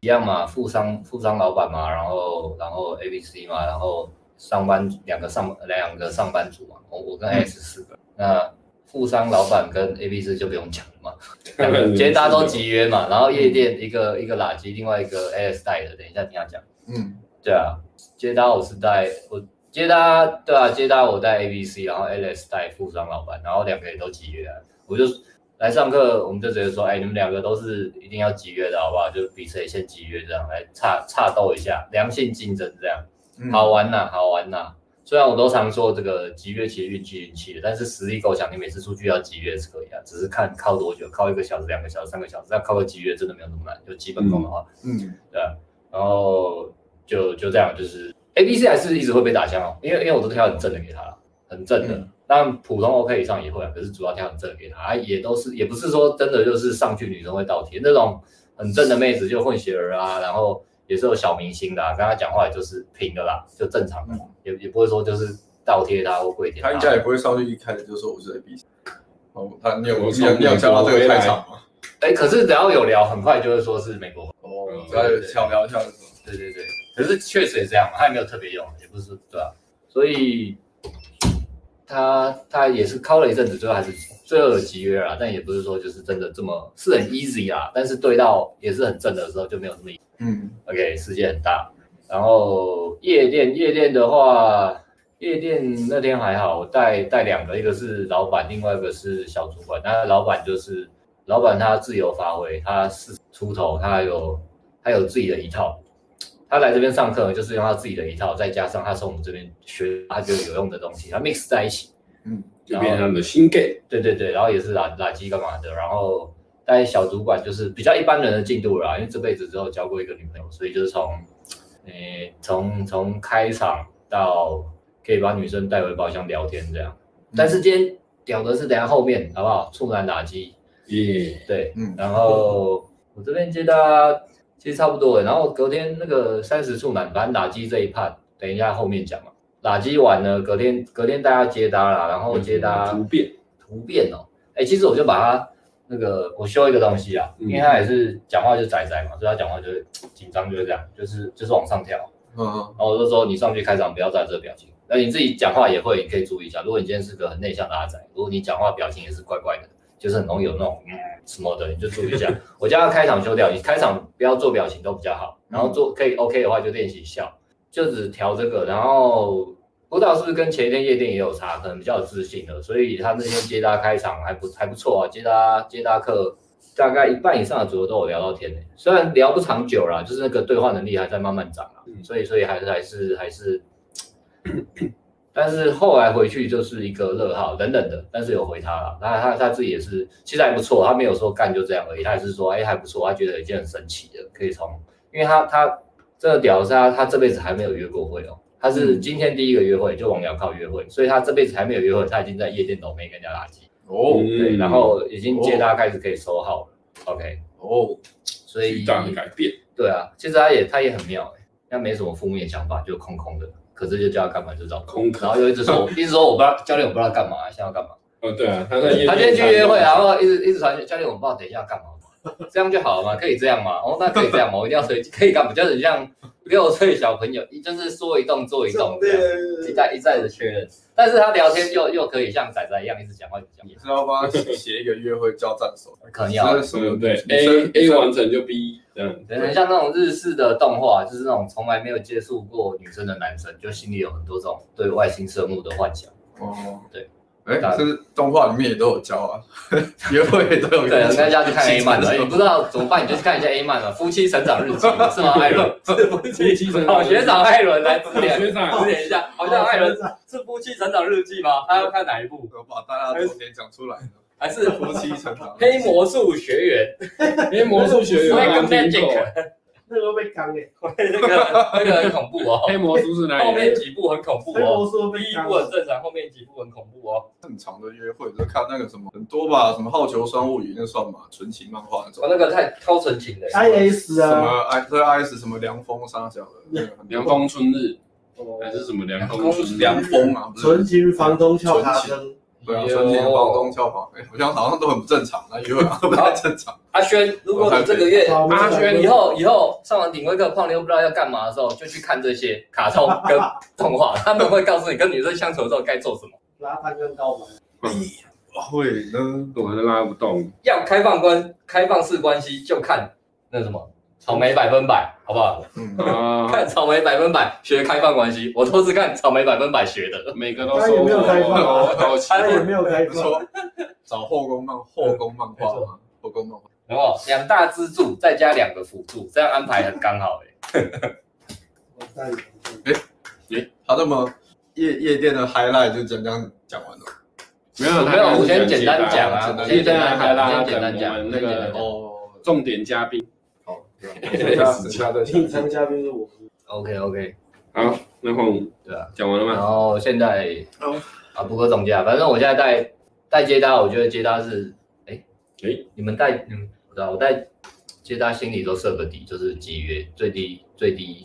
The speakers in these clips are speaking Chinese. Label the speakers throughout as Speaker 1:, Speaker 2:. Speaker 1: 一样嘛，富商富商老板嘛，然后然后 A B C 嘛，然后上班两个上两个上班族嘛，我我跟 S 四个，那富商老板跟 A B C 就不用讲了嘛，两个今天大家都集约嘛，然后夜店一个一个垃圾，另外一个 S 带的，等一下听他讲，
Speaker 2: 嗯，
Speaker 1: 对啊，接搭我是带我接搭对啊，接搭我带 A B C，然后 L S 带富商老板，然后两个也都集约啊，我就来上课，我们就直接说，哎，你们两个都是一定要集约的好不好？就比谁先集约这样来差差斗一下，良性竞争这样，
Speaker 2: 嗯
Speaker 1: 好，玩呐、好玩呐、虽然我都常说这个集约其实运气运气的，但是实力够强，你每次出去要集约是可以啊，只是看靠多久，靠一个小时、两个小时、三个小时，要靠个集约真的没有那么难，就基本功的话，
Speaker 2: 嗯，
Speaker 1: 对啊，然后就就这样，就是 A B C 还是一直会被打枪哦，因为因为我都挑很正的给他了，很正的
Speaker 2: 嗯。
Speaker 1: 当然普通 OK 以上也会啊，可是主要挑很正的给他，啊也都是也不是说真的就是上去女生会倒贴那种很正的妹子就混血儿啊，然后也是有小明星的、啊，跟他讲话也就是平的啦，就正常的啦，也也不会说就是倒贴他或跪舔
Speaker 2: 嗯他
Speaker 1: 他。
Speaker 2: 应该也不会上去一开始就说我是 A B C。哦，他你有
Speaker 3: 我
Speaker 2: 你有
Speaker 3: 从
Speaker 2: 你有讲到这个开场吗？
Speaker 1: 哎，可是只要有聊，很快就会说是美国。
Speaker 2: 哦，只要小聊一下就说，
Speaker 1: 对对对，可是确实也这样嘛，他也没有特别用，也不是对啊，所以他他也是靠了一阵子，最后还是最后有集约啊，但也不是说就是真的这么是很 easy 啊，但是对到也是很正的时候就没有这么
Speaker 2: 嗯，
Speaker 1: OK，世界很大。然后夜店，夜店的话，夜店那天还好，我带带两个，一个是老板，另外一个是小主管。那老板就是老板他自由发挥，他是出头，他有他有自己的一套。他来这边上课就是用他自己的一套，再加上他从我们这边学他觉得有用的东西，他 mix 在一起。
Speaker 3: 嗯就变成他们的新 gay，
Speaker 1: 对对对，然后也是垃垃圾干嘛的，然后带小主管就是比较一般人的进度啦，因为这辈子只有交过一个女朋友，所以就是从，诶、从从开场到可以把女生带回包厢聊天这样，但是今天屌的是等一下后面好不好？处男垃圾，
Speaker 3: 耶，
Speaker 1: 对，
Speaker 2: 嗯
Speaker 1: 然后我这边接搭其实差不多了，然后隔天那个三十处男，反正垃圾这一 part 等一下后面讲嘛，垃圾完了，隔天隔天大家接搭啦，然后接搭。
Speaker 3: 突变，
Speaker 1: 图片哦。哎、其实我就把它那个我修一个东西啊，
Speaker 3: 嗯
Speaker 1: 因为他也是讲话就宅宅嘛，所以他讲话就是紧张就是这样，就是就是往上跳。
Speaker 2: 嗯，
Speaker 1: 然后我就说你上去开场不要带这个表情，那你自己讲话也会，你可以注意一下。如果你今天是个很内向的阿宅，如果你讲话表情也是怪怪的，就是很容易有那种嗯什么的，你就注意一下。我叫他开场修掉，你开场不要做表情都比较好，然后做可以 OK 的话就练习笑，就只调这个。然后不知道是不是跟前一天夜店也有差，可能比较有自信了，所以他那天接搭开场还不还不错啊，接搭接搭课。大概一半以上的左右都有聊到天呢、虽然聊不长久啦，就是那个对话能力还在慢慢长啊，
Speaker 3: 嗯
Speaker 1: 所以所以还是还是还是，但是后来回去就是一个乐号，冷冷的，但是有回他了，那他他自己也是其实还不错，他没有说干就这样而已，他还是说哎、还不错，他觉得已经很神奇的，可以从，因为他他这个屌的是他他这辈子还没有约过会哦。他是今天第一个约会，就往聊靠约会，所以他这辈子还没有约会，他已经在夜店都没跟人家垃圾，
Speaker 2: 哦
Speaker 1: 对，
Speaker 3: 嗯
Speaker 1: 然后已经接搭开始可以收号了、o k
Speaker 2: 哦，
Speaker 1: 所以
Speaker 3: 巨大的改变，
Speaker 1: 对啊，其实他也他也很妙哎、欸，他没什么负面想法，就空空的。可是就叫他干嘛就找
Speaker 3: 空壳
Speaker 1: 然后又一直 说，一直说我不知道教练我不知道干嘛，现在要干嘛？
Speaker 3: 哦，对啊，他在夜店
Speaker 1: 他今天去约会，然啊后一直一直传教练我不知道等一下要干嘛，这样就好了嘛，可以这样嘛？哦，那可以这样嘛？我一定要随机可以干嘛？就是很像六岁小朋友，就是说一动做一
Speaker 2: 嗯哦
Speaker 1: 动这样，一再一再的确认。但是他聊天又又可以像仔仔一样一直讲话一直讲话，
Speaker 2: 你是要帮他写一个约会交战手，
Speaker 1: 可能要
Speaker 2: 这是什
Speaker 3: 对
Speaker 2: 么
Speaker 3: 不对
Speaker 2: 女生
Speaker 3: ？A A 完成就 B，这样，
Speaker 1: 对，很像那种日式的动画，就是那种从来没有接触过女生的男生，就心里有很多这种对外星生物的幻想。
Speaker 2: 哦，
Speaker 1: 对，
Speaker 2: 哎，这是动画里面也都有教啊，约会也都有
Speaker 1: 对，
Speaker 2: 教。
Speaker 1: 大家去 看 A 漫了，
Speaker 2: 是
Speaker 1: 你不知道怎么办，你就去看一下 A 漫了，《夫妻成长日记》是吗？艾伦，是夫
Speaker 3: 夫妻成长日 记
Speaker 1: 好，学长艾伦来指 点
Speaker 3: 学长
Speaker 1: 指点一下，好像艾伦是《夫妻成长日记》吗？他要看哪一部？
Speaker 2: 我把大家重点讲出来了，
Speaker 1: 还是《
Speaker 2: 夫妻成 长，
Speaker 1: 黑魔术学员
Speaker 3: 哎，魔术学院
Speaker 1: Swag
Speaker 3: 刚刚听
Speaker 1: Magic
Speaker 3: 过，》
Speaker 4: 那个被刚哎，
Speaker 1: 那个那个很恐怖哦，
Speaker 3: 黑魔术是哪
Speaker 1: 后
Speaker 3: 里
Speaker 1: 面
Speaker 3: 的？
Speaker 1: 几部很恐怖
Speaker 4: 所以
Speaker 1: 哦，
Speaker 4: 我说
Speaker 1: 第
Speaker 4: 被
Speaker 1: 一
Speaker 4: 刚
Speaker 1: 部。很正常，后面几部很恐怖哦。
Speaker 2: 正常的约会，就看那个什么很多吧，什么《好球双物语》那算嘛，纯情漫哦画那种
Speaker 1: 我。那个太超纯情的，
Speaker 4: I S
Speaker 2: 什
Speaker 4: 啊，
Speaker 2: 么 I 对 I S 什么凉风沙角的那个很
Speaker 3: 凉风春日
Speaker 4: 哦
Speaker 3: 还是什么凉风春日？
Speaker 2: 凉风啊，不是
Speaker 4: 纯情房东俏他生，
Speaker 2: 对啊，
Speaker 3: 哎呦
Speaker 2: 存钱、房东、交房费，好像好像都很不正常，那约会好像不太正常。
Speaker 1: 阿轩，如果你这个月
Speaker 4: 好
Speaker 3: 阿轩
Speaker 1: 以后以后上完顶规课，胖妞不知道要干嘛的时候，就去看这些卡通跟动画，他们会告诉你跟女生相处的时候该做什么。
Speaker 4: 拉攀跟高嘛，
Speaker 2: 会呢，
Speaker 3: 我还是拉不动。
Speaker 1: 要开放关开放式关系，就看那什么草莓百分百，好不好？
Speaker 2: 嗯，
Speaker 3: 啊，
Speaker 1: 看草莓百分百学开放关系，我都是看草莓百分百学的。
Speaker 3: 每个都
Speaker 4: 他
Speaker 3: 收
Speaker 4: 也没有
Speaker 3: 获，
Speaker 4: 开放啊
Speaker 3: 我好奇
Speaker 4: 他也没有开
Speaker 2: 不
Speaker 4: 放，
Speaker 2: 错，找后宫漫后宫漫画吗？后宫漫画，
Speaker 1: 然后哦两大支柱再加两个辅助，这样安排很刚 好哎、
Speaker 4: 完蛋了
Speaker 2: 他那么夜夜店的 highlight 就讲讲讲完了。
Speaker 3: 没有
Speaker 1: 没有，我先简单讲
Speaker 2: 简
Speaker 1: 啊，
Speaker 2: 单
Speaker 1: 我
Speaker 3: 现
Speaker 1: 先简
Speaker 3: 在
Speaker 1: 单
Speaker 3: 还
Speaker 1: 讲，
Speaker 3: 拉
Speaker 1: 我先简单讲，我
Speaker 3: 那
Speaker 1: 先简单
Speaker 3: 个
Speaker 1: 讲。
Speaker 2: 哦，
Speaker 3: 重点嘉宾。
Speaker 2: 好，这样
Speaker 3: 等一下
Speaker 2: 再
Speaker 4: 平常嘉宾是我，
Speaker 1: OK OK，
Speaker 3: 好，那后
Speaker 1: 对啊。
Speaker 3: 讲完了
Speaker 1: 然
Speaker 3: 吗？
Speaker 1: 后现在
Speaker 2: 哦
Speaker 1: 啊，不过总结啊，反正我现在带带接搭，我觉得接搭是，哎
Speaker 3: 哎
Speaker 1: 你们带嗯，不知道我带接搭心里都设个底，就是几月最低最低。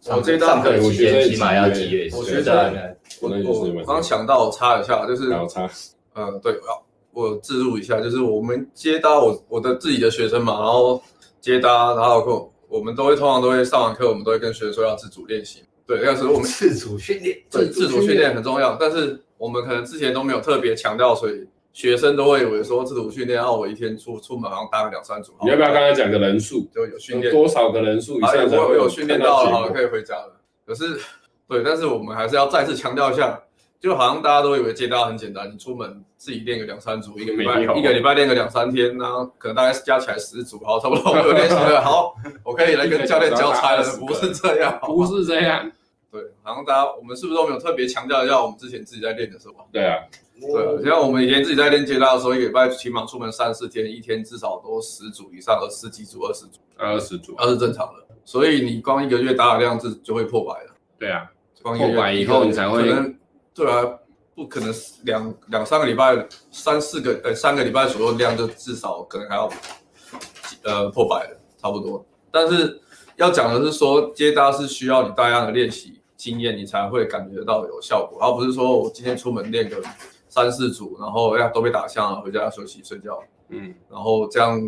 Speaker 1: 上
Speaker 2: 我接搭
Speaker 1: 上课期
Speaker 3: 我觉得
Speaker 1: 间
Speaker 3: 是
Speaker 1: 起码要
Speaker 3: 几
Speaker 1: 几月？
Speaker 2: 我
Speaker 1: 对对
Speaker 2: 觉得
Speaker 1: 对
Speaker 2: 我
Speaker 3: 那你就是
Speaker 2: 我刚想到，我插一下，就是
Speaker 3: 老差，
Speaker 2: 呃，对，我要我自入一下，就是我们接搭我我的自己的学生嘛，然后接搭，然后跟我我们都会通常都会上完课，我们都会跟学生说要自主练习。对，那个时候我们
Speaker 1: 自主训练，
Speaker 2: 自自主训练很重要，但是我们可能之前都没有特别强调，所以学生都会以为说自主训练，然啊后我一天出出门好像搭个两三组，
Speaker 3: 你要不要刚才讲个人数？
Speaker 2: 就有训练？
Speaker 3: 多少个人数以
Speaker 2: 好
Speaker 3: 上才
Speaker 1: 哎
Speaker 2: 我
Speaker 3: 会
Speaker 2: 有训练到了，好，
Speaker 3: 看
Speaker 2: 可以回家了。可是，对，但是我们还是要再次强调一下，就好像大家都以为接搭很简单，你出门自己练个两三组，一个礼拜
Speaker 3: 没有
Speaker 2: 一个礼拜练个两三天，然后可能大概加起来十组，好，差不多我有练习了， 好，我可以来跟教练交差了，不是这样，
Speaker 3: 结果，不是这样。
Speaker 2: 对，好像大家我们是不是都没有特别强调一下我们之前自己在练的时候？
Speaker 3: 对啊，
Speaker 2: 对，像我们以前自己在练接搭的时候，一个礼拜起码出门三四天，一天至少都十组以上，十几组、二十组。
Speaker 3: 二十组。
Speaker 2: 那是正常的。所以你光一个月打的量是就会破百了，
Speaker 3: 对啊，
Speaker 2: 光一个月
Speaker 3: 破百以后你才会
Speaker 2: 可能对啊，不可能两两三个礼拜、三四个呃三个礼拜左右量就至少可能还要呃破百了，差不多。但是要讲的是说，接搭是需要你大量的练习经验，你才会感觉到有效果，而不是说我今天出门练个三四组，然后要都被打枪啊了，回家休息睡觉。
Speaker 3: 嗯，
Speaker 2: 然后这样，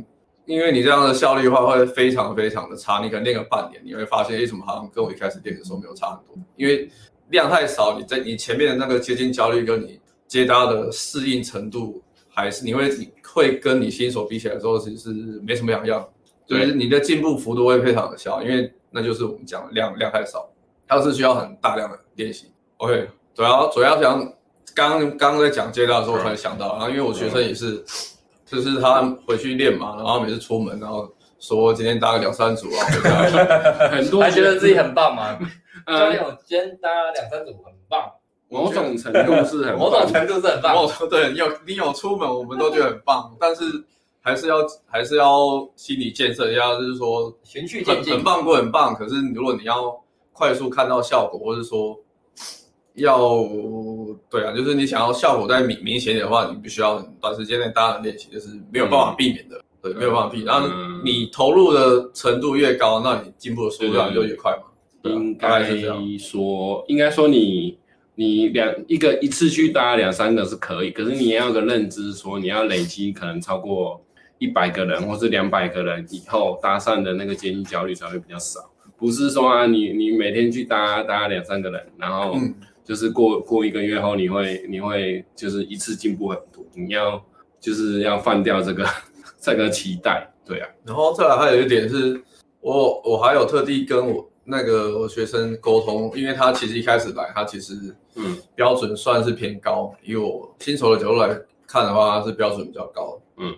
Speaker 2: 因为你这样的效率的话会非常非常的差，你可能练个半年，你会发现，哎，怎么好像跟我一开始练的时候没有差很多？因为量太少，你在你前面的那个接近焦虑跟你接搭的适应程度，还是你会会跟你新手比起来的时候，其实是没什么两样，就是你的进步幅度会非常的小，因为那就是我们讲的量量太少，它是需要很大量的练习。OK，主要主要想刚刚刚在讲接搭的时候，我突然想到，然后因为我学生也是。就是他回去练嘛，然后每次出门，然后说今天搭个两三组啊，回家
Speaker 3: 很多
Speaker 1: 还觉得自己很棒吗？
Speaker 2: 嗯
Speaker 1: 教
Speaker 3: 呃
Speaker 1: 练，我今天搭两三组很棒，
Speaker 3: 某种程度是很
Speaker 1: 某种程度是很
Speaker 2: 然后
Speaker 1: 棒。
Speaker 2: 我说对你有你有出门，我们都觉得很棒，但是还是要还是要心理建设一下，就是说
Speaker 1: 循序渐
Speaker 2: 很
Speaker 1: 进
Speaker 2: 很，棒归很棒，可是如果你要快速看到效果，或是说要对啊，就是你想要效果再明明显一点的话，你必须要很短时间内大量练习，就是没有办法避免的，对，没有办法避免。然后
Speaker 3: 嗯
Speaker 2: 你投入的程度越高，那你进步的速度当然
Speaker 3: 对对
Speaker 2: 就
Speaker 3: 对
Speaker 2: 越快嘛。对啊
Speaker 3: 应
Speaker 2: 大概
Speaker 3: 该
Speaker 2: 是这样。
Speaker 3: 说，应该说你你两一个一次去搭两三个是可以，可是你也要有个认知说，你要累积可能超过一百个人或是两百个人以后搭讪的那个接近焦虑才会比较少，不是说啊你你每天去搭搭两三个人，然后
Speaker 2: 嗯
Speaker 3: 就是过过一个月后你会你会就是一次进步很多，你要就是要放掉这个这个期待，对啊，
Speaker 2: 然后再来还有一点是，我我还有特地跟我那个我学生沟通，因为他其实一开始来，他其实
Speaker 3: 嗯
Speaker 2: 标准算是偏高，以我新手的角度来看的话，他是标准比较高的。
Speaker 3: 嗯，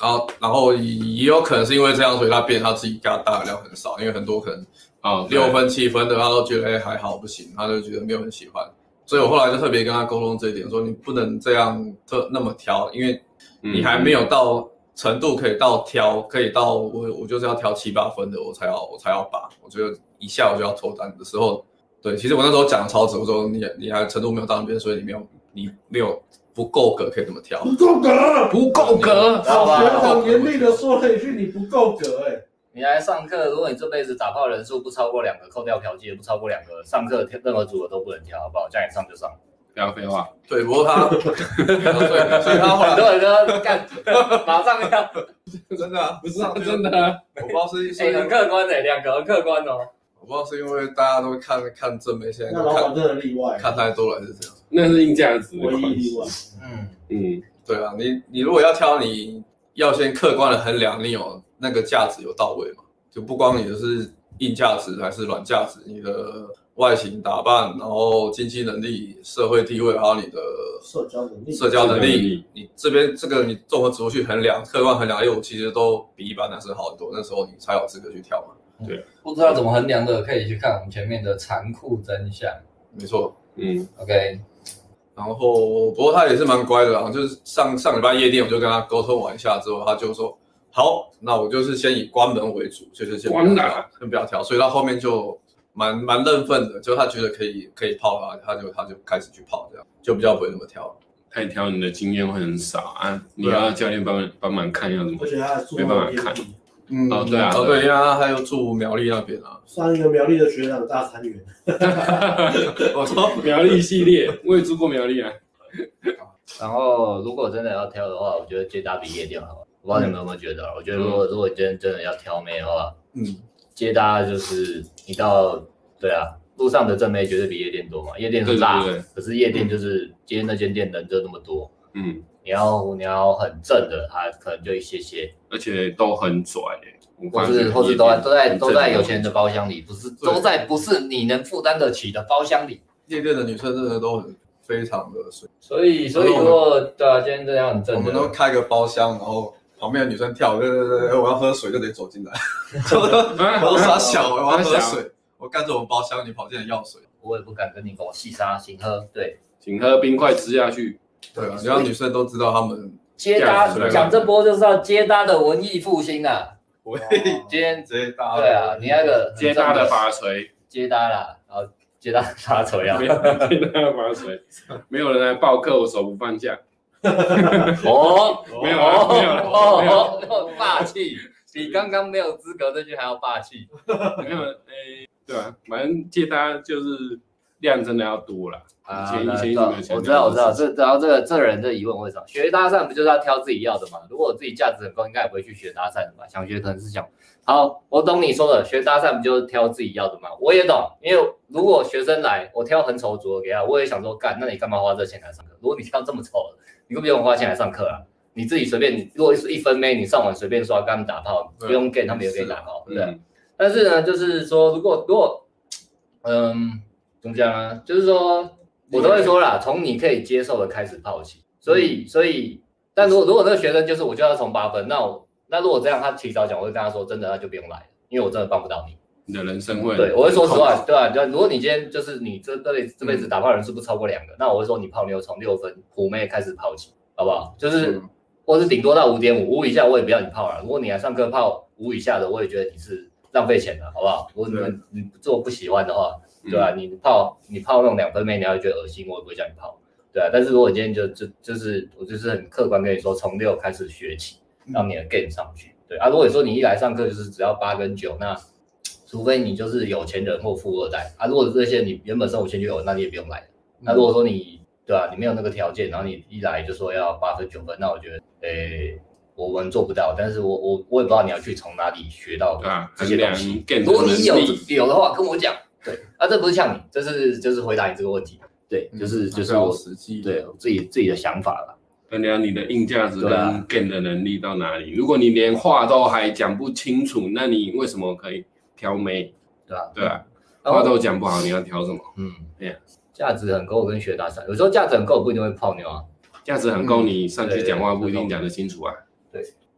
Speaker 2: 然后然后也有可能是因为这样，所以他变他自己给他打的量很少，因为很多可能
Speaker 3: 哦对
Speaker 2: 六分七分的，他都觉得哎、还好不行，他就觉得没有很喜欢。所以我后来就特别跟他沟通这一点，说你不能这样特那么挑，因为
Speaker 3: 啊嗯
Speaker 2: 你还没有到程度可以到挑，可以到我我就是要挑七八分的，我才要我才要拔，我觉得一下我就要脱单的时候，对，其实我那时候讲得超直，我说你你还程度没有到那边，所以你没有你没有不够格可以这么挑，
Speaker 4: 不够格，啊
Speaker 3: 不够格，
Speaker 1: 好吧
Speaker 4: 学长严厉的说了一句你不够格，哎，
Speaker 1: 你来上课，如果你这辈子打炮人数不超过两个，扣掉嫖妓也不超过两个，上课任何组合都不能挑，好不好？叫你上就上。
Speaker 3: 不要废话。
Speaker 2: 对，不过他，所以所以他后
Speaker 1: 很
Speaker 2: 来
Speaker 1: 多人都干，马上要，
Speaker 2: 真的啊
Speaker 3: 不是
Speaker 2: 上就
Speaker 3: 真的啊，
Speaker 2: 我不知道是
Speaker 1: 哎、很
Speaker 2: 因为，
Speaker 1: 客观的、两个很客观哦。
Speaker 2: 我不知道是因为大家都看看正妹，现在
Speaker 4: 那
Speaker 2: 都
Speaker 4: 老
Speaker 2: 看
Speaker 4: 板真的例外，
Speaker 2: 看太多了还是这样。
Speaker 3: 那是硬价值的
Speaker 4: 唯一
Speaker 3: 关系
Speaker 4: 例。外。
Speaker 1: 嗯，
Speaker 3: 嗯，
Speaker 2: 对啊，你你如果要挑，你要先客观的衡量你有那个价值有到位嘛，就不光你是硬价值还是软价值，你的外形打扮，然后经济能力、社会地位，还有你的
Speaker 4: 社交能力，
Speaker 2: 社交能
Speaker 3: 社交能
Speaker 2: 力
Speaker 3: 力，
Speaker 2: 你这边这个你综合指数去衡量、客观衡量，哎，我其实都比一般男生好很多，那时候你才有资格去挑嘛。
Speaker 1: 不知道怎么衡量的，可以去看我们前面的残酷真相。
Speaker 2: 没错，
Speaker 3: 嗯，
Speaker 1: OK，
Speaker 2: 然后不过他也是蛮乖的啊，就是上上礼拜夜店我就跟他沟通完一下之后，他就说好，那我就是先以关门为主，就是先不要
Speaker 3: 关
Speaker 2: 调
Speaker 3: 哪，
Speaker 2: 先不要调，所以他后面就蛮蛮认份的，就他觉得可以可以泡了，他就他就开始去泡，这样就比较不会那么挑。
Speaker 3: 太挑你的经验会很少啊，你
Speaker 2: 对啊
Speaker 3: 要教练帮帮忙看要怎么
Speaker 4: 而。且他还住
Speaker 3: 没办法
Speaker 4: 苗
Speaker 3: 看
Speaker 4: 栗，
Speaker 2: 嗯
Speaker 3: 哦对啊
Speaker 2: 哦
Speaker 3: 对
Speaker 2: 对，因为他还有住苗栗那边啊，
Speaker 4: 上一个苗栗的学长大参员，
Speaker 2: 我说
Speaker 3: 苗栗系列， 我也住过苗栗啊。
Speaker 1: 然后如果真的要挑的话，我觉得接打比夜店好了。我不知道你们有没有觉得啊，我觉得如果如果今天真的要挑妹的话，
Speaker 2: 嗯，
Speaker 1: 接搭就是你到对啊，路上的正妹绝对比夜店多嘛，夜店很辣，
Speaker 3: 对对对
Speaker 1: 可是夜店就是今天那间店人就那么多，
Speaker 3: 嗯，
Speaker 1: 你要你要很正的，他可能就一些些，
Speaker 3: 而且都很拽欸，我
Speaker 1: 或
Speaker 3: 发现
Speaker 1: 是或
Speaker 3: 夜
Speaker 1: 是
Speaker 3: 店
Speaker 1: 都在都在
Speaker 3: 很
Speaker 1: 都在
Speaker 3: 正
Speaker 1: 有钱人的包厢里，不是
Speaker 2: 对
Speaker 1: 都在不是你能负担得起的包厢里。
Speaker 2: 夜店的女生真的都很非常的水，
Speaker 1: 所以所以如果对啊，今天真的要很
Speaker 2: 我
Speaker 1: 正
Speaker 2: 们都
Speaker 1: 的，
Speaker 2: 开个包厢，然后旁边的女生跳，对对对，我要喝水就得走进 来。
Speaker 3: 啊
Speaker 2: 我都傻小，我要喝
Speaker 3: 傻小
Speaker 2: 水，我干着我们包厢，你跑进来要水。
Speaker 1: 我也不敢跟你跟我细沙行喝，对。
Speaker 3: 请喝冰块吃下去。
Speaker 2: 对啊，你让女生都知道他们
Speaker 1: 接搭
Speaker 3: 价值观
Speaker 1: 讲这波就是要接搭的文艺复兴啊！
Speaker 2: 我
Speaker 1: 今天
Speaker 2: 直接搭。
Speaker 1: 对啊，你那个
Speaker 3: 接搭的
Speaker 1: 法
Speaker 3: 法锤，
Speaker 1: 接搭啦，然后接搭法锤啊
Speaker 3: 没，有接搭的法锤，没有人来报课，我手不放下。
Speaker 1: 哦，哦
Speaker 3: 没 有啊没有啊
Speaker 1: 哦
Speaker 3: 没有啊
Speaker 1: 哦，哦霸气，比刚刚没有资格这句还要霸气。
Speaker 3: 没有，哎，对啊，反正接搭就是量真的要多了。以前以前一直没有钱
Speaker 1: 啊我知道我知道，这然后这个这个人的疑问为什么学搭讪不就是要挑自己要的嘛？如果我自己价值很高，应该也不会去学搭讪的嘛。想学可能是想，好，我懂你说的，学搭讪不就是挑自己要的嘛？我也懂，因为如果学生来，我挑很丑的组合给他，我也想说干，那你干嘛花这钱来上课？如果你挑这么丑的，你都不用花钱来上课啊。你自己随便，你如果是一分妹，你上网随便刷，跟他们打炮，
Speaker 2: 对
Speaker 1: 不用 get，他们也可以打炮，对啊不对？
Speaker 3: 啊嗯，
Speaker 1: 但是呢，就是说，如果如果，嗯，怎么讲呢？就是说我都会说啦，从你可以接受的开始泡起。所以，所以，但如果如果那个学生就是我就要从八分，那我那如果这样他提早讲，我会跟他说，真的那就不用来了，因为我真的帮不到你。
Speaker 3: 你的人生会
Speaker 1: 对，我会说实话，对啊，就如果你今天就是你这这辈这辈子打炮人数不超过两个，那我会说你泡妞从六分虎妹开始泡起，好不好？就是
Speaker 2: 嗯
Speaker 1: 或是顶多到五点五，五以下我也不要你泡了。如果你来上课泡五以下的，我也觉得你是浪费钱的，好不好？如果你们你如果不喜欢的话，
Speaker 3: 嗯
Speaker 1: 对吧、啊你泡你泡那种两分妹，你要觉得恶心，我也不会叫你泡，对啊。但是如果你今天就就就是我就是很客观跟你说，从六开始学起，
Speaker 3: 嗯
Speaker 1: 让你的 gain 上去。对啊，如果你说你一来上课就是只要八跟九，那除非你就是有钱人或富二代啊。如果这些你原本生活圈就有，那你也不用来。
Speaker 2: 嗯
Speaker 1: 那如果说你对啊，你没有那个条件，然后你一来就说要八分九分，那我觉得，诶、我们做不到。但是我我我也不知道你要去从哪里学到
Speaker 3: 对啊，
Speaker 1: 这
Speaker 3: 衡
Speaker 1: 些
Speaker 3: 量
Speaker 1: 东西。
Speaker 3: 更
Speaker 1: 如
Speaker 3: 多
Speaker 1: 果
Speaker 3: 能
Speaker 1: 你有
Speaker 3: 力。
Speaker 1: 有的话，跟我讲。对啊，这不是像你，这是就是回答你这个问题。对，就是就是
Speaker 2: 比较
Speaker 1: 我
Speaker 2: 实际。
Speaker 1: 对我自己自己的想法了。
Speaker 3: 衡量你的硬价值
Speaker 1: 对啊
Speaker 3: 跟 gain 的能力到哪里。如果你连话都还讲不清楚，那你为什么可以挑眉？
Speaker 1: 对啊
Speaker 3: 对啊，
Speaker 1: 然
Speaker 3: 话
Speaker 1: 后
Speaker 3: 都讲不好，你要挑什么？
Speaker 1: 嗯，
Speaker 3: 对啊
Speaker 1: 价值很够跟学搭讪，有时候价值很够我不一定会泡妞啊。
Speaker 3: 价值很够，你上去讲话
Speaker 1: 对
Speaker 3: 不一定讲得清楚啊。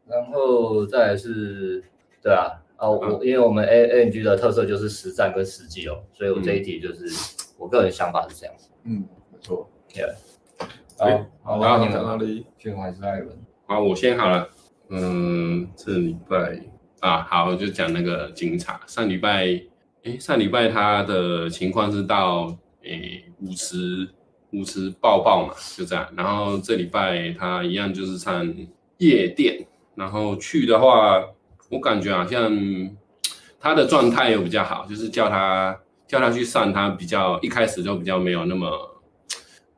Speaker 1: 然后再来是，对啊，哦，我因为我们 A A N G 的特色就是实战跟实际哦，所以我这一题就是、我个人想法是这样子。
Speaker 2: 嗯，没错。
Speaker 1: 好
Speaker 2: 哎，
Speaker 1: 好，
Speaker 2: 然
Speaker 1: 然后
Speaker 2: 后
Speaker 1: 你
Speaker 2: 讲到
Speaker 1: 们
Speaker 2: 哪里？
Speaker 1: 俊宏还是艾伦？
Speaker 3: 好，我先好了。嗯，这礼拜啊，好，我就讲那个警察。上礼拜，诶，上礼拜他的情况是到诶五十五十抱抱嘛，就这样。然后这礼拜他一样就是上夜店，然后去的话，我感觉好像他的状态又比较好，就是叫他叫他去上，他比较一开始就比较没有那么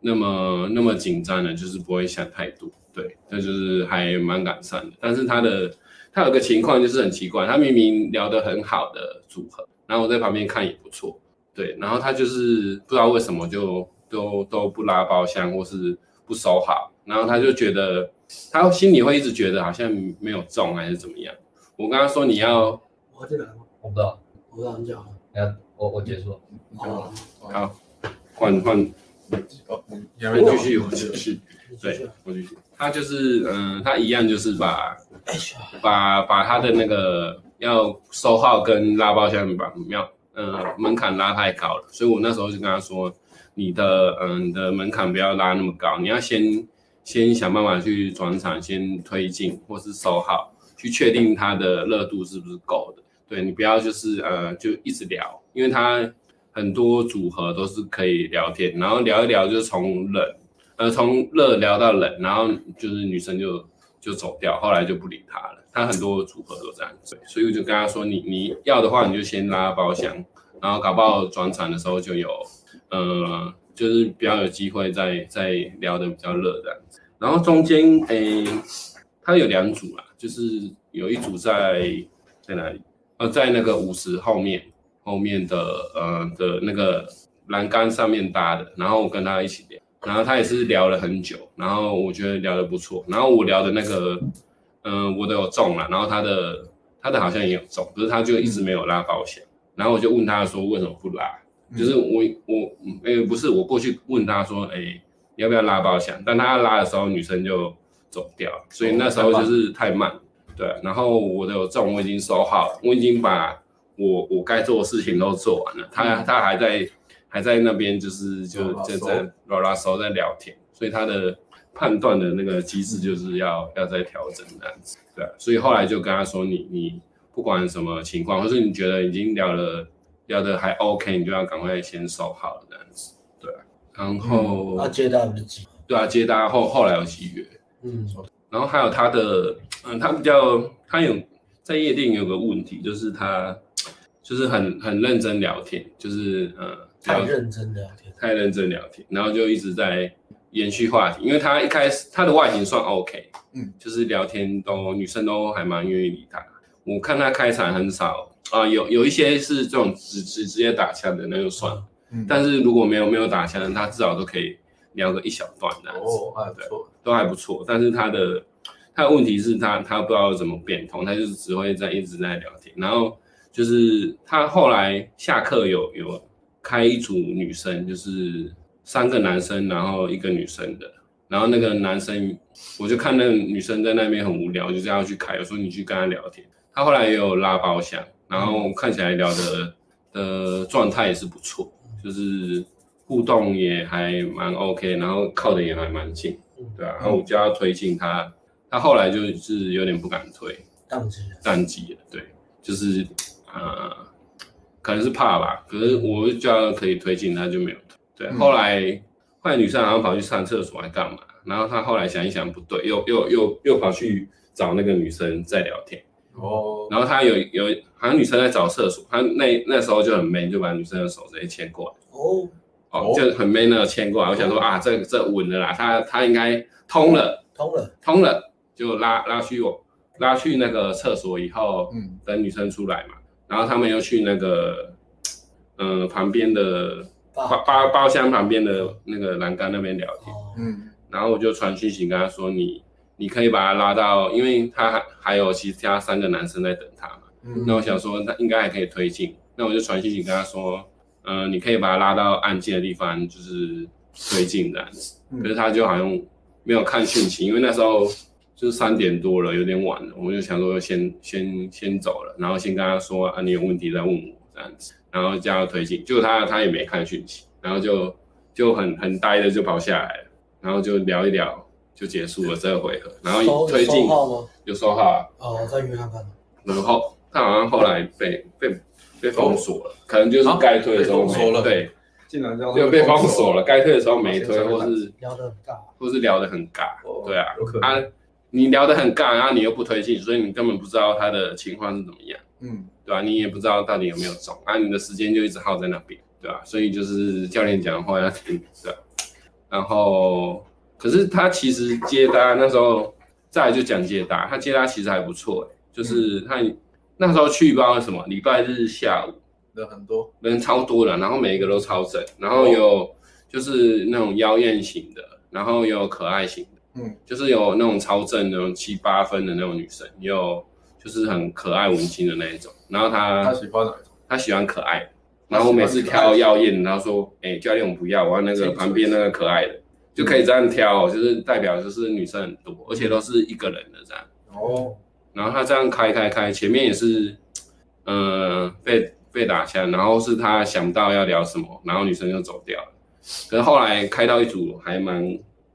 Speaker 3: 那么那么紧张的，就是不会想太多。对，这就是还蛮改善的。但是他的他有个情况就是很奇怪，他明明聊得很好的组合，然后我在旁边看也不错，对，然后他就是不知道为什么就都都不拉包厢或是不收好，然后他就觉得他心里会一直觉得好像没有中还是怎么样。我跟他说你要
Speaker 4: 我这个来吗？
Speaker 1: 我不知道，
Speaker 4: 我让你讲啊。
Speaker 1: 那我我结束了。
Speaker 4: 好，
Speaker 3: 好换换
Speaker 2: 哦，你还没
Speaker 3: 我
Speaker 2: 继
Speaker 3: 继续
Speaker 2: 续，
Speaker 3: 我
Speaker 2: 我
Speaker 3: 继
Speaker 2: 继续。
Speaker 3: 续。
Speaker 4: 你继续
Speaker 3: 对，我就他就是嗯、他一样就是把把把他的那个要收号跟拉包厢把要呃门槛拉太高了，所以我那时候就跟他说，你的嗯、你的门槛不要拉那么高，你要先先想办法去转场，先推进或是收号，去确定他的热度是不是够的。对你不要就是呃就一直聊，因为他很多组合都是可以聊天，然后聊一聊就是从冷呃，从热聊到冷，然后就是女生就就走掉，后来就不理他了。他很多组合都这样子，所以我就跟他说，你你要的话，你就先拉包厢，然后搞不好转场的时候就有，呃，就是比较有机会再再聊得比较热这样子。然后中间诶，他有两组啦，就是有一组在在哪里？呃，在那个五十后面后面的呃的那个栏杆上面搭的，然后我跟他一起聊。然后他也是聊了很久，然后我觉得聊得不错，然后我聊的那个，嗯、我的有中了，然后他的他的好像也有中，可是他就一直没有拉保险，然后我就问他说为什么不拉，
Speaker 2: 嗯
Speaker 3: 就是我我嗯诶不是我过去问他说诶要不要拉保险，但他拉的时候女生就走掉了，所以那时候就是太慢，对，然后我的有中我已经收好了，我已经把我我该做的事情都做完了，他他还在还在那边就是就
Speaker 2: 嗯拉拉
Speaker 3: 就
Speaker 2: 手
Speaker 3: 在拉拉手在聊天，所以他的判断的那个机制就是要、要再调整这样子，对啊、所以后来就跟他说你你不管什么情况，或是你觉得已经聊了聊得还 OK，你就要赶快先收好了这样子，对啊、然
Speaker 2: 嗯
Speaker 3: 后、
Speaker 4: 那接待不是几？
Speaker 3: 对啊，接搭后后来有续约，
Speaker 4: 嗯，
Speaker 3: 然后还有他的，嗯，他比较，他有在夜店有个问题，就是他就是很很认真聊天，就是呃，
Speaker 4: 太
Speaker 3: 聊
Speaker 4: 认真聊天。
Speaker 3: 太认真聊天，然后就一直在延续话题，因为他一开始他的外形算 OK，
Speaker 2: 嗯，
Speaker 3: 就是聊天都女生都还蛮愿意理他。我看他开场很少啊、有有一些是这种直直直接打枪的那就算了，
Speaker 2: 嗯
Speaker 3: 但是如果没有没有打枪的，他至少都可以聊个一小段这样子。
Speaker 2: 哦，还不错，
Speaker 3: 都还不错，但是他的他的问题是他他不知道怎么变通，他就是只会在一直在聊天，然后就是他后来下课有有开一组女生，就是三个男生，然后一个女生的，然后那个男生我就看那个女生在那边很无聊，我就这样去开，我说你去跟他聊天，他后来也有拉包厢，然后看起来聊的的状态也是不错，就是互动也还蛮 OK，然后靠的也还蛮近。对啊，然后我就要推进他，他后来就是有点不敢推，
Speaker 4: 宕机了。
Speaker 3: 宕机了，对，就是呃，可能是怕吧，可是我就叫他可以推进，他就没有推，对，
Speaker 2: 嗯
Speaker 3: 后来后来女生好像跑去上厕所还干嘛，然后他后来想一想不对，又又又又跑去找那个女生在聊天，
Speaker 2: 哦，
Speaker 3: 然后他有有好像女生在找厕所，他那那时候就很 man，就把女生的手直接牵过来。
Speaker 4: 哦，
Speaker 3: 哦
Speaker 2: 哦，
Speaker 3: 就很 man 的牵过来，我想说啊，这这稳了啦，他他应该通了，
Speaker 4: 通了。
Speaker 3: 通了就拉拉去我拉去那个厕所以后，
Speaker 2: 嗯，
Speaker 3: 等女生出来嘛，然后他们又去那个，呃，旁边的
Speaker 4: 爸
Speaker 3: 包包包厢旁边的那个栏杆那边聊天，
Speaker 4: 哦，
Speaker 2: 嗯，
Speaker 3: 然后我就传讯息跟他说你你可以把他拉到，因为他还还有其他三个男生在等他嘛，
Speaker 2: 嗯
Speaker 3: 那我想说他应该还可以推进，那我就传讯息跟他说，呃，你可以把他拉到安静的地方，就是推进这样子。
Speaker 2: 嗯
Speaker 4: 嗯
Speaker 3: 可是他就好像没有看讯息，因为那时候就是三点多了，有点晚了，我就想说先先先走了，然后先跟他说啊，你有问题再问我这样子，然后叫他推进，结果他他也没看讯息，然后就就很很呆的就跑下来了，然后就聊一聊就结束了这回合，然后
Speaker 4: 收
Speaker 3: 推
Speaker 4: 有收
Speaker 3: 进
Speaker 4: 号吗？
Speaker 3: 就收号啊，
Speaker 4: 哦，我再约看看。
Speaker 3: 然后他好像后来被被被封锁了，可能就是该推的时候
Speaker 2: 啊被封锁
Speaker 3: 没
Speaker 2: 了
Speaker 3: 对，
Speaker 2: 竟然这样
Speaker 3: 就被封锁了，该推的时候没推，或是
Speaker 4: 聊得很大，
Speaker 3: 或是聊得很尬。
Speaker 2: 哦
Speaker 3: 对啊
Speaker 2: 有可能，
Speaker 3: 啊，你聊得很尬，然后你又不推进，所以你根本不知道他的情况是怎么样，
Speaker 2: 嗯，
Speaker 3: 对吧、你也不知道到底有没有中，啊，你的时间就一直耗在那边，对吧、所以就是教练讲的话要听，对吧、然后可是他其实接单那时候，再来就讲接单，他接单其实还不错、欸，就是他那时候去不知道为什么礼拜日下午
Speaker 2: 人很多，
Speaker 3: 人超多了，然后每一个都超正，然后有就是那种妖艳型的，然后有可爱型的，
Speaker 2: 嗯，
Speaker 3: 就是有那种超正那种七八分的那种女生，也有就是很可爱文青的那一种，然后
Speaker 2: 他
Speaker 3: 他
Speaker 2: 喜欢哪一种？
Speaker 3: 他喜欢可爱，然后我每次挑妖艳，然后说，哎、教练我不要，我要那个旁边那个可爱的，就可以这样挑，就是代表就是女生很多，而且都是一个人的这样。
Speaker 2: 哦，
Speaker 3: 然后他这样开开开，前面也是，呃，被被打枪，然后是他想到要聊什么，然后女生就走掉了。可是后来开到一组还蛮，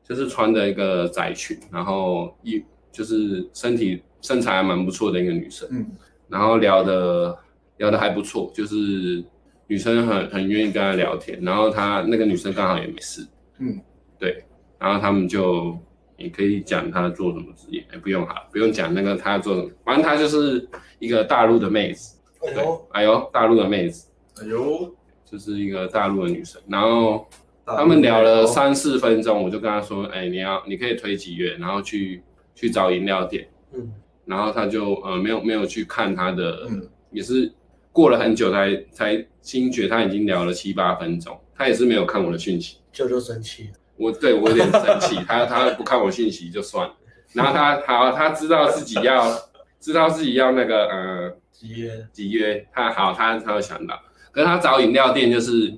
Speaker 3: 就是穿的一个窄裙，然后一就是身体身材还蛮不错的一个女生，
Speaker 2: 嗯，
Speaker 3: 然后聊的聊的还不错，就是女生很很愿意跟他聊天，然后他那个女生刚好也没事，
Speaker 2: 嗯，
Speaker 3: 对，然后他们就你可以讲他做什么职业，哎，不用哈，不用讲那个他做什么，反正他就是一个大陆的妹子，
Speaker 4: 哎
Speaker 3: 对
Speaker 4: 呦，，
Speaker 3: 哎呦，大陆的妹子，
Speaker 2: 哎呦，
Speaker 3: 就是一个大陆的女生，然后
Speaker 2: 大
Speaker 3: 他们聊了三四分钟，我就跟他说，哎，你要你可以推几月，然后去去找饮料店。
Speaker 4: 嗯，
Speaker 3: 然后他就呃没有没有去看他的，
Speaker 2: 嗯
Speaker 3: 也是过了很久才才惊觉他已经聊了七八分钟，他也是没有看我的讯息，
Speaker 4: 舅舅生气了，
Speaker 3: 我对我有点生气，他他不看我讯息就算了，然后他好他知道自己要知道自己要那个呃
Speaker 4: 直接
Speaker 3: 集约，他好，他他有想到，可是他找饮料店就是嘖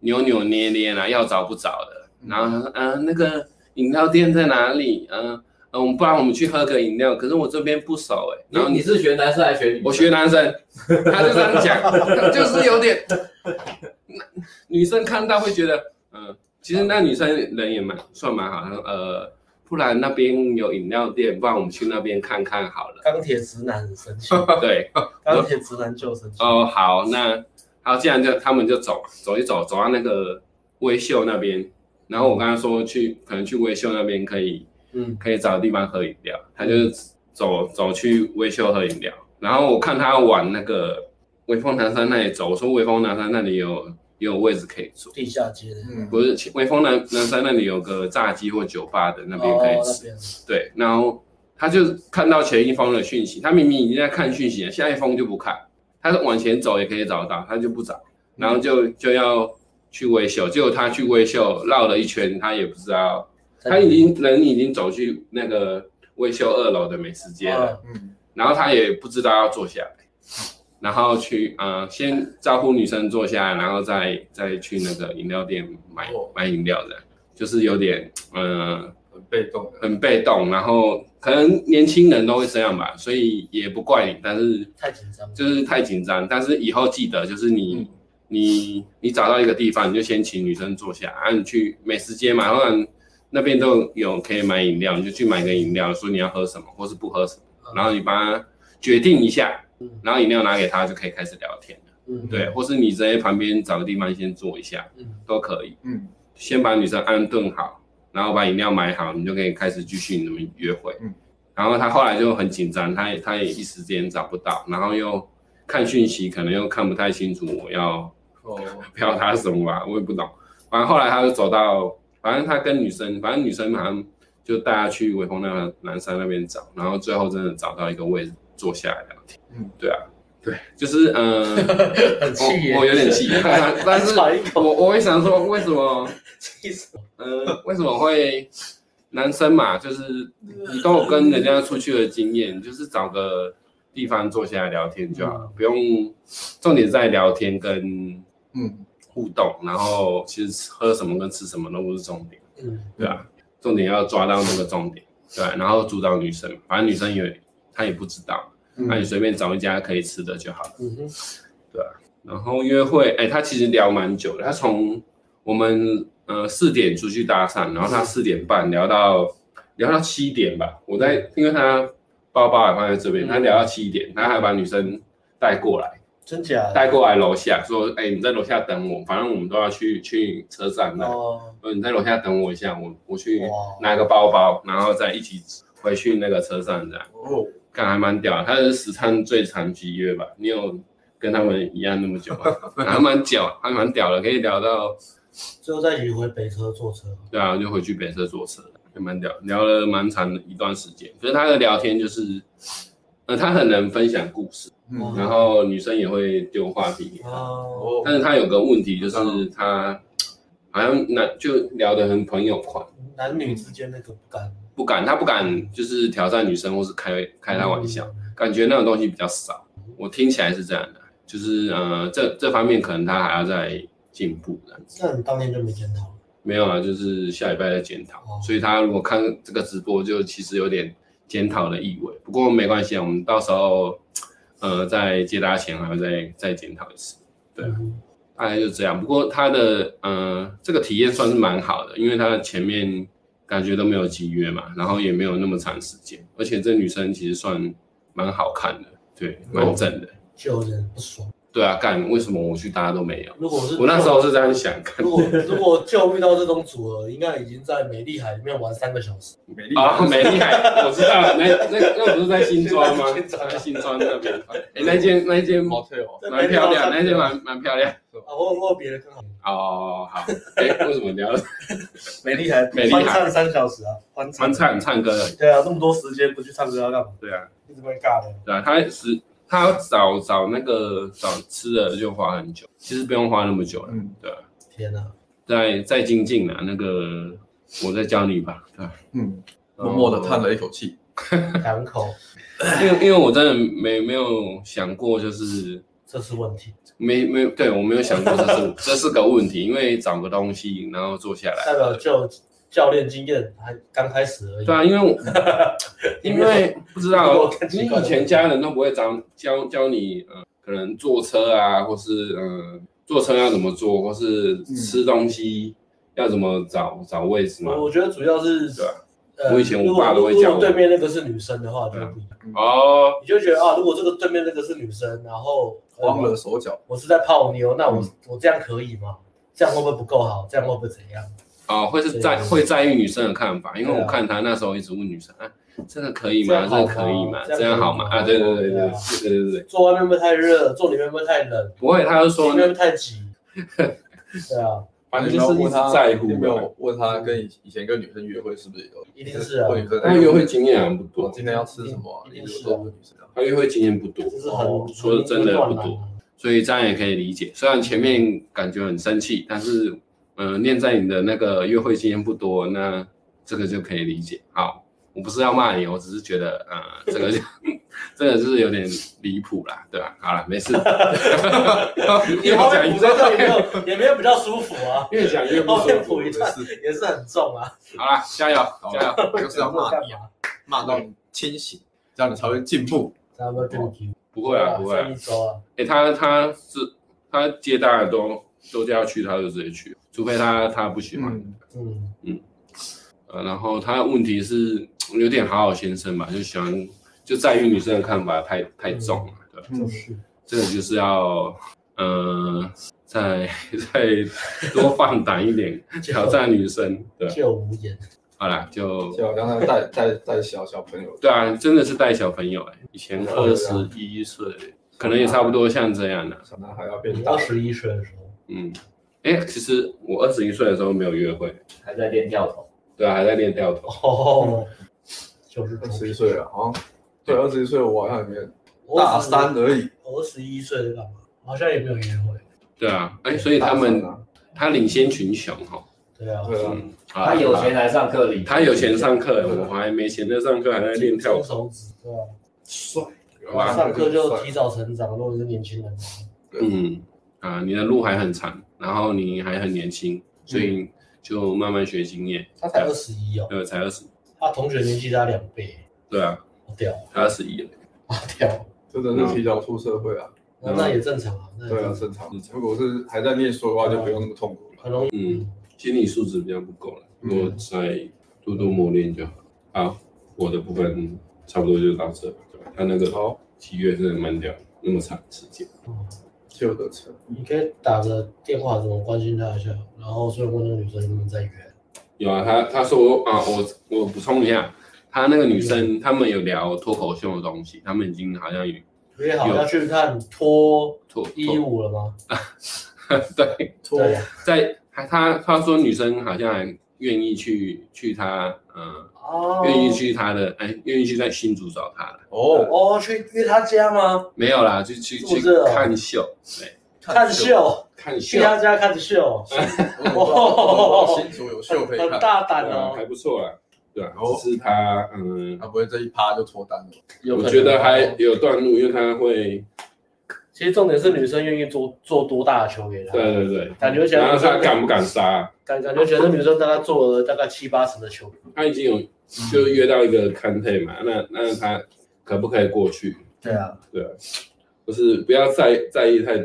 Speaker 3: 扭扭捏捏啦、要找不找的。然后他说，嗯、那个饮料店在哪里？嗯、呃、嗯，我们不然我们去喝个饮料，可是我这边不熟哎、欸。然
Speaker 1: 然
Speaker 3: 后
Speaker 1: 后你
Speaker 3: 你
Speaker 1: 是学男生还是学女生？
Speaker 3: 我学男 生，他就这样讲，他就是有点，女生看到会觉得，嗯、其实那女生人也蛮算蛮好，她说呃，不然那边有饮料店，不然我们去那边看看好了。
Speaker 4: 钢铁直男很生气，
Speaker 3: 对，
Speaker 4: 钢铁直男就生气，
Speaker 3: 哦，好，那好，既然就他们就走走一走，走到那个微秀那边，然后我跟他说去，可能去微秀那边可以
Speaker 4: 嗯，
Speaker 3: 可以找地方喝饮料，他就走走去微秀喝饮料，然后我看他往那个威风南山那里走，我说威风南山那里有也有位置可以坐，
Speaker 4: 地下街的
Speaker 2: 嗯，
Speaker 3: 不是威风南南山那里有个炸鸡或酒吧的那边可以
Speaker 4: 哦
Speaker 3: 吃，
Speaker 4: 那边
Speaker 3: 对，然后他就看到前一封的讯息，他明明已经在看讯息了，下一封就不看，他往前走也可以找到，他就不找，然后就就要去微秀，结果他去微秀绕了一圈，他也不知道，他已经人已经走去那个微秀二楼的美食街了，
Speaker 1: 啊
Speaker 4: 哦
Speaker 2: 嗯，
Speaker 3: 然后他也不知道要坐下来，然后去呃先招呼女生坐下来，然后再再去那个饮料店买
Speaker 2: 哦
Speaker 3: 买饮料的，就是有点呃
Speaker 2: 很被动的，
Speaker 3: 很被动，然后可能年轻人都会这样吧，所以也不怪你，但是
Speaker 4: 太紧张了，
Speaker 3: 就是太紧张。但是以后记得，就是你、
Speaker 2: 嗯
Speaker 3: 你你找到一个地方，你就先请女生坐下，啊，你去美食街嘛，或然那边都有可以买饮料，你就去买个饮料，说你要喝什么或是不喝什么，
Speaker 4: 嗯
Speaker 3: 然后你帮他决定一下
Speaker 4: 嗯，
Speaker 3: 然后饮料拿给他就可以开始聊天了，
Speaker 4: 嗯，
Speaker 3: 对，或是你直接旁边找个地方先坐一下
Speaker 4: 嗯，
Speaker 3: 都可以。
Speaker 2: 嗯
Speaker 3: 先把女生安顿好，然后把饮料买好，你就可以开始继续你们约会。
Speaker 2: 嗯
Speaker 3: 然后他后来就很紧张，他也他也一时间找不到，然后又看讯息，可能又看不太清楚我要
Speaker 2: 哦，
Speaker 3: 标他什么吧，我也不懂。反正后来他就走到，反正他跟女生，反正女生好像就带他去微风那个南山那边找，然后最后真的找到一个位置坐下来聊天。
Speaker 2: 嗯，
Speaker 3: 对啊，对，就是嗯。呃
Speaker 4: 很气耶，
Speaker 3: 我我有点气，但是
Speaker 4: 还喘一口
Speaker 3: 我我会想说，为什么
Speaker 4: 气死我，
Speaker 3: 呃，为什么会男生嘛？就是你都有跟人家出去的经验，就是找个地方坐下来聊天就好
Speaker 4: 嗯
Speaker 3: 了，不用重点在聊天跟
Speaker 2: 嗯，
Speaker 3: 互动，然后其实喝什么跟吃什么都不是重点，
Speaker 4: 嗯，
Speaker 3: 对啊，重点要抓到那个重点，对啊、然后主导女生，反正女生也她也不知道，
Speaker 2: 嗯
Speaker 3: 那你随便找一家可以吃的就好了。
Speaker 4: 嗯哼，
Speaker 3: 然后约会，哎、他其实聊蛮久的，他从我们呃四点出去搭讪，然后他四点半聊到聊到七点吧，我在因为他包包也放在这边，
Speaker 4: 嗯
Speaker 3: 他聊到七点，他还把女生带过来，
Speaker 4: 真假的
Speaker 3: 带过来楼下说，哎、你在楼下等我，反正我们都要去去车站那，
Speaker 4: 哦，
Speaker 3: 呃、你在楼下等我一下，我我去
Speaker 4: 哇
Speaker 3: 拿个包包，然后再一起回去那个车站这样。
Speaker 2: 哦，
Speaker 3: 干还蛮屌的，他是史上最长集约吧？你有跟他们一样那么久吗？还蛮屌，还蛮屌的，可以聊到
Speaker 4: 最后再一起回北车坐车。
Speaker 3: 对啊，就回去北车坐车，也蛮聊聊了蛮长的一段时间。可是他的聊天就是，呃，他很能分享故事，
Speaker 2: 嗯
Speaker 3: 然后女生也会丢话题给他。
Speaker 4: 哦，
Speaker 2: 哦，
Speaker 3: 但是他有个问题，就是他好像那就聊得很朋友款，
Speaker 4: 男女之间那个不敢
Speaker 3: 不敢，他不敢就是挑战女生或是开开他玩笑，，感觉那种东西比较少。我听起来是这样的，就是呃，这这方面可能他还要再进步这样子。
Speaker 4: 那你当天就没检讨了。
Speaker 3: 没有啊，就是下礼拜再检讨。
Speaker 4: 哦
Speaker 3: 所以他如果看这个直播，就其实有点检讨的意味。不过没关系啊，我们到时候呃在借他钱，还会再再检讨一次。对啊
Speaker 4: 嗯
Speaker 3: 大概就这样。不过他的呃这个体验算是蛮好的，因为他的前面感觉都没有集约嘛，然后也没有那么长时间，而且这女生其实算蛮好看的，对，
Speaker 4: 哦
Speaker 3: 蛮正的。
Speaker 4: 就有点不爽。
Speaker 3: 对啊，干为什么我去大家都没有？
Speaker 4: 如果是
Speaker 3: 我那时候是这样 想，干
Speaker 4: 如果如果就遇到这种组合，应该已经在美丽海里面玩三个小时。
Speaker 2: 美丽
Speaker 4: 哦
Speaker 3: 啊，美丽 海，我知道，那那那不是在新庄吗？
Speaker 4: 新庄哦
Speaker 3: 在新庄那边，哎，那间那间
Speaker 2: motel
Speaker 3: 蛮漂亮，那间蛮蛮漂亮。
Speaker 4: 啊，我我有别的更好。
Speaker 3: 哦，好，哎，为什么 聊
Speaker 4: 美丽海，
Speaker 3: 美丽海
Speaker 4: 欢唱三小时啊，欢唱
Speaker 3: 翻。唱唱歌而已？
Speaker 4: 对啊，这么多时间不去唱歌要干嘛？
Speaker 3: 对啊，
Speaker 4: 一直被尬聊。
Speaker 3: 对啊，他是他找找那个找吃的就花很久，其实不用花那么久了。
Speaker 2: 嗯
Speaker 3: 对啊，
Speaker 4: 天哪，
Speaker 3: 再再精进啊，那个我再教你吧。对啊，
Speaker 2: 嗯，默默的叹了一口
Speaker 3: 嗯
Speaker 2: 气，
Speaker 4: 两口，
Speaker 3: 因为因为我真的没没有想过就是。
Speaker 4: 这是问题，
Speaker 3: 没没对我没有想过这 是这是个问题，因为找个东西然后坐下
Speaker 4: 代表
Speaker 3: 来，
Speaker 4: 就教练经验还刚开始而已。
Speaker 3: 对啊，因为我因为不知
Speaker 4: 我
Speaker 3: 道
Speaker 4: 看
Speaker 3: 你
Speaker 4: 习惯
Speaker 3: 以
Speaker 4: 了
Speaker 3: 前家人都不会教教教你，呃，可能坐车啊，或是呃坐车要怎么坐，或是吃东西要怎么找找位置嘛。
Speaker 4: 我我觉得主要是
Speaker 3: 对啊，
Speaker 4: 呃
Speaker 3: 我以前我爸都会
Speaker 4: 如果
Speaker 3: 教我
Speaker 4: 如果对面那个是女生的话，就不一样，
Speaker 3: 哦，
Speaker 4: 你就觉得啊，如果这个对面那个是女生，然后呃
Speaker 2: 慌了手脚，
Speaker 4: 我是在泡妞，那我、
Speaker 2: 嗯
Speaker 4: 我这样可以吗？这样会不会不够好？这样会不会怎样？
Speaker 3: 哦，会是在
Speaker 4: 对
Speaker 3: 会在意女生的看法，因为
Speaker 4: 对啊
Speaker 3: 我看他那时候一直问女生，啊，这个可以
Speaker 4: 这
Speaker 3: 吗？
Speaker 4: 样
Speaker 3: 这
Speaker 4: 好吗
Speaker 3: 个可以吗？
Speaker 4: 这样
Speaker 3: 这样好
Speaker 4: 可
Speaker 3: 吗？
Speaker 4: 以吗
Speaker 3: 啊，对对对对
Speaker 4: 对
Speaker 3: 对
Speaker 4: 啊
Speaker 3: 对对对，
Speaker 4: 坐外面会不会太热？坐里面会不会太冷？
Speaker 3: 不会，他就说
Speaker 4: 里面会不会太挤？对啊，
Speaker 3: 反正就是一直在乎
Speaker 2: 有没
Speaker 3: 嘛。
Speaker 2: 有问他跟以以前跟女生约会是不是有？
Speaker 4: 一定是啊
Speaker 2: 问女生
Speaker 3: 他
Speaker 2: 哎，
Speaker 3: 约会经验好像不
Speaker 2: 我
Speaker 3: 多，
Speaker 2: 今天要吃什么啊？
Speaker 4: 一
Speaker 2: 你
Speaker 4: 定
Speaker 2: 有
Speaker 4: 是啊
Speaker 2: 时候问女生啊，
Speaker 3: 他约会经验不多
Speaker 4: 这，是很、
Speaker 2: 哦
Speaker 3: 说得真的不多
Speaker 4: 很
Speaker 3: 所以这样也可以理解。虽然前面感觉很生气，但是呃，念在你的那个约会经验不多，那这个就可以理解。好，我不是要骂你，我只是觉得呃，这个就这个就是有点离谱啦，对吧、好了，没事。
Speaker 4: 也后面补在这里没有， 也没有比较舒服啊，
Speaker 3: 越讲越不
Speaker 2: 哦
Speaker 4: 后
Speaker 3: 舒
Speaker 4: 面
Speaker 3: 服
Speaker 4: 补一段也是很重啊，
Speaker 3: 好啊啦，加油加油！
Speaker 2: 就是要 骂你啊，
Speaker 4: 嘛？
Speaker 2: 骂到你清醒，这样你才会进步。
Speaker 4: 差不多就你
Speaker 3: 不会啊，不会、啊
Speaker 4: 上。一周啊，
Speaker 3: 哎、他他是他接大家都都叫他去，他就直接去，除非他他不喜欢。
Speaker 2: 嗯
Speaker 4: 嗯，
Speaker 3: 呃，然后他的问题是有点好好先生吧，就喜欢就在于女生的看法太
Speaker 1: 嗯
Speaker 3: 太重了，对吧，
Speaker 2: 嗯
Speaker 4: 就是
Speaker 3: 这个就是要呃再再多放胆一点，挑战女生，对，啊
Speaker 4: 就无言，
Speaker 3: 好啦，就
Speaker 2: 就刚才带带带小小朋友，
Speaker 3: 对啊，真的是带小朋友哎、以前 二十一岁，可能也差不多像这样的、
Speaker 2: 小男孩要变
Speaker 4: 你
Speaker 2: 大
Speaker 4: 二，十一岁的时候，
Speaker 3: 嗯，哎、其实我二十一岁的时候没有约会，
Speaker 1: 还在练跳投，
Speaker 3: 对啊，还在练跳投。
Speaker 4: 哦，就是
Speaker 2: 二十一岁了，好像对，二十一岁我好像也没有
Speaker 4: 我
Speaker 2: 大三而已，
Speaker 4: 我二十一岁在干嘛？好像也没有约会。
Speaker 3: 对啊，哎、所以他们
Speaker 2: 大三啊
Speaker 3: 他领先群雄哦哈，
Speaker 4: 对啊，
Speaker 2: 对啊，
Speaker 3: 嗯，好啦
Speaker 1: 他有钱来上课理，
Speaker 3: 他有钱上课，我还没钱在上课，还在练跳
Speaker 4: 金手指，对啊，
Speaker 2: 帅，啊
Speaker 3: 好吧
Speaker 4: 上课就提早成长。如果是年轻人的话，
Speaker 3: 嗯，啊，你的路还很长，然后你还很年轻，所以就慢慢学经验。呃
Speaker 4: 他才二十一哦，
Speaker 3: 对，才二十，
Speaker 4: 他同学年纪大两倍，
Speaker 3: 对啊，
Speaker 4: 好 屌，
Speaker 3: 才二十一了。
Speaker 4: 好屌，
Speaker 2: 真的是提早出社会啊，
Speaker 4: 那那也正常啊，那也
Speaker 2: 对啊，
Speaker 4: 正常，
Speaker 2: 正常。嗯如果是还在念书的话，就不用那么痛苦了。嗯
Speaker 4: 很容易。
Speaker 3: 嗯，心理素质比较不够了，如果再多多磨练就好。好，我的部分差不多就到这吧，对吧？他那个
Speaker 2: 好，
Speaker 3: 七月真的蛮屌，那么长时间。
Speaker 4: 嗯
Speaker 2: 就得成。
Speaker 4: 你可以打个电话怎么关心他一下，然后顺便问那个女生能不能再约。
Speaker 3: 有啊，他他说啊，我我补充一下，他那个女生他们有聊脱口秀的东西，他们已经好像有
Speaker 4: 约好
Speaker 3: 有
Speaker 4: 要去看脱
Speaker 3: 脱
Speaker 4: 衣舞了吗？
Speaker 3: 脱对，
Speaker 2: 脱
Speaker 4: 对，
Speaker 3: 在还他他说女生好像还愿意去去他，嗯、
Speaker 4: 哦
Speaker 3: 愿意去他的，哎，愿意去在新竹找他了，
Speaker 2: 哦，
Speaker 4: 哦，去约他家吗？
Speaker 3: 没有啦，就去
Speaker 4: 住
Speaker 3: 去
Speaker 4: 这哦啊
Speaker 3: 看秀，对，
Speaker 4: 看秀，
Speaker 3: 看秀
Speaker 4: 去，他家看秀，
Speaker 2: 哦，新竹有秀可以
Speaker 4: 很
Speaker 2: 看，
Speaker 4: 大胆
Speaker 3: 对啊还
Speaker 4: 哦。
Speaker 3: 不错啦，对啊，
Speaker 2: 哦
Speaker 3: 只是他，嗯，
Speaker 2: 他不会这一趴就脱单了。
Speaker 1: 有可
Speaker 3: 我
Speaker 1: 能
Speaker 3: 觉得还有段路，因为他会，
Speaker 4: 其实重点是女生愿意做做多大的球给他，
Speaker 3: 对对对，
Speaker 4: 感觉起来
Speaker 3: 然后他敢不敢杀？
Speaker 4: 感感觉起来这女生大概做了大概七八成的球，
Speaker 3: 他已经
Speaker 4: 嗯
Speaker 3: 有就约到一个 c o n t a 嘛，那那他可不可以过去？
Speaker 4: 对啊，
Speaker 3: 对啊，就是不要在在意太，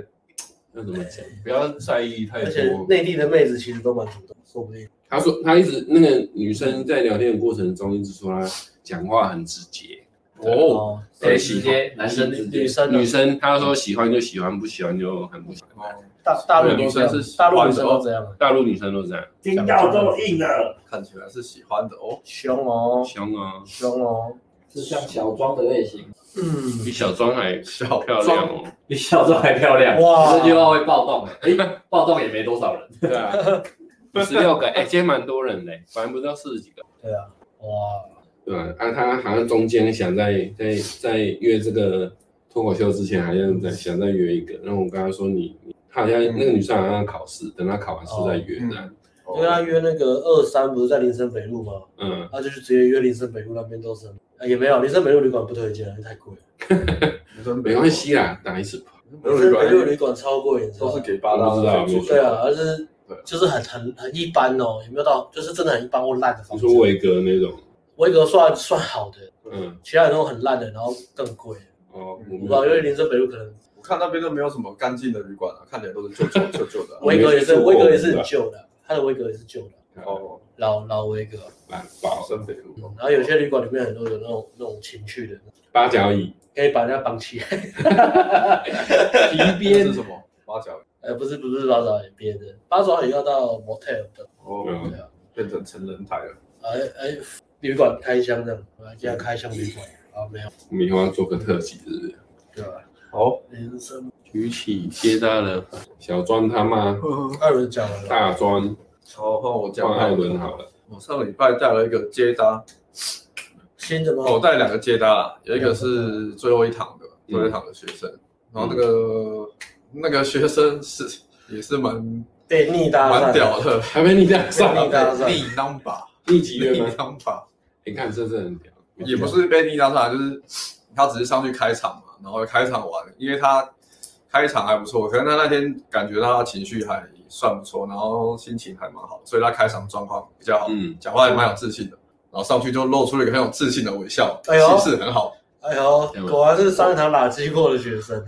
Speaker 3: 那怎么讲？不要在意太
Speaker 4: 而且
Speaker 3: 多。
Speaker 4: 内地的妹子其实都蛮主动，说不定
Speaker 3: 他说他一直那个女生在聊天的过程中一直说他讲话很直接，
Speaker 2: 哦，
Speaker 1: 谁直接男生
Speaker 4: 啊女
Speaker 1: 直接
Speaker 4: 女生啊
Speaker 3: 女生她说喜欢就喜欢，不喜欢就很不喜欢。
Speaker 2: 哦
Speaker 4: 大大陆
Speaker 2: 对
Speaker 4: 女
Speaker 2: 女生是
Speaker 4: 大陆女生都这样啊，
Speaker 3: 大陆女生都这样，
Speaker 5: 听到都硬了，
Speaker 2: 看起来是喜欢的哦。
Speaker 4: 凶哦，
Speaker 3: 凶啊，
Speaker 4: 凶哦，
Speaker 5: 是像小庄的类型，
Speaker 4: 嗯，
Speaker 3: 比小庄还
Speaker 2: 小
Speaker 3: 漂亮
Speaker 2: 庄
Speaker 3: 哦。
Speaker 5: 比小庄还漂
Speaker 2: 哎
Speaker 5: 亮
Speaker 4: 哇
Speaker 5: 这句话会暴动，哎，暴动也没多少人，
Speaker 3: 对啊，五 十六个，哎，今天蛮多人嘞，反正不知道四十几个。
Speaker 4: 对啊，哇，
Speaker 3: 对啊，啊，他好像中间想在在在约这个脱口秀之前，好像在想再约一个。然后我跟他说你，你他好像、那个女生好像要考试，等他考完试再约
Speaker 2: 哦
Speaker 3: 这样。
Speaker 4: 因为他约那个二三不是在林森北路吗？
Speaker 3: 嗯，
Speaker 4: 他就是直接约林森北路那边都是，啊也没有林森北路旅馆不推荐，因为太贵了。
Speaker 2: 女生
Speaker 3: 没关，系啦，打一次吧。
Speaker 2: 没有
Speaker 4: 林
Speaker 2: 旅
Speaker 4: 森北路
Speaker 2: 馆哎
Speaker 4: 旅馆超贵，你知道
Speaker 2: 都
Speaker 4: 吗
Speaker 2: 是给八大的住宿
Speaker 4: 对啊，，而是
Speaker 2: 对
Speaker 4: 就是很很很一般哦，也没有到就是真的很一般或烂的
Speaker 3: 你
Speaker 4: 房子。
Speaker 3: 说伟哥那种，
Speaker 4: 维格算算好的，
Speaker 3: 嗯，
Speaker 4: 其他人都很烂的，然后更
Speaker 2: 嗯
Speaker 4: 贵。
Speaker 3: 哦，
Speaker 4: 我不
Speaker 3: 我
Speaker 4: 知道，
Speaker 3: 们
Speaker 4: 因为林森北路可能
Speaker 2: 我看那边都没有什么干净的旅馆啊，看起来都是旧旧旧旧的啊。
Speaker 4: 维格也是
Speaker 3: 我没去过
Speaker 4: 维格也是很旧的，他的维格也是旧的，
Speaker 2: 哦，
Speaker 4: 老老维格。嗯
Speaker 3: 八八
Speaker 2: 生北路，
Speaker 4: 然后有些旅馆里面很多有那种那种情趣的，
Speaker 3: 八角椅，
Speaker 4: 可以把人家绑起来。
Speaker 2: 皮鞭是什么？八角。
Speaker 4: 呃，不是不是八爪鱼编的，八爪鱼要到 motel 的，
Speaker 2: 哦，
Speaker 3: 嗯，
Speaker 2: 变成成人台了。
Speaker 4: 哎哎，旅馆开箱这样，我来给他开箱旅馆啊，没有，
Speaker 3: 我们以后要做个特辑，是不是？
Speaker 4: 对啊吧？
Speaker 2: 好，
Speaker 4: 人生
Speaker 3: 举起接他的小庄他妈，
Speaker 4: 二轮讲完了，
Speaker 3: 大庄
Speaker 2: 好，换我讲
Speaker 3: 换艾伦好了，
Speaker 2: 我上礼拜带了一个接搭，
Speaker 4: 新的吗？
Speaker 2: 哦，我带了两个接搭啦，有一个是最后一堂的，
Speaker 3: 嗯
Speaker 2: 最后一堂的学生，然后那个那个学生是也是蛮
Speaker 4: 被逆搭
Speaker 2: 蛮
Speaker 4: 讪，
Speaker 2: 屌的，
Speaker 3: 还没你这样 上，
Speaker 4: 逆搭讪
Speaker 2: 逆当吧，
Speaker 3: 逆几月
Speaker 2: 逆
Speaker 3: 吗？
Speaker 2: 当吧。
Speaker 3: 你看这是很屌，
Speaker 2: 也 不是被逆搭上，就是他只是上去开场嘛，然后开场完，因为他开场还不错，可能他那天感觉到他情绪还算不错，然后心情还蛮好，所以他开场状况比较好，
Speaker 3: 嗯
Speaker 2: 讲话也蛮有自信的，然后上去就露出了一个很有自信的微笑，
Speaker 4: 哎呦
Speaker 2: 气势很好，
Speaker 4: 哎呦，果然是上一堂垃圾过的 学生，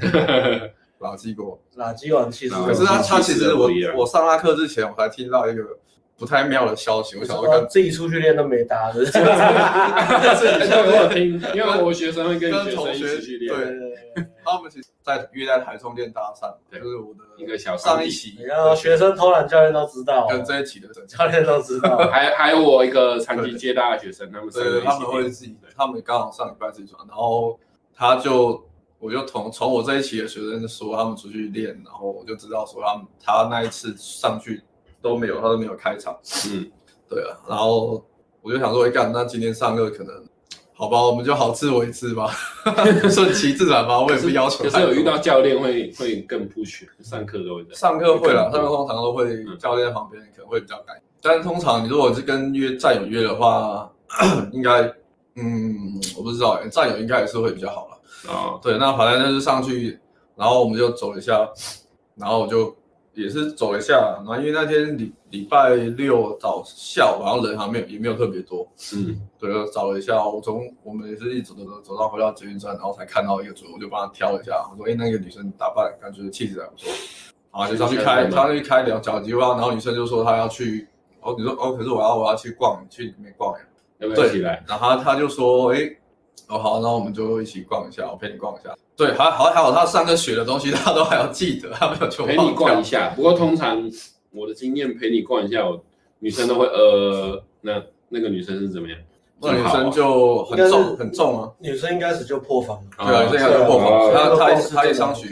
Speaker 2: 垃圾锅。
Speaker 4: 垃圾完气势很好。
Speaker 2: 可是他他其实我
Speaker 3: 气势不一样
Speaker 2: 我上他课之前，我才听到一个不太妙的消息，我想要跟
Speaker 4: 自己出去练都没搭的，
Speaker 3: 像我有听，因为我学生会跟学
Speaker 2: 跟同
Speaker 3: 生一
Speaker 2: 学
Speaker 3: 起去练，
Speaker 2: 对他们其实在约在台中店搭讪，
Speaker 3: 对
Speaker 2: 就是我
Speaker 3: 一
Speaker 2: 的
Speaker 3: 个小
Speaker 2: 上
Speaker 3: 团
Speaker 2: 一
Speaker 3: 体，
Speaker 2: 期
Speaker 4: 你看学生偷懒，教练都知道，
Speaker 2: 跟这一期的整
Speaker 4: 教练都知道。
Speaker 3: 还还有我一个长期接大的学生，他们三个
Speaker 2: 对，
Speaker 3: 一
Speaker 2: 他们会
Speaker 3: 起
Speaker 2: 自己，他们刚好上礼拜自己转，然后他就我就从从我这一期的学生说他们出去练，然后我就知道说他们他那一次上去都没有，他都没有开场，
Speaker 3: 练，
Speaker 2: 对啊，然后我就想说，哎、干，那今天上课可能好吧，我们就好自为之吧， 顺其自然吧，我也不要求
Speaker 3: 嗯，可
Speaker 2: 太
Speaker 3: 是
Speaker 2: 多。
Speaker 3: 有遇到教练会会更 push，上课都会这样，
Speaker 2: 上课会啦，
Speaker 3: 啊
Speaker 2: 上课通常都会
Speaker 3: 嗯
Speaker 2: 教练在旁边可能会比较尴尬，但是通常你如果是跟约战友约的话， 应该嗯我不知道、欸，战友应该也是会比较好啦。
Speaker 3: 哦，
Speaker 2: 对，那反正就是上去，然后我们就走了一下，然后我就也是走了一下，然后因为那天礼礼拜六早下午，然后人还没有也没有特别多，
Speaker 3: 嗯，
Speaker 2: 对，就找了一下，我从我们也是一直走走走走到回到捷运站，然后才看到一个组，我就帮他挑了一下，我说，哎、那个女生打扮感觉气质还不错，啊，就上去开，上去开聊脚鸡巴，然后女生就说她要去，哦，你说哦，可是我要我要去逛，去里面逛呀，
Speaker 3: 要不要
Speaker 2: 对
Speaker 3: 一起来？
Speaker 2: 然后他他就说，哎、哦好，那我们就一起逛一下，我陪你逛一下。对，还好还好，他上课学的东西他都还要记得，他没有全部
Speaker 3: 陪
Speaker 2: 忘
Speaker 3: 你逛
Speaker 2: 掉
Speaker 3: 一。下，不过通常我的经验陪你逛一下，我女生都会呃，那那个女生是怎么样？
Speaker 2: 那女生就很重很重啊，
Speaker 4: 女生一开始就破防了，
Speaker 3: 啊
Speaker 2: 对啊，女生也很破
Speaker 3: 啊
Speaker 4: 哦
Speaker 2: 防，她她一
Speaker 4: 是
Speaker 2: 她一
Speaker 4: 这种
Speaker 2: 上去，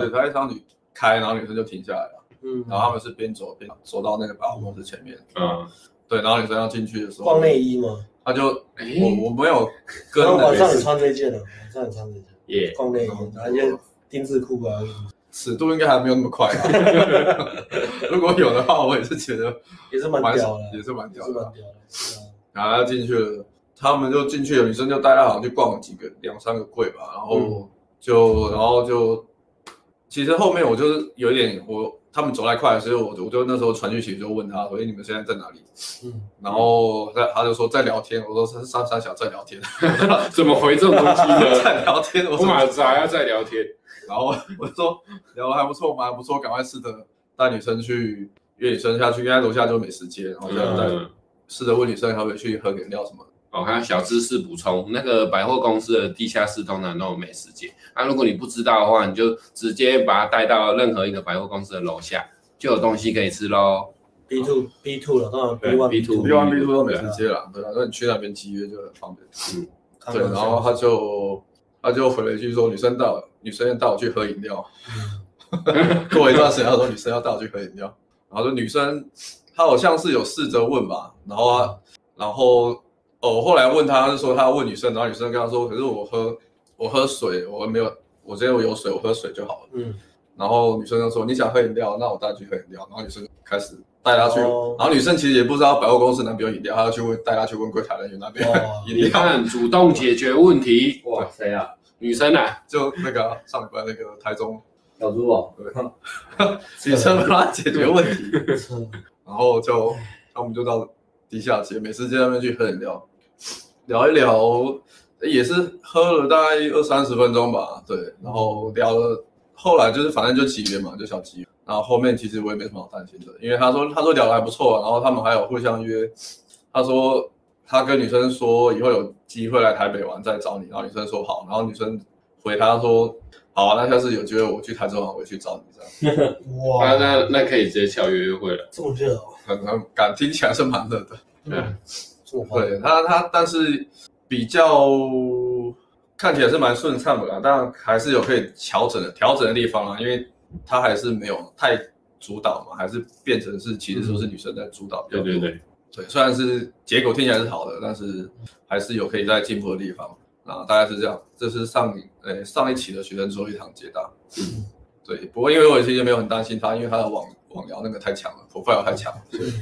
Speaker 2: 对 对，她一上去开，然后女生就停下来了。
Speaker 4: 嗯，
Speaker 2: 然后他们是边走边走到那个百货公司前面，
Speaker 3: 嗯，
Speaker 2: 对，然后女生要进去的时候
Speaker 4: 逛，内衣嘛，
Speaker 2: 他就
Speaker 3: 哎
Speaker 2: 我我没有跟
Speaker 4: 然后
Speaker 2: 那
Speaker 4: 晚上
Speaker 2: 个
Speaker 4: 你穿这件了，晚上你穿这件，
Speaker 3: 耶，
Speaker 4: 逛内衣，拿一些丁字裤啊，
Speaker 2: 尺度应该还没有那么快、 啊，如果有的话，我也是觉得
Speaker 4: 也是蛮
Speaker 2: 蛮
Speaker 4: 屌的，
Speaker 2: 也是蛮
Speaker 4: 也
Speaker 2: 屌
Speaker 4: 是
Speaker 2: 的啊
Speaker 4: 蛮。屌的，对啊
Speaker 2: 然后他进去了，他们就进去了，女生就带他好像去逛了几个两三个柜吧，然后就、然后就，其实后面我就是有一点我他们走太快了，所以我就我就那时候传讯息就问他，我说哎你们现在在哪里？
Speaker 4: 嗯，
Speaker 2: 然后他他就说在聊天，我说三三三小在聊天，
Speaker 3: 怎么回这种东西呢？
Speaker 2: 在聊天，我
Speaker 3: 我
Speaker 2: 说
Speaker 3: 马子还要再聊天，
Speaker 2: 然后我就说聊得还不错嘛，还不错，赶快试着带女生去约女生下去，因为她楼下就美食街，然后就带、
Speaker 3: 嗯，
Speaker 2: 试着问女生可不可以去喝饮料什么的。
Speaker 3: 哦，还有小知识补充，那个百货公司的地下室通常都有美食街，那、如果你不知道的话，你就直接把它带到任何一个百货公司的楼下，就有东西可以吃喽。
Speaker 4: B two B two 了，当然 B one
Speaker 3: B two
Speaker 2: B one B two 都美
Speaker 3: 对啊
Speaker 2: 食街啦，对啊，那你去那边集约就很方便。对，然
Speaker 4: 对，
Speaker 2: 后他就他就回了一句说，女生带我，女生要带我去喝饮料。过一段时间，他说女生要带我去喝饮料，然后说女生她好像是有试着问吧，然后啊，然后哦，后来问他是说他问女生，然后女生跟他说，可是我喝我喝水，我没有，我今天我有水，我喝水就好了。
Speaker 4: 嗯，
Speaker 2: 然后女生就说你想喝饮料，那我带你去喝饮料。然后女生就开始带她去，
Speaker 4: 哦
Speaker 2: 然后女生其实也不知道百货公司那边有饮料，她要去问带她去问柜台人员那边
Speaker 4: 哦
Speaker 2: 饮
Speaker 3: 你
Speaker 2: 料。
Speaker 3: 看，主动解决问题，
Speaker 5: 哇，谁啊？
Speaker 3: 女生啊，
Speaker 2: 就那个啊上礼拜那个台中
Speaker 5: 小猪哦，
Speaker 2: 女生帮他解决问题，
Speaker 4: 车
Speaker 2: 然后就那我们就到地下街美食街那边去喝饮料，聊一聊，也是喝了大概二三十分钟吧，对，然后聊了，后来就是反正就集约嘛，就小集约，然后后面其实我也没什么好担心的，因为他说他说聊得还不错，然后他们还有互相约，他说他跟女生说以后有机会来台北玩再找你，然后女生说好，然后女生回他说好、啊，那下次有机会我去台中玩我也去找你这样。哦
Speaker 4: 哇
Speaker 3: 那，啊那那可以直接敲约约会了。
Speaker 4: 这么热哦，
Speaker 2: 很很感听起来是蛮热的。
Speaker 3: 嗯，
Speaker 4: 这么夸张
Speaker 2: 对他他，但是比较看起来是蛮顺畅的啦，但还是有可以调整的调整的地方啦，因为他还是没有太主导嘛，还是变成是其实说是女生在主导比较
Speaker 3: 对
Speaker 2: 多。
Speaker 3: 对对，
Speaker 2: 对，虽然是结果听起来是好的，但是还是有可以再进步的地方啊，大概是这样。这是上呃、上一期的学生最后一堂解答。
Speaker 3: 嗯
Speaker 2: 对，不过因为我其实没有很担心他，因为他的网网聊那个太强了，profile 太强了，所以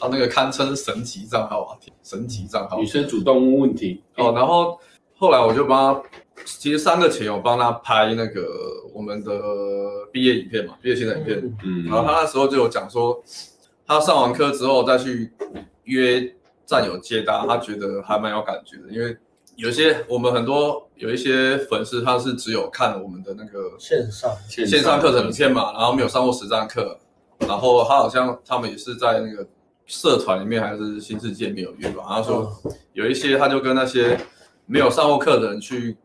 Speaker 2: 他那个堪称神级账号啊，神级账号
Speaker 3: 女。生主动问问题，
Speaker 2: 哦，然后后来我就帮他，其实三个前我帮他拍那个我们的毕业影片嘛，毕业现场影片。
Speaker 3: 嗯，
Speaker 4: 嗯
Speaker 2: 然后他那时候就有讲说，他上完课之后再去约战友接搭，他觉得还蛮有感觉的，因为有些我们很多有一些粉丝他是只有看我们的那个
Speaker 4: 线上
Speaker 3: 线
Speaker 2: 线上课程影片嘛，然后没有上过实战课，然后他好像他们也是在那个社团里面还是新世界没有约吧，然后说有一些他就跟那些没有上过课的人去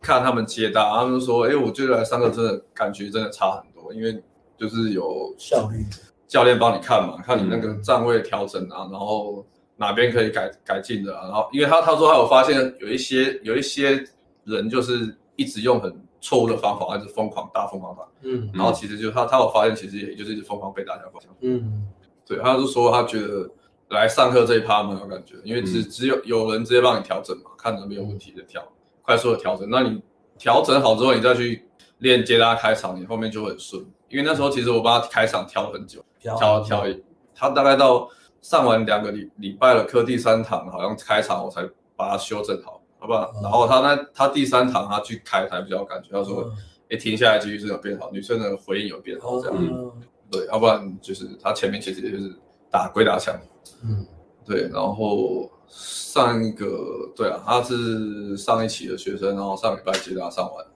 Speaker 2: 看他们接搭，他们就说，哎，我觉得来上课真的感觉真的差很多，因为就是有
Speaker 4: 效率，
Speaker 2: 教练帮你看嘛，看你那个站位调整啊，然后哪边可以改改进的啊。然后，因为他他说他有发现有一些有一些人就是一直用很错误的方法，一直疯狂打疯狂打，
Speaker 4: 嗯
Speaker 2: 然后其实就他他有发现其实也就是一直疯狂被大家方向。
Speaker 4: 嗯，
Speaker 2: 对，他就说他觉得来上课这一趴蛮有感觉，因为只只有有人直接帮你调整嘛，看哪边有问题的调，快速的调整。那你调整好之后，你再去练接搭开场，你后面就会很顺。因为那时候其实我帮他开场调很久。挑挑一，他大概到上完两个礼礼拜的课，第三堂好像开场我才把它修正好，好不好？
Speaker 4: 嗯
Speaker 2: 然后他那他第三堂他去开才比较有感觉，他说
Speaker 4: 嗯
Speaker 2: 诶，停下来继续是有变好，女生的回应有变好这样，
Speaker 4: 哦
Speaker 2: 对，要不然就是他前面其实就是打鬼打墙，
Speaker 4: 嗯，
Speaker 2: 对，然后上一个对啊，他是上一期的学生，然后上礼拜接他上完，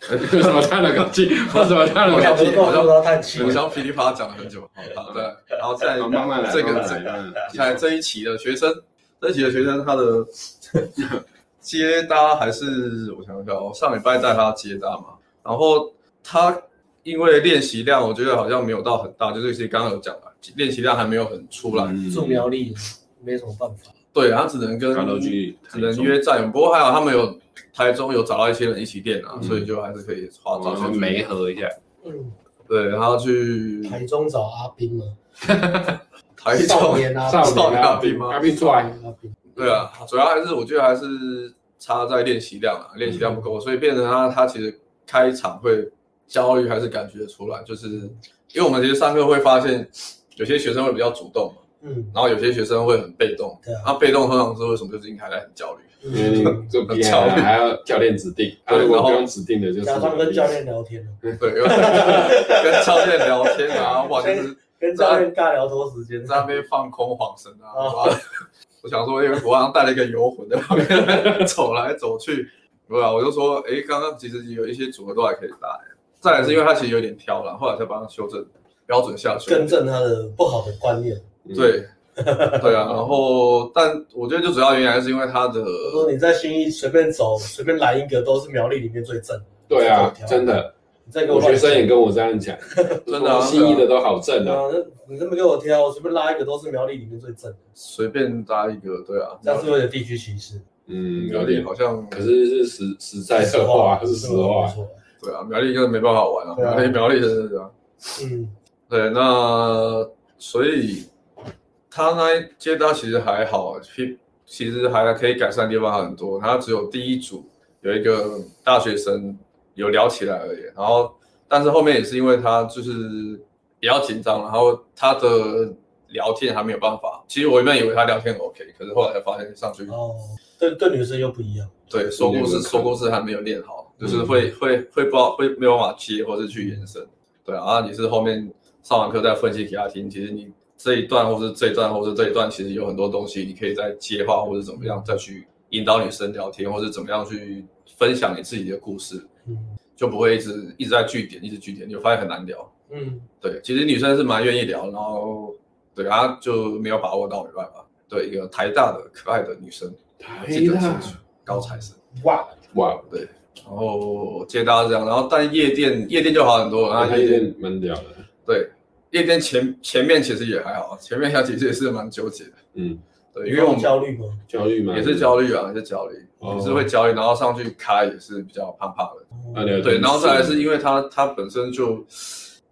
Speaker 3: 为什么叹了口气？为什么叹了
Speaker 4: 我
Speaker 3: 口
Speaker 4: 想
Speaker 3: 气
Speaker 4: 说？告诉他叹气
Speaker 2: 我，想噼里啪啦讲了很久，好的，然后再
Speaker 3: 好慢慢来，
Speaker 2: 这个
Speaker 3: 慢慢
Speaker 2: 这
Speaker 3: 来
Speaker 2: 个。
Speaker 3: 慢慢来嗯
Speaker 2: 接下来这一期的学生，这一期的学生他的 接搭还是我想想哦，上礼拜带他接搭嘛，然后他因为练习量，我觉得好像没有到很大，就是其实刚刚有讲了，练习量还没有很出来，
Speaker 3: 嗯
Speaker 4: 素描力没什么办法，
Speaker 2: 对他只能跟
Speaker 3: 赶到去
Speaker 2: 只能约战友，不过还好他们有台中有找到一些人一起练啊，
Speaker 3: 嗯
Speaker 2: 所以就还是可以花
Speaker 3: 台中，
Speaker 2: 招
Speaker 3: 我们
Speaker 2: 去
Speaker 3: 没合一下。
Speaker 4: 嗯，
Speaker 2: 对，然后去
Speaker 3: 嗯
Speaker 4: 台中找阿斌嘛，
Speaker 2: 台
Speaker 4: 少
Speaker 2: 中，
Speaker 4: 年啊 阿
Speaker 2: 少
Speaker 4: 斌，
Speaker 2: 年
Speaker 3: 阿
Speaker 2: 阿兵吗
Speaker 3: 阿兵 出来，
Speaker 4: 阿斌，
Speaker 2: 对啊，主要还是我觉得还是差在练习量啊，练习量不够，所以变成他他其实开场会焦虑还是感觉得出来，就是因为我们其实上课会发现有些学生会比较主动嘛，
Speaker 4: 嗯，
Speaker 2: 然后有些学生会很被动，
Speaker 4: 对啊，
Speaker 2: 那被动通常是为什么就是因为还在很焦虑，
Speaker 3: 因为你
Speaker 4: 嗯，
Speaker 3: 这比赛还要教练指定，啊，
Speaker 2: 对
Speaker 3: 如果
Speaker 2: 然后
Speaker 3: 不用指定的就是
Speaker 4: 假装跟教练聊天啊了，
Speaker 2: 对，因为跟教练聊天啊，哇，就是
Speaker 4: 跟教练尬聊多时间，
Speaker 2: 在那边放空晃神啊，
Speaker 4: 哦
Speaker 2: 哇 我想说，因哎为我好像带了一个游魂在旁边 走来走去，对啊，我就说，哎，刚刚其实有一些组合都还可以打，诶再来是因为他其实有点挑了，后来才帮他修正标准下去，
Speaker 4: 更正他的不好的观念。
Speaker 2: 对。对啊，然后但我觉得最主要原因还是因为他的
Speaker 4: 我说你在新义随便走，随便来一个都是苗栗里面最正的。
Speaker 3: 对啊
Speaker 4: 这种条，
Speaker 3: 真的，
Speaker 4: 你再给
Speaker 3: 我
Speaker 4: 乱
Speaker 3: 学生也跟我这样讲，
Speaker 2: 真的啊
Speaker 3: 心意的都好正
Speaker 4: 讲
Speaker 3: 啊，
Speaker 4: 啊，那你这么给我挑，我随便拉一个都是苗栗里面最正的，
Speaker 2: 随便搭一个，对啊，
Speaker 4: 这样是不是有点地区歧视？
Speaker 3: 嗯，
Speaker 2: 苗
Speaker 3: 有
Speaker 2: 栗
Speaker 3: 点，
Speaker 2: 好像
Speaker 3: 可是是实实在的话，是实话，。
Speaker 2: 对啊，苗栗根本没办法玩啊，
Speaker 4: 对啊
Speaker 2: 苗栗苗栗真的是这样。
Speaker 4: 嗯，
Speaker 2: 对，那所以他那一接单其实还好，啊其其实还可以改善的地方很多。他只有第一组有一个大学生有聊起来而已，然后但是后面也是因为他就是比较紧张，然后他的聊天还没有办法。其实我原本以为他聊天很 OK，可是后来发现上去
Speaker 4: 哦，对对，女生又不一样。
Speaker 2: 对，说故事说故事还没有练好，就是会会会不知道会没有办法接或是去延伸。对啊，啊你是后面上完课再分析给他听，其实你这一段或是这一段或是这一段，其实有很多东西你可以再接话或者怎么样再去引导女生聊天，或是怎么样去分享你自己的故事，
Speaker 4: 嗯
Speaker 2: 就不会一直一直在据点，一直据点，你会发现很难聊。
Speaker 4: 嗯，
Speaker 2: 对，其实女生是蛮愿意聊，然后对啊就没有把握到，没办法。对，一个台大的可爱的女生，
Speaker 3: 台
Speaker 2: 我记得
Speaker 3: 大
Speaker 2: 很清楚高材生。
Speaker 4: 哇，
Speaker 3: 哇，
Speaker 2: 然后接搭这样，然后但夜店夜店就好很多了，然
Speaker 3: 他
Speaker 2: 后
Speaker 3: 有
Speaker 2: 夜店
Speaker 3: 点蛮屌的，
Speaker 2: 对夜店前前面其实也还好，前面他其实也是蛮纠结的，
Speaker 3: 嗯，
Speaker 2: 对，因为我们
Speaker 4: 焦虑嘛，
Speaker 3: 焦虑嘛，
Speaker 2: 也是焦虑啊，也是焦虑，
Speaker 3: 哦
Speaker 2: 也是会焦虑，然后上去开也是比较怕怕的，
Speaker 3: 啊，对
Speaker 2: 对，然后再来是因为他他本身就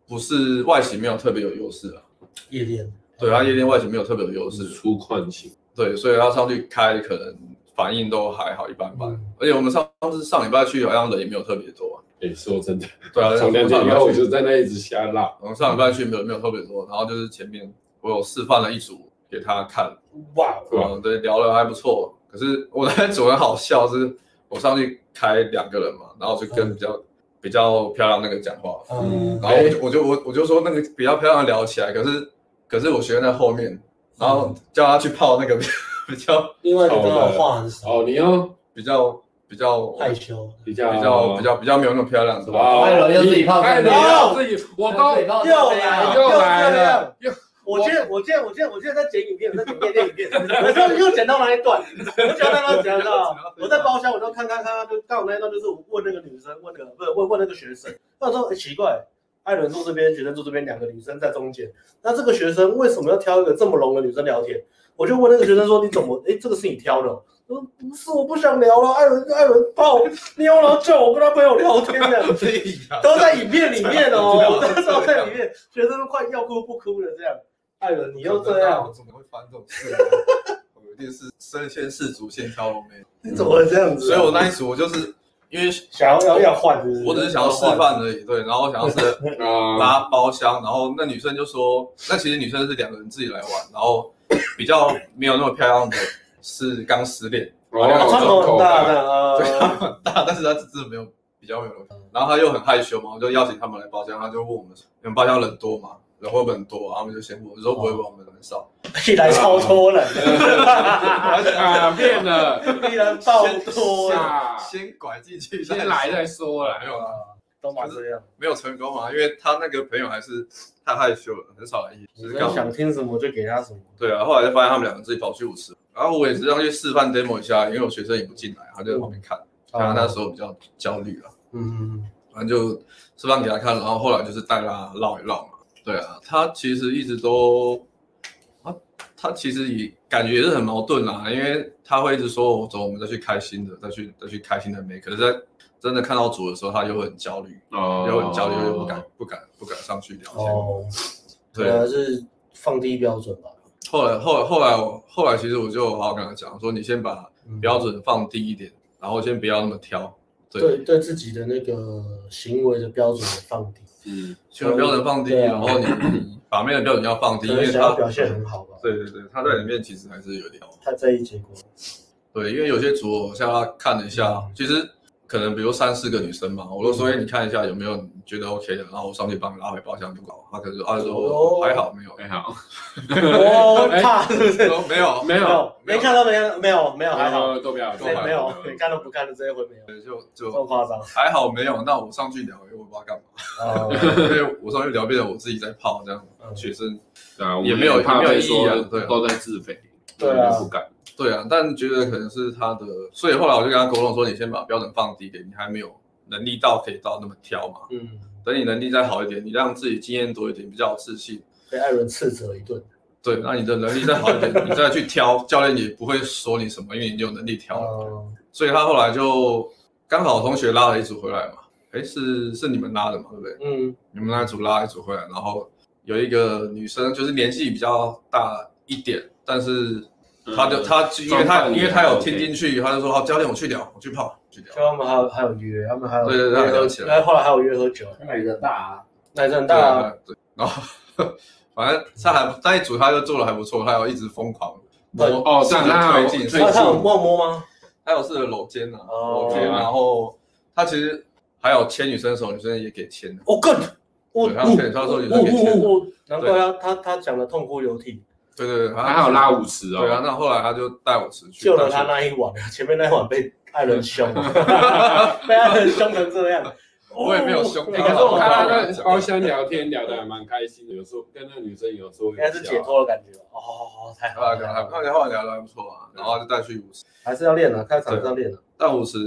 Speaker 2: 不是外形没有特别有优势啊，
Speaker 4: 夜店，
Speaker 2: 对他夜店外形没有特别有优势
Speaker 3: 是，出困型，
Speaker 2: 对，所以他上去开可能反应都还好一般般
Speaker 4: 嗯，
Speaker 2: 而且我们上上次上礼拜去好像人也没有特别多啊，
Speaker 3: 哎，说真的，
Speaker 2: 对啊，
Speaker 3: 从两
Speaker 2: 上
Speaker 3: 天
Speaker 2: 礼
Speaker 3: 以
Speaker 2: 拜
Speaker 3: 后
Speaker 2: 去
Speaker 3: 我就在那一直瞎唠，
Speaker 2: 我们上礼拜去没有没有特别多，然后就是前面我有示范了一组给他看，
Speaker 4: 哇，
Speaker 3: 对啊
Speaker 2: 嗯，对，聊得还不错。可是我那组很好笑，是我上去开两个人嘛，然后我就跟比较、比较漂亮那个讲话，
Speaker 4: 嗯，
Speaker 2: 然后我就我就我我就说那个比较漂亮的聊起来，可是可是我学生在后面，然后叫他去泡那个比较
Speaker 4: 另外一个刚好话很少，
Speaker 3: 哦，你又
Speaker 2: 比较比较
Speaker 4: 害羞，
Speaker 3: 比
Speaker 2: 比
Speaker 3: 较哦
Speaker 2: 较比较比较没有那么漂亮，是吧？
Speaker 3: 哇，
Speaker 5: 艾伦又自己泡
Speaker 3: 艾
Speaker 5: 咖啡
Speaker 3: 伦
Speaker 4: 了
Speaker 3: 哎又自己，我都
Speaker 4: 哎
Speaker 5: 又
Speaker 4: 又来
Speaker 3: 又来了，又
Speaker 4: 我记得，我记得，我记得，我记得在剪影片，我在剪夜店影片，我知道又剪到哪一段，我剪到那段剪到，我在包厢我就看看看看，就刚好那一段就是我问那个女生，问那个不是问问那个学生，那我说、欸、奇怪，艾伦坐这边，学生坐这边，两个女生在中间，那这个学生为什么要挑一个这么聋的女生聊天？我就问那个学生说你怎么，哎、这个是你挑的哦？他说不是，我不想聊了。艾伦，艾伦泡妞，然后叫我跟他朋友聊天的， 都在影片里面 哦，
Speaker 2: 啊
Speaker 4: 都在里面，学生都快要哭不哭了这样。艾伦，你又这样，
Speaker 2: 我怎么会翻这种事？ 我一定是身先士卒，先挑龙妹。
Speaker 4: 你怎么会这样子
Speaker 2: 所
Speaker 4: 啊、
Speaker 2: 以我那一组我就是因为
Speaker 4: 想要要要换是不是，哦
Speaker 2: 我只是想要示范而已，对，然后想要是
Speaker 3: 啊，
Speaker 2: 拉包厢，然后那女生就说，那其实女生是两个人自己来玩，然后比较没有那么漂亮的是刚失恋，
Speaker 3: 哦
Speaker 2: 两
Speaker 4: 哦。
Speaker 2: 个
Speaker 4: 穿头很大
Speaker 3: 的，
Speaker 4: 的啊，
Speaker 2: 很大， 但是她只是没有比较没有，然后她又很害羞嘛，我就邀请他们来包厢，她就问我们，你们包厢人多吗？人会不会很多啊？他们就先问，我说不会吧，我们人很少。
Speaker 4: 一来超脱了，
Speaker 3: 啊，变了，
Speaker 4: 一来爆脱 了，
Speaker 3: 啊，
Speaker 2: 先拐进去，
Speaker 3: 先来再说啦
Speaker 2: 没。有啦，
Speaker 4: 都嘛这样。
Speaker 2: 没有成功啊，因为他那个朋友还是太害羞了，很少来夜
Speaker 4: 你
Speaker 2: 就是刚好
Speaker 4: 想听什么就给他什么。
Speaker 2: 对啊，后来就发现他们两个自己跑去舞池，然后我也是让去示范 demo 一下，因为我学生也不进来，他就在旁边看，他那时候比较焦虑了，
Speaker 4: 哦嗯，
Speaker 2: 反正就示范给他看，然后后来就是带他绕一绕嘛，对啊，他其实一直都，他他其实也感觉是啊很矛盾啦，因为他会一直说我走，我们再去开新的，再去再去开新的妹，可是在真的看到组的时候，他就会很焦虑，
Speaker 3: 哦，
Speaker 2: 又很焦虑，又不敢不敢不敢上去聊天。
Speaker 4: 哦，
Speaker 2: 对
Speaker 4: 对，还是放低标准吧。
Speaker 2: 后来后来后来我后来其实我就好好跟他讲说，你先把
Speaker 4: 嗯
Speaker 2: 标准放低一点，然后先不要那么挑。
Speaker 4: 对对自己的那个行为的标准也放低，
Speaker 3: 嗯，
Speaker 2: 先把标准放低，
Speaker 4: 对啊
Speaker 2: 然后你你把妹的标准要放低，
Speaker 4: 可
Speaker 2: 因
Speaker 4: 能
Speaker 2: 为
Speaker 4: 想要
Speaker 2: 他
Speaker 4: 表现很好吧，
Speaker 2: 对对对，他在里面其实还是有点
Speaker 4: 太在意 结果。
Speaker 2: 对，因为有些组我像他看了一下，
Speaker 4: 嗯
Speaker 2: 其实可能比如三四个女生嘛，我都说哎、你看一下有没有你觉得 OK 的，然后我上去帮你拉回包厢就搞。他可能说啊，说
Speaker 4: 哦
Speaker 2: 还好没有，
Speaker 3: 还哎好，
Speaker 2: 哎
Speaker 4: 我哦怕是不是？
Speaker 2: 说没有，
Speaker 3: 没
Speaker 4: 没
Speaker 3: 有，
Speaker 4: 有，没看到，没看到，没有，没有，还好，
Speaker 3: 都不要，
Speaker 2: 对
Speaker 4: 没没有，
Speaker 3: 对
Speaker 4: 你看都不看的这一回没有，
Speaker 2: 就
Speaker 4: 这
Speaker 2: 就
Speaker 4: 么夸 张
Speaker 2: 还好没有。那我上去聊，因为我不知道干嘛，
Speaker 4: 啊？
Speaker 2: 因为我上去聊变成我自己在泡这样，
Speaker 4: 嗯
Speaker 2: 学生
Speaker 3: 对啊，我们
Speaker 2: 也没有
Speaker 3: 怕
Speaker 2: 也没有
Speaker 3: 被
Speaker 2: 意义啊
Speaker 3: 说
Speaker 2: 对啊
Speaker 3: 都在自肥，
Speaker 4: 对啊
Speaker 3: 我们不敢，
Speaker 2: 对啊，但觉得可能是他的，所以后来我就跟他沟通说，你先把标准放低一点，你还没有能力到可以到那么挑嘛，
Speaker 4: 嗯，
Speaker 2: 等你能力再好一点，你让自己经验多一点，比较有自信。
Speaker 4: 被艾伦斥责一顿，
Speaker 2: 对，那你的能力再好一点，你再去挑，教练也不会说你什么，因为你有能力挑。
Speaker 4: 哦，
Speaker 2: 所以他后来就刚好同学拉了一组回来嘛，诶，是是你们拉的嘛，对不对？
Speaker 4: 嗯，
Speaker 2: 你们那组拉一组回来，然后有一个女生就是年纪比较大一点，但是她就
Speaker 3: 嗯
Speaker 2: 她因为她
Speaker 3: 状态也
Speaker 2: 因为她有
Speaker 3: OK
Speaker 2: 听进去，她就说好教练我去聊，我去泡去聊
Speaker 4: 就。他们还有还有约，他们还有
Speaker 2: 对对对
Speaker 4: 约
Speaker 2: 还有
Speaker 4: 喝
Speaker 2: 起
Speaker 4: 酒，
Speaker 2: 来
Speaker 4: 后来还有约喝酒，
Speaker 5: 那个人大啊，
Speaker 4: 奶子很大啊，
Speaker 2: 对，对然后 反正他还那一组他就做的还不错，他有一直疯狂摸
Speaker 3: 哦
Speaker 2: 试着
Speaker 3: 这样他有
Speaker 2: 推进，
Speaker 3: 推
Speaker 4: 那
Speaker 3: 进
Speaker 4: 他有摸摸吗？
Speaker 2: 还有是搂肩啊，
Speaker 4: 哦
Speaker 2: 搂肩，然后他其实还有牵女生的手，女生也给牵的，
Speaker 4: 我更，我
Speaker 2: 对，他牵，他说女生给牵的，
Speaker 4: 我我，难怪啊他他他讲的痛哭流涕，
Speaker 2: 对对对，
Speaker 3: 还好，拉舞池哦，
Speaker 2: 对啊，那后来他就带我出去，
Speaker 4: 救了他
Speaker 2: 但是
Speaker 4: 那一晚， 前面那一晚被艾 伦凶，被艾伦凶成这样，
Speaker 2: 我也没有凶啊
Speaker 4: 哦
Speaker 3: 哎可是我看他
Speaker 2: 那
Speaker 3: 跟包厢聊天聊得还蛮开心的，有时候跟那女生有时候
Speaker 4: 应该是解脱的感觉哦，太好
Speaker 2: 后来
Speaker 4: 了
Speaker 2: 跟
Speaker 4: 太
Speaker 2: 他，
Speaker 4: 好
Speaker 2: 后来
Speaker 4: 了，
Speaker 2: 后来聊的啊还不错啊，然后就带去舞池，
Speaker 4: 还是要练啊，开场上练啊。
Speaker 2: 但舞池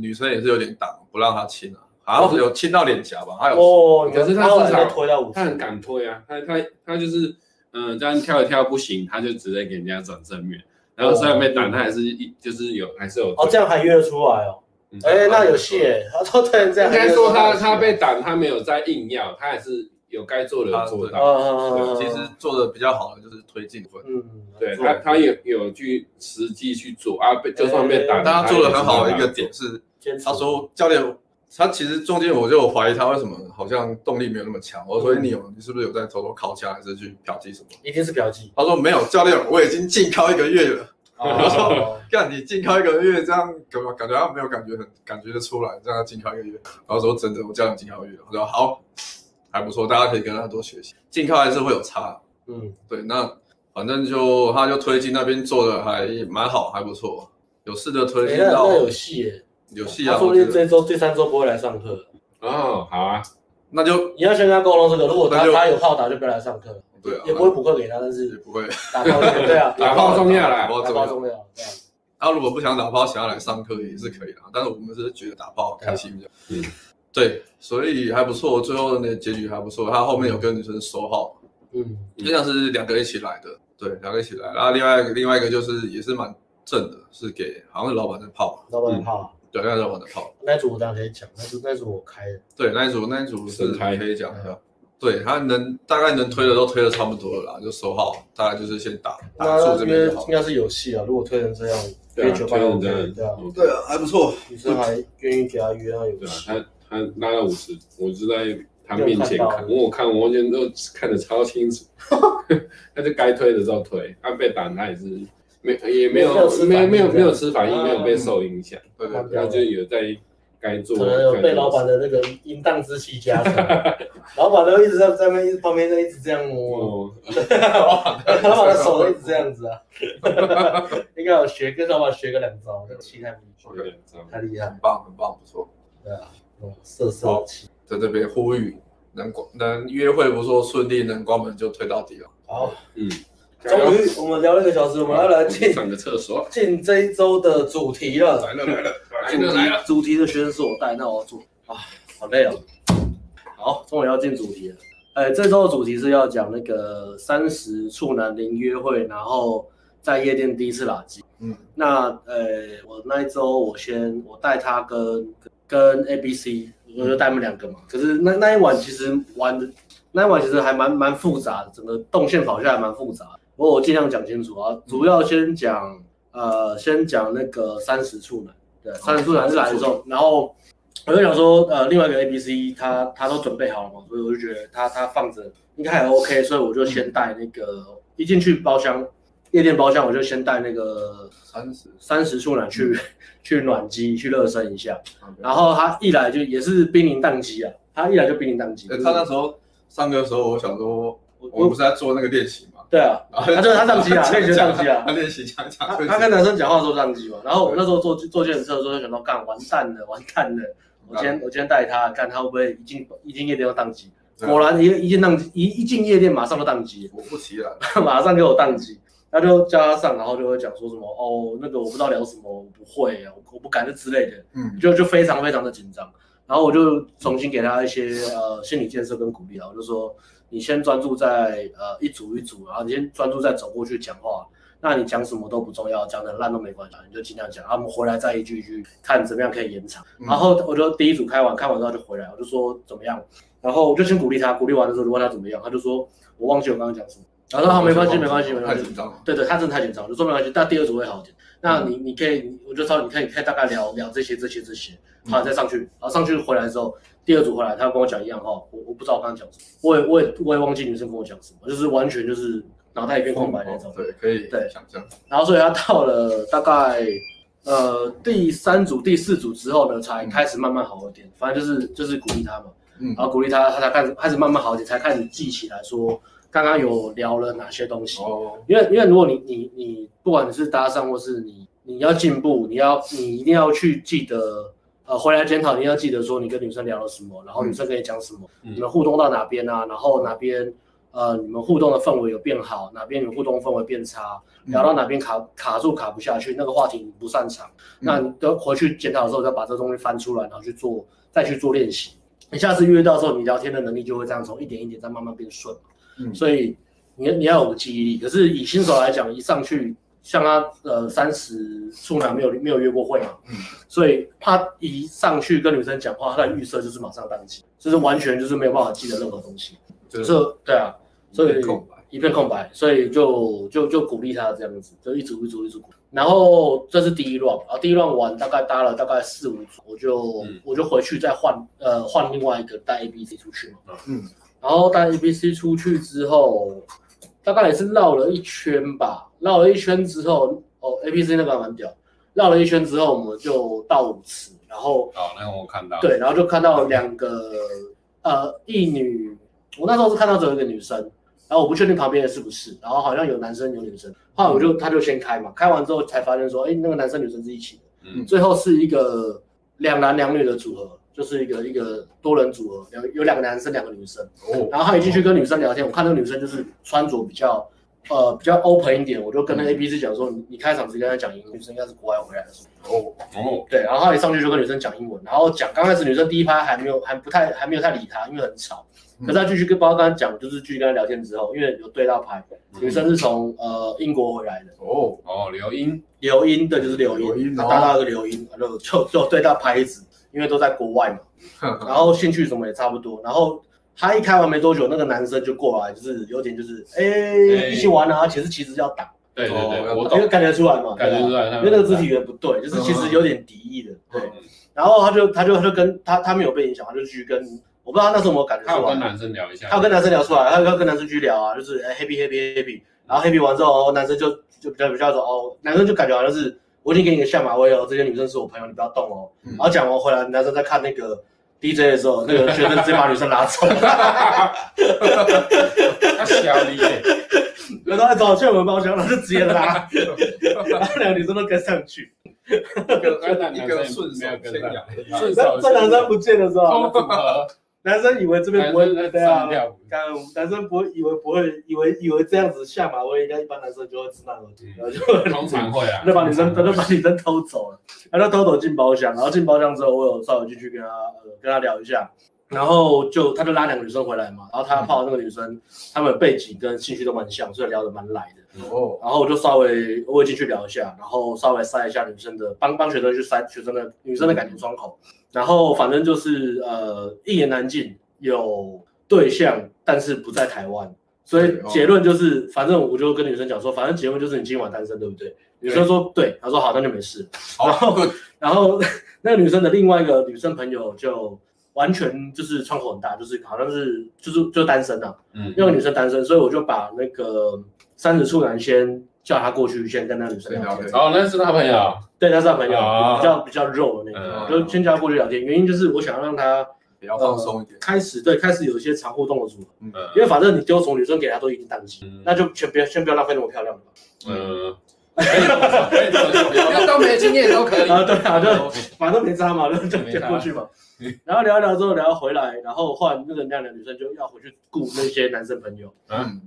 Speaker 2: 女生也是有点挡，不让他亲啊，好像有亲到脸颊吧，还有
Speaker 4: 哦，
Speaker 3: 可是他
Speaker 4: 他后来
Speaker 3: 至少
Speaker 4: 被推到五十
Speaker 3: 他，很敢推啊，他他他就是嗯、这样跳一跳不行，他就直接给人家转正面，然后虽然被挡，他还是一就是有还是有推
Speaker 4: 哦，这样还约得出来哦，
Speaker 3: 嗯
Speaker 4: 哎，那有戏哎， 他都突然这样
Speaker 3: 应
Speaker 4: 还约
Speaker 3: 该
Speaker 4: 得出
Speaker 3: 说
Speaker 4: 来，
Speaker 3: 他他被挡，他没有在硬要，他还是有该做的有做
Speaker 4: 嗯，
Speaker 3: 到，
Speaker 4: 嗯嗯嗯嗯，
Speaker 2: 其实做的比较好的就是推进分，
Speaker 4: 嗯，
Speaker 3: 对他他也有去实际去做啊，被就算被挡，
Speaker 4: 嗯
Speaker 2: 但他
Speaker 3: 也
Speaker 2: 做的
Speaker 3: 是
Speaker 2: 很好的
Speaker 3: 把它
Speaker 2: 一个点是，
Speaker 4: 坚持
Speaker 2: 他说教练，他其实中间我就有怀疑他为什么好像动力没有那么强。我说哎你有，你是不是有在偷偷靠枪，还是去嫖妓什么？
Speaker 4: 一定是嫖妓，
Speaker 2: 他说没有，教练，我已经禁靠一个月了。
Speaker 4: 哦，
Speaker 2: 干你禁靠一个月，这样感感觉他没有感觉很感觉得出来，这样他禁靠一个月。然后说真的，我教练禁靠一个月，我说好，还不错，大家可以跟他多学习。禁靠还是会有差，
Speaker 4: 嗯，
Speaker 2: 对，那反正就他就推进那边做的还蛮好，还不错，有啊试着推
Speaker 4: 哎
Speaker 2: 进
Speaker 4: 那
Speaker 2: 到
Speaker 4: 那有戏哎，
Speaker 2: 有戏
Speaker 4: 他
Speaker 2: 啊，
Speaker 4: 说
Speaker 2: 我
Speaker 4: 不
Speaker 2: 觉
Speaker 4: 定
Speaker 2: 得
Speaker 4: 这周第三周不会来上课。
Speaker 3: 哦好啊，
Speaker 2: 那就
Speaker 4: 你要先跟他沟通这个，如果
Speaker 2: 那
Speaker 4: 他
Speaker 2: 就
Speaker 4: 他有炮打就不要来上课了，
Speaker 2: 对啊，
Speaker 4: 也不会补课给他，但
Speaker 2: 也
Speaker 4: 是
Speaker 2: 不会。
Speaker 4: 打炮就对啊，
Speaker 3: 打炮重要啦
Speaker 2: 打炮
Speaker 4: 打
Speaker 2: 重
Speaker 4: 炮
Speaker 2: 要。
Speaker 4: 重要，对啊
Speaker 2: 他如果不想打炮，想要来上课也是可以的，啊但是我们是觉得打炮开心比较。
Speaker 3: 嗯
Speaker 2: 对，所以还不错，最后的结局还不错。他后面有跟女生收号，
Speaker 4: 嗯，
Speaker 3: 嗯
Speaker 2: 就像是两个一起来的，对，两个一起来。然后另外一个另外一个就是也是蛮正的，是给好像是老板在泡，
Speaker 4: 老板的炮，
Speaker 2: 对，那是老板在泡。
Speaker 4: 那一组我当然可以讲，那一组那一组我开的，
Speaker 2: 对，那一组那一组是
Speaker 3: 盛开嗯
Speaker 2: 可以讲一下。对他能大概能推的都推的差不多了啦，就收号，大概就是先打打
Speaker 4: 那
Speaker 2: 住
Speaker 4: 那
Speaker 2: 这
Speaker 4: 应
Speaker 2: 边就
Speaker 4: 该
Speaker 2: 好
Speaker 4: 应。该是有戏啊，如果推成这样，
Speaker 3: 对
Speaker 4: 约
Speaker 3: 啊，
Speaker 4: 酒
Speaker 3: 推
Speaker 4: 吧
Speaker 3: 成
Speaker 4: OK，
Speaker 3: 这样
Speaker 4: 对啊，
Speaker 2: 对啊，还不错。
Speaker 4: 女生还愿意给他约，那有
Speaker 3: 对啊，
Speaker 4: 戏，
Speaker 3: 他他拉到五十，我就在他面前看，我看我完全都看得超清 楚，他就该推的时候推，他被挡他也是没也没有没有没有没有吃反应，没有被受影响，
Speaker 2: 对对对。
Speaker 3: 他就有在该做，
Speaker 4: 啊可能有被老板的那个淫荡之气加成，老板都一直在在那边一直旁边在一直这样摸，
Speaker 3: 哦，
Speaker 4: 老板的手都一直这样子啊， 应该有学跟老板学个两招，气太明显，太厉害了。
Speaker 2: 很棒，很棒，不错。
Speaker 4: 对啊，哦，色色气。
Speaker 2: 在这边呼吁，能关能约会不错，顺利能关门就推到底了。
Speaker 4: 好，
Speaker 3: 嗯，
Speaker 4: 终于我们聊了一个小时，我们要来进
Speaker 3: 上个厕所，哎
Speaker 4: 进这一周的主题了。
Speaker 2: 来了来了来
Speaker 4: 主
Speaker 2: 了来了，
Speaker 4: 题主题的选手是我带，那我要做啊，好累哦。好，终于要进主题了。哎，这周的主题是要讲那个三十处男零约会，然后在夜店第一次拉鸡。
Speaker 2: 嗯，
Speaker 4: 那呃，我那一周我先我带他跟跟 A B C，我就带他们两个嘛。可是那那一晚其实玩的，那一晚其实还蛮蛮复杂的，整个动线跑下来蛮复杂的。不过我尽量讲清楚啊，主要先讲呃，先讲那个三十处男，对，三十处男是来的时候，然后我就想说，呃，另外一个 A B C 他他都准备好了嘛，所以我就觉得他他放着应该还 OK，所以我就先带那个一进去包厢。夜店包厢，我就先带那个
Speaker 2: 三十，
Speaker 4: 三十处男
Speaker 2: 嗯
Speaker 4: 去、 去暖机去热身一下，
Speaker 2: 然
Speaker 4: 然
Speaker 2: 后
Speaker 4: 后他一来就也是濒临宕机啊，他一来就濒临宕机。
Speaker 2: 哎他那时候上课的时候，我想说，我
Speaker 4: 我
Speaker 2: 们不
Speaker 4: 我
Speaker 2: 是在做那个练习嘛，
Speaker 4: 对啊，
Speaker 2: 然后
Speaker 4: 他就他宕机啊，他
Speaker 2: 讲
Speaker 4: 也觉得宕机啊
Speaker 2: 他。练习讲讲，
Speaker 4: 他他跟男生讲话的时候宕机嘛，然后我那时候坐坐电车的时候就想到，干完蛋了， 完蛋了！我今
Speaker 2: 嗯
Speaker 4: 天我今天带他，看他会不会一进一进夜店就宕机。
Speaker 2: 啊
Speaker 4: 果然一一进宕机，一一进夜店马上就宕机。
Speaker 2: 我不起来，
Speaker 4: 马上给我宕机，他就叫他上，然后就会讲说什么哦，那个我不知道聊什么，我不会啊，我我不敢这之类的，
Speaker 2: 嗯，
Speaker 4: 就就非常非常的紧张。然后我就重新给他一些呃心理建设跟鼓励啊，我就说你先专注在呃一组一组，然后你先专注在走过去讲话，那你讲什么都不重要，讲的烂都没关系，你就尽量讲，啊我们回来再一句一句看怎么样可以延长。
Speaker 2: 嗯
Speaker 4: 然后我就第一组开完，开完之后就回来，我就说怎么样，然后我就先鼓励他，鼓励完的时候就问他怎么样，他就说我忘记我刚刚讲什么，然后说好没关系没关系没关
Speaker 2: 哦太
Speaker 4: 系
Speaker 2: 紧，张了，
Speaker 4: 对对，他真的太紧张，我就说没关系，但第二组会好一点。那你你可以，我就说你可以可以大概聊聊这些这些这些，好再上去，然后上去回来之后，第二组回来，他跟我讲一样话，我我不知道我刚刚讲什么，我也我也我也忘记女生跟我讲什么，就是完全就是脑袋一片空白那种。
Speaker 2: 对，可以
Speaker 4: 对
Speaker 2: 想象，
Speaker 4: 然后所以他到了大概呃第三组、第四组之后呢，才开始慢慢好一点。反正就是就是鼓励他嘛，
Speaker 2: 嗯
Speaker 4: 然后鼓励他，他才开始开始慢慢好一点，才开始记起来说刚刚有聊了哪些东西。
Speaker 2: 哦，
Speaker 4: 因为因为如果你你你不管你是搭讪或是你你要进步，你要你一定要去记得，呃，回来检讨，你要记得说你跟女生聊了什么，然后女生跟你讲什么，
Speaker 3: 嗯
Speaker 4: 你们互动到哪边啊，然后哪边呃你们互动的氛围有变好，哪边你们互动氛围变差，
Speaker 2: 嗯
Speaker 4: 聊到哪边卡卡住卡不下去，那个话题你不擅长，那你等回去检讨的时候再把这东西翻出来，然后去做再去做练习。你下次遇到的时候，你聊天的能力就会这样从一点一点再慢慢变顺。
Speaker 2: 嗯
Speaker 4: 所以你你要有记忆力。可是以新手来讲，一上去像他呃三十处男没有没有约过会嘛，
Speaker 2: 嗯
Speaker 4: 所以他一上去跟女生讲话，他的预设就是马上宕机，就是完全就是没有办法记得任何东西。
Speaker 2: 就
Speaker 4: 所以对啊，所以
Speaker 2: 空白，
Speaker 4: 一片空白，所以就就就鼓励他这样子，就一组一组一组鼓励。然后这是第一 round，然后第一啊 round 完大概搭了大概四五组，我就、
Speaker 3: 嗯
Speaker 4: 我就回去再换呃换另外一个带 A B C 出去嘛，
Speaker 2: 嗯，
Speaker 4: 然后带 A B C 出去之后，大概也是绕了一圈吧，绕了一圈之后，哦 A B C 那个还蛮屌，绕了一圈之后我们就到舞池，然后
Speaker 3: 哦，那个我看到，，
Speaker 4: 对，然后就看到两个呃一女，我那时候是看到只有一个女生，然后我不确定旁边的是不是，然后好像有男生有女生，后来我就他就先开嘛，开完之后才发现说，哎，那个男生女生是一起的，
Speaker 3: 嗯
Speaker 4: 最后是一个两男两女的组合，就是一个一个多人组合，有有两个男生两个女生，
Speaker 2: 哦，
Speaker 4: 然后他一进去跟女生聊天，我看那个女生就是穿着比较呃比较 open 一点，我就跟那 A B C 讲说，你你开场直接跟他讲英文，女生应该是国外回来的时候。
Speaker 3: 哦，
Speaker 4: 对，然后他一上去就跟女生讲英文，然后讲刚开始女生第一趴还没有还不太还没有太理他，因为很吵。
Speaker 3: 嗯
Speaker 4: 可是他继续跟包括刚刚讲，就是继续跟他聊天之后，因为有对到牌，
Speaker 3: 嗯
Speaker 4: 女生是从呃英国回来的，
Speaker 2: 哦，
Speaker 3: 哦，刘英，
Speaker 4: 留英的就是留
Speaker 2: 留
Speaker 4: 英，
Speaker 2: 英
Speaker 4: 他
Speaker 2: 哦
Speaker 4: 搭到一个留英，然后就就对到牌子，因为都在国外嘛，然后兴趣什么也差不多，然后。他一开完没多久，那个男生就过来，就是有点就是，哎、
Speaker 3: 哎
Speaker 4: 一起玩啊！其实其实要打，
Speaker 3: 对对对，
Speaker 2: 哦
Speaker 3: 我
Speaker 4: 因
Speaker 3: 懂
Speaker 4: 为，感觉出来嘛，
Speaker 3: 感觉
Speaker 4: 对啊
Speaker 3: 出来，
Speaker 4: 因为那个肢体语言不对，就是其实有点敌意的，对。
Speaker 3: 嗯，
Speaker 4: 然后他就他就他就跟他他没有被影响，他就继续跟我不知道他那时候有没有感觉
Speaker 3: 他
Speaker 4: 出
Speaker 3: 有跟
Speaker 4: 来，
Speaker 3: 男生聊一下，
Speaker 4: 他有跟男生聊出来，啊他要跟男生去聊啊，就是哎 happy happy happy，然后 happy 完之后，哦男生就就比较比较说哦，男生就感觉好像是我已经给你个下马威哦，这些女生是我朋友，你不要动哦。
Speaker 2: 嗯
Speaker 4: 然后讲完回来，男生在看那个 DJ 的时候，那个学 生直接把女生拉 走，
Speaker 3: 他小你耶，
Speaker 4: 然后他哎走去我们包厢，然后就直接 拉，然后两个女生都跟上去，
Speaker 2: 一
Speaker 3: 那
Speaker 2: 个
Speaker 3: 男
Speaker 2: 一
Speaker 3: 生
Speaker 2: 个
Speaker 3: 也
Speaker 2: 顺
Speaker 3: 没有
Speaker 2: 手
Speaker 3: 跟
Speaker 2: 牵
Speaker 3: 上
Speaker 2: 羊，
Speaker 3: 顺
Speaker 4: 这
Speaker 3: 手
Speaker 4: 这男生不见的时候啊
Speaker 3: 超，符合，
Speaker 4: 男生以为这边不
Speaker 3: 男
Speaker 4: 会
Speaker 3: 生
Speaker 4: 对
Speaker 3: 在
Speaker 4: 啊
Speaker 3: 上。跳舞，
Speaker 4: 干男生不会以为不会以为以为这样子下马威，应该一般男生就会知难而退，然后就
Speaker 3: 通常会啊，
Speaker 4: 那把女生他就把女生偷走了，他就偷走进包厢，然后进包厢之后，我有稍微进去跟他呃跟他聊一下，然后就他就拉两个女生回来嘛，然后他泡那个女生，他们的背景跟兴趣都蛮像，所以聊得蛮来的。
Speaker 2: 哦，
Speaker 4: 然后我就稍微我也进去聊一下，然后稍微塞一下女生的，帮帮学生去塞学生的女生的感情窗口，然后反正就是呃一言难尽，有对象但是不在台湾，所以
Speaker 2: 对哦
Speaker 4: 结论就是，反正我就跟女生讲说，反正结论就是你今晚单身，对不对？女生说对，她说好，那就没事。
Speaker 2: 好，good，
Speaker 4: 然后 那个女生的另外一个女生朋友就完全就是窗口很大，就是好像是就是就单身啊，
Speaker 5: 嗯
Speaker 4: 那个女生单身，所以我就把那个三十处男先叫她过去，先跟那个女生
Speaker 2: 先
Speaker 4: 聊
Speaker 2: 聊
Speaker 4: 天。
Speaker 2: 天。
Speaker 3: 哦，那是他朋友，
Speaker 4: 对，她是她朋友，
Speaker 3: 啊
Speaker 4: 比较比较肉的那个，
Speaker 3: 嗯
Speaker 4: 我就先叫她过去聊天。原因就是我想要让她
Speaker 2: 比较放松一点。
Speaker 4: 开始对开始有一些常互动的组合，
Speaker 2: 嗯
Speaker 4: 因为反正你丢什么女生给她都已经宕机，
Speaker 3: 嗯
Speaker 4: 那就先不要先不要浪费那么漂亮的吧。
Speaker 3: 嗯，可以这么说可以这么说不要
Speaker 2: 要当没经验都可以。
Speaker 4: 啊，对啊，就 反正没差嘛，就就
Speaker 3: 没
Speaker 4: 就
Speaker 3: 差
Speaker 4: 过去嘛。然后聊一聊之后，聊回来，然后换那个那两个女生就要回去顾那些男生朋友，
Speaker 2: 嗯，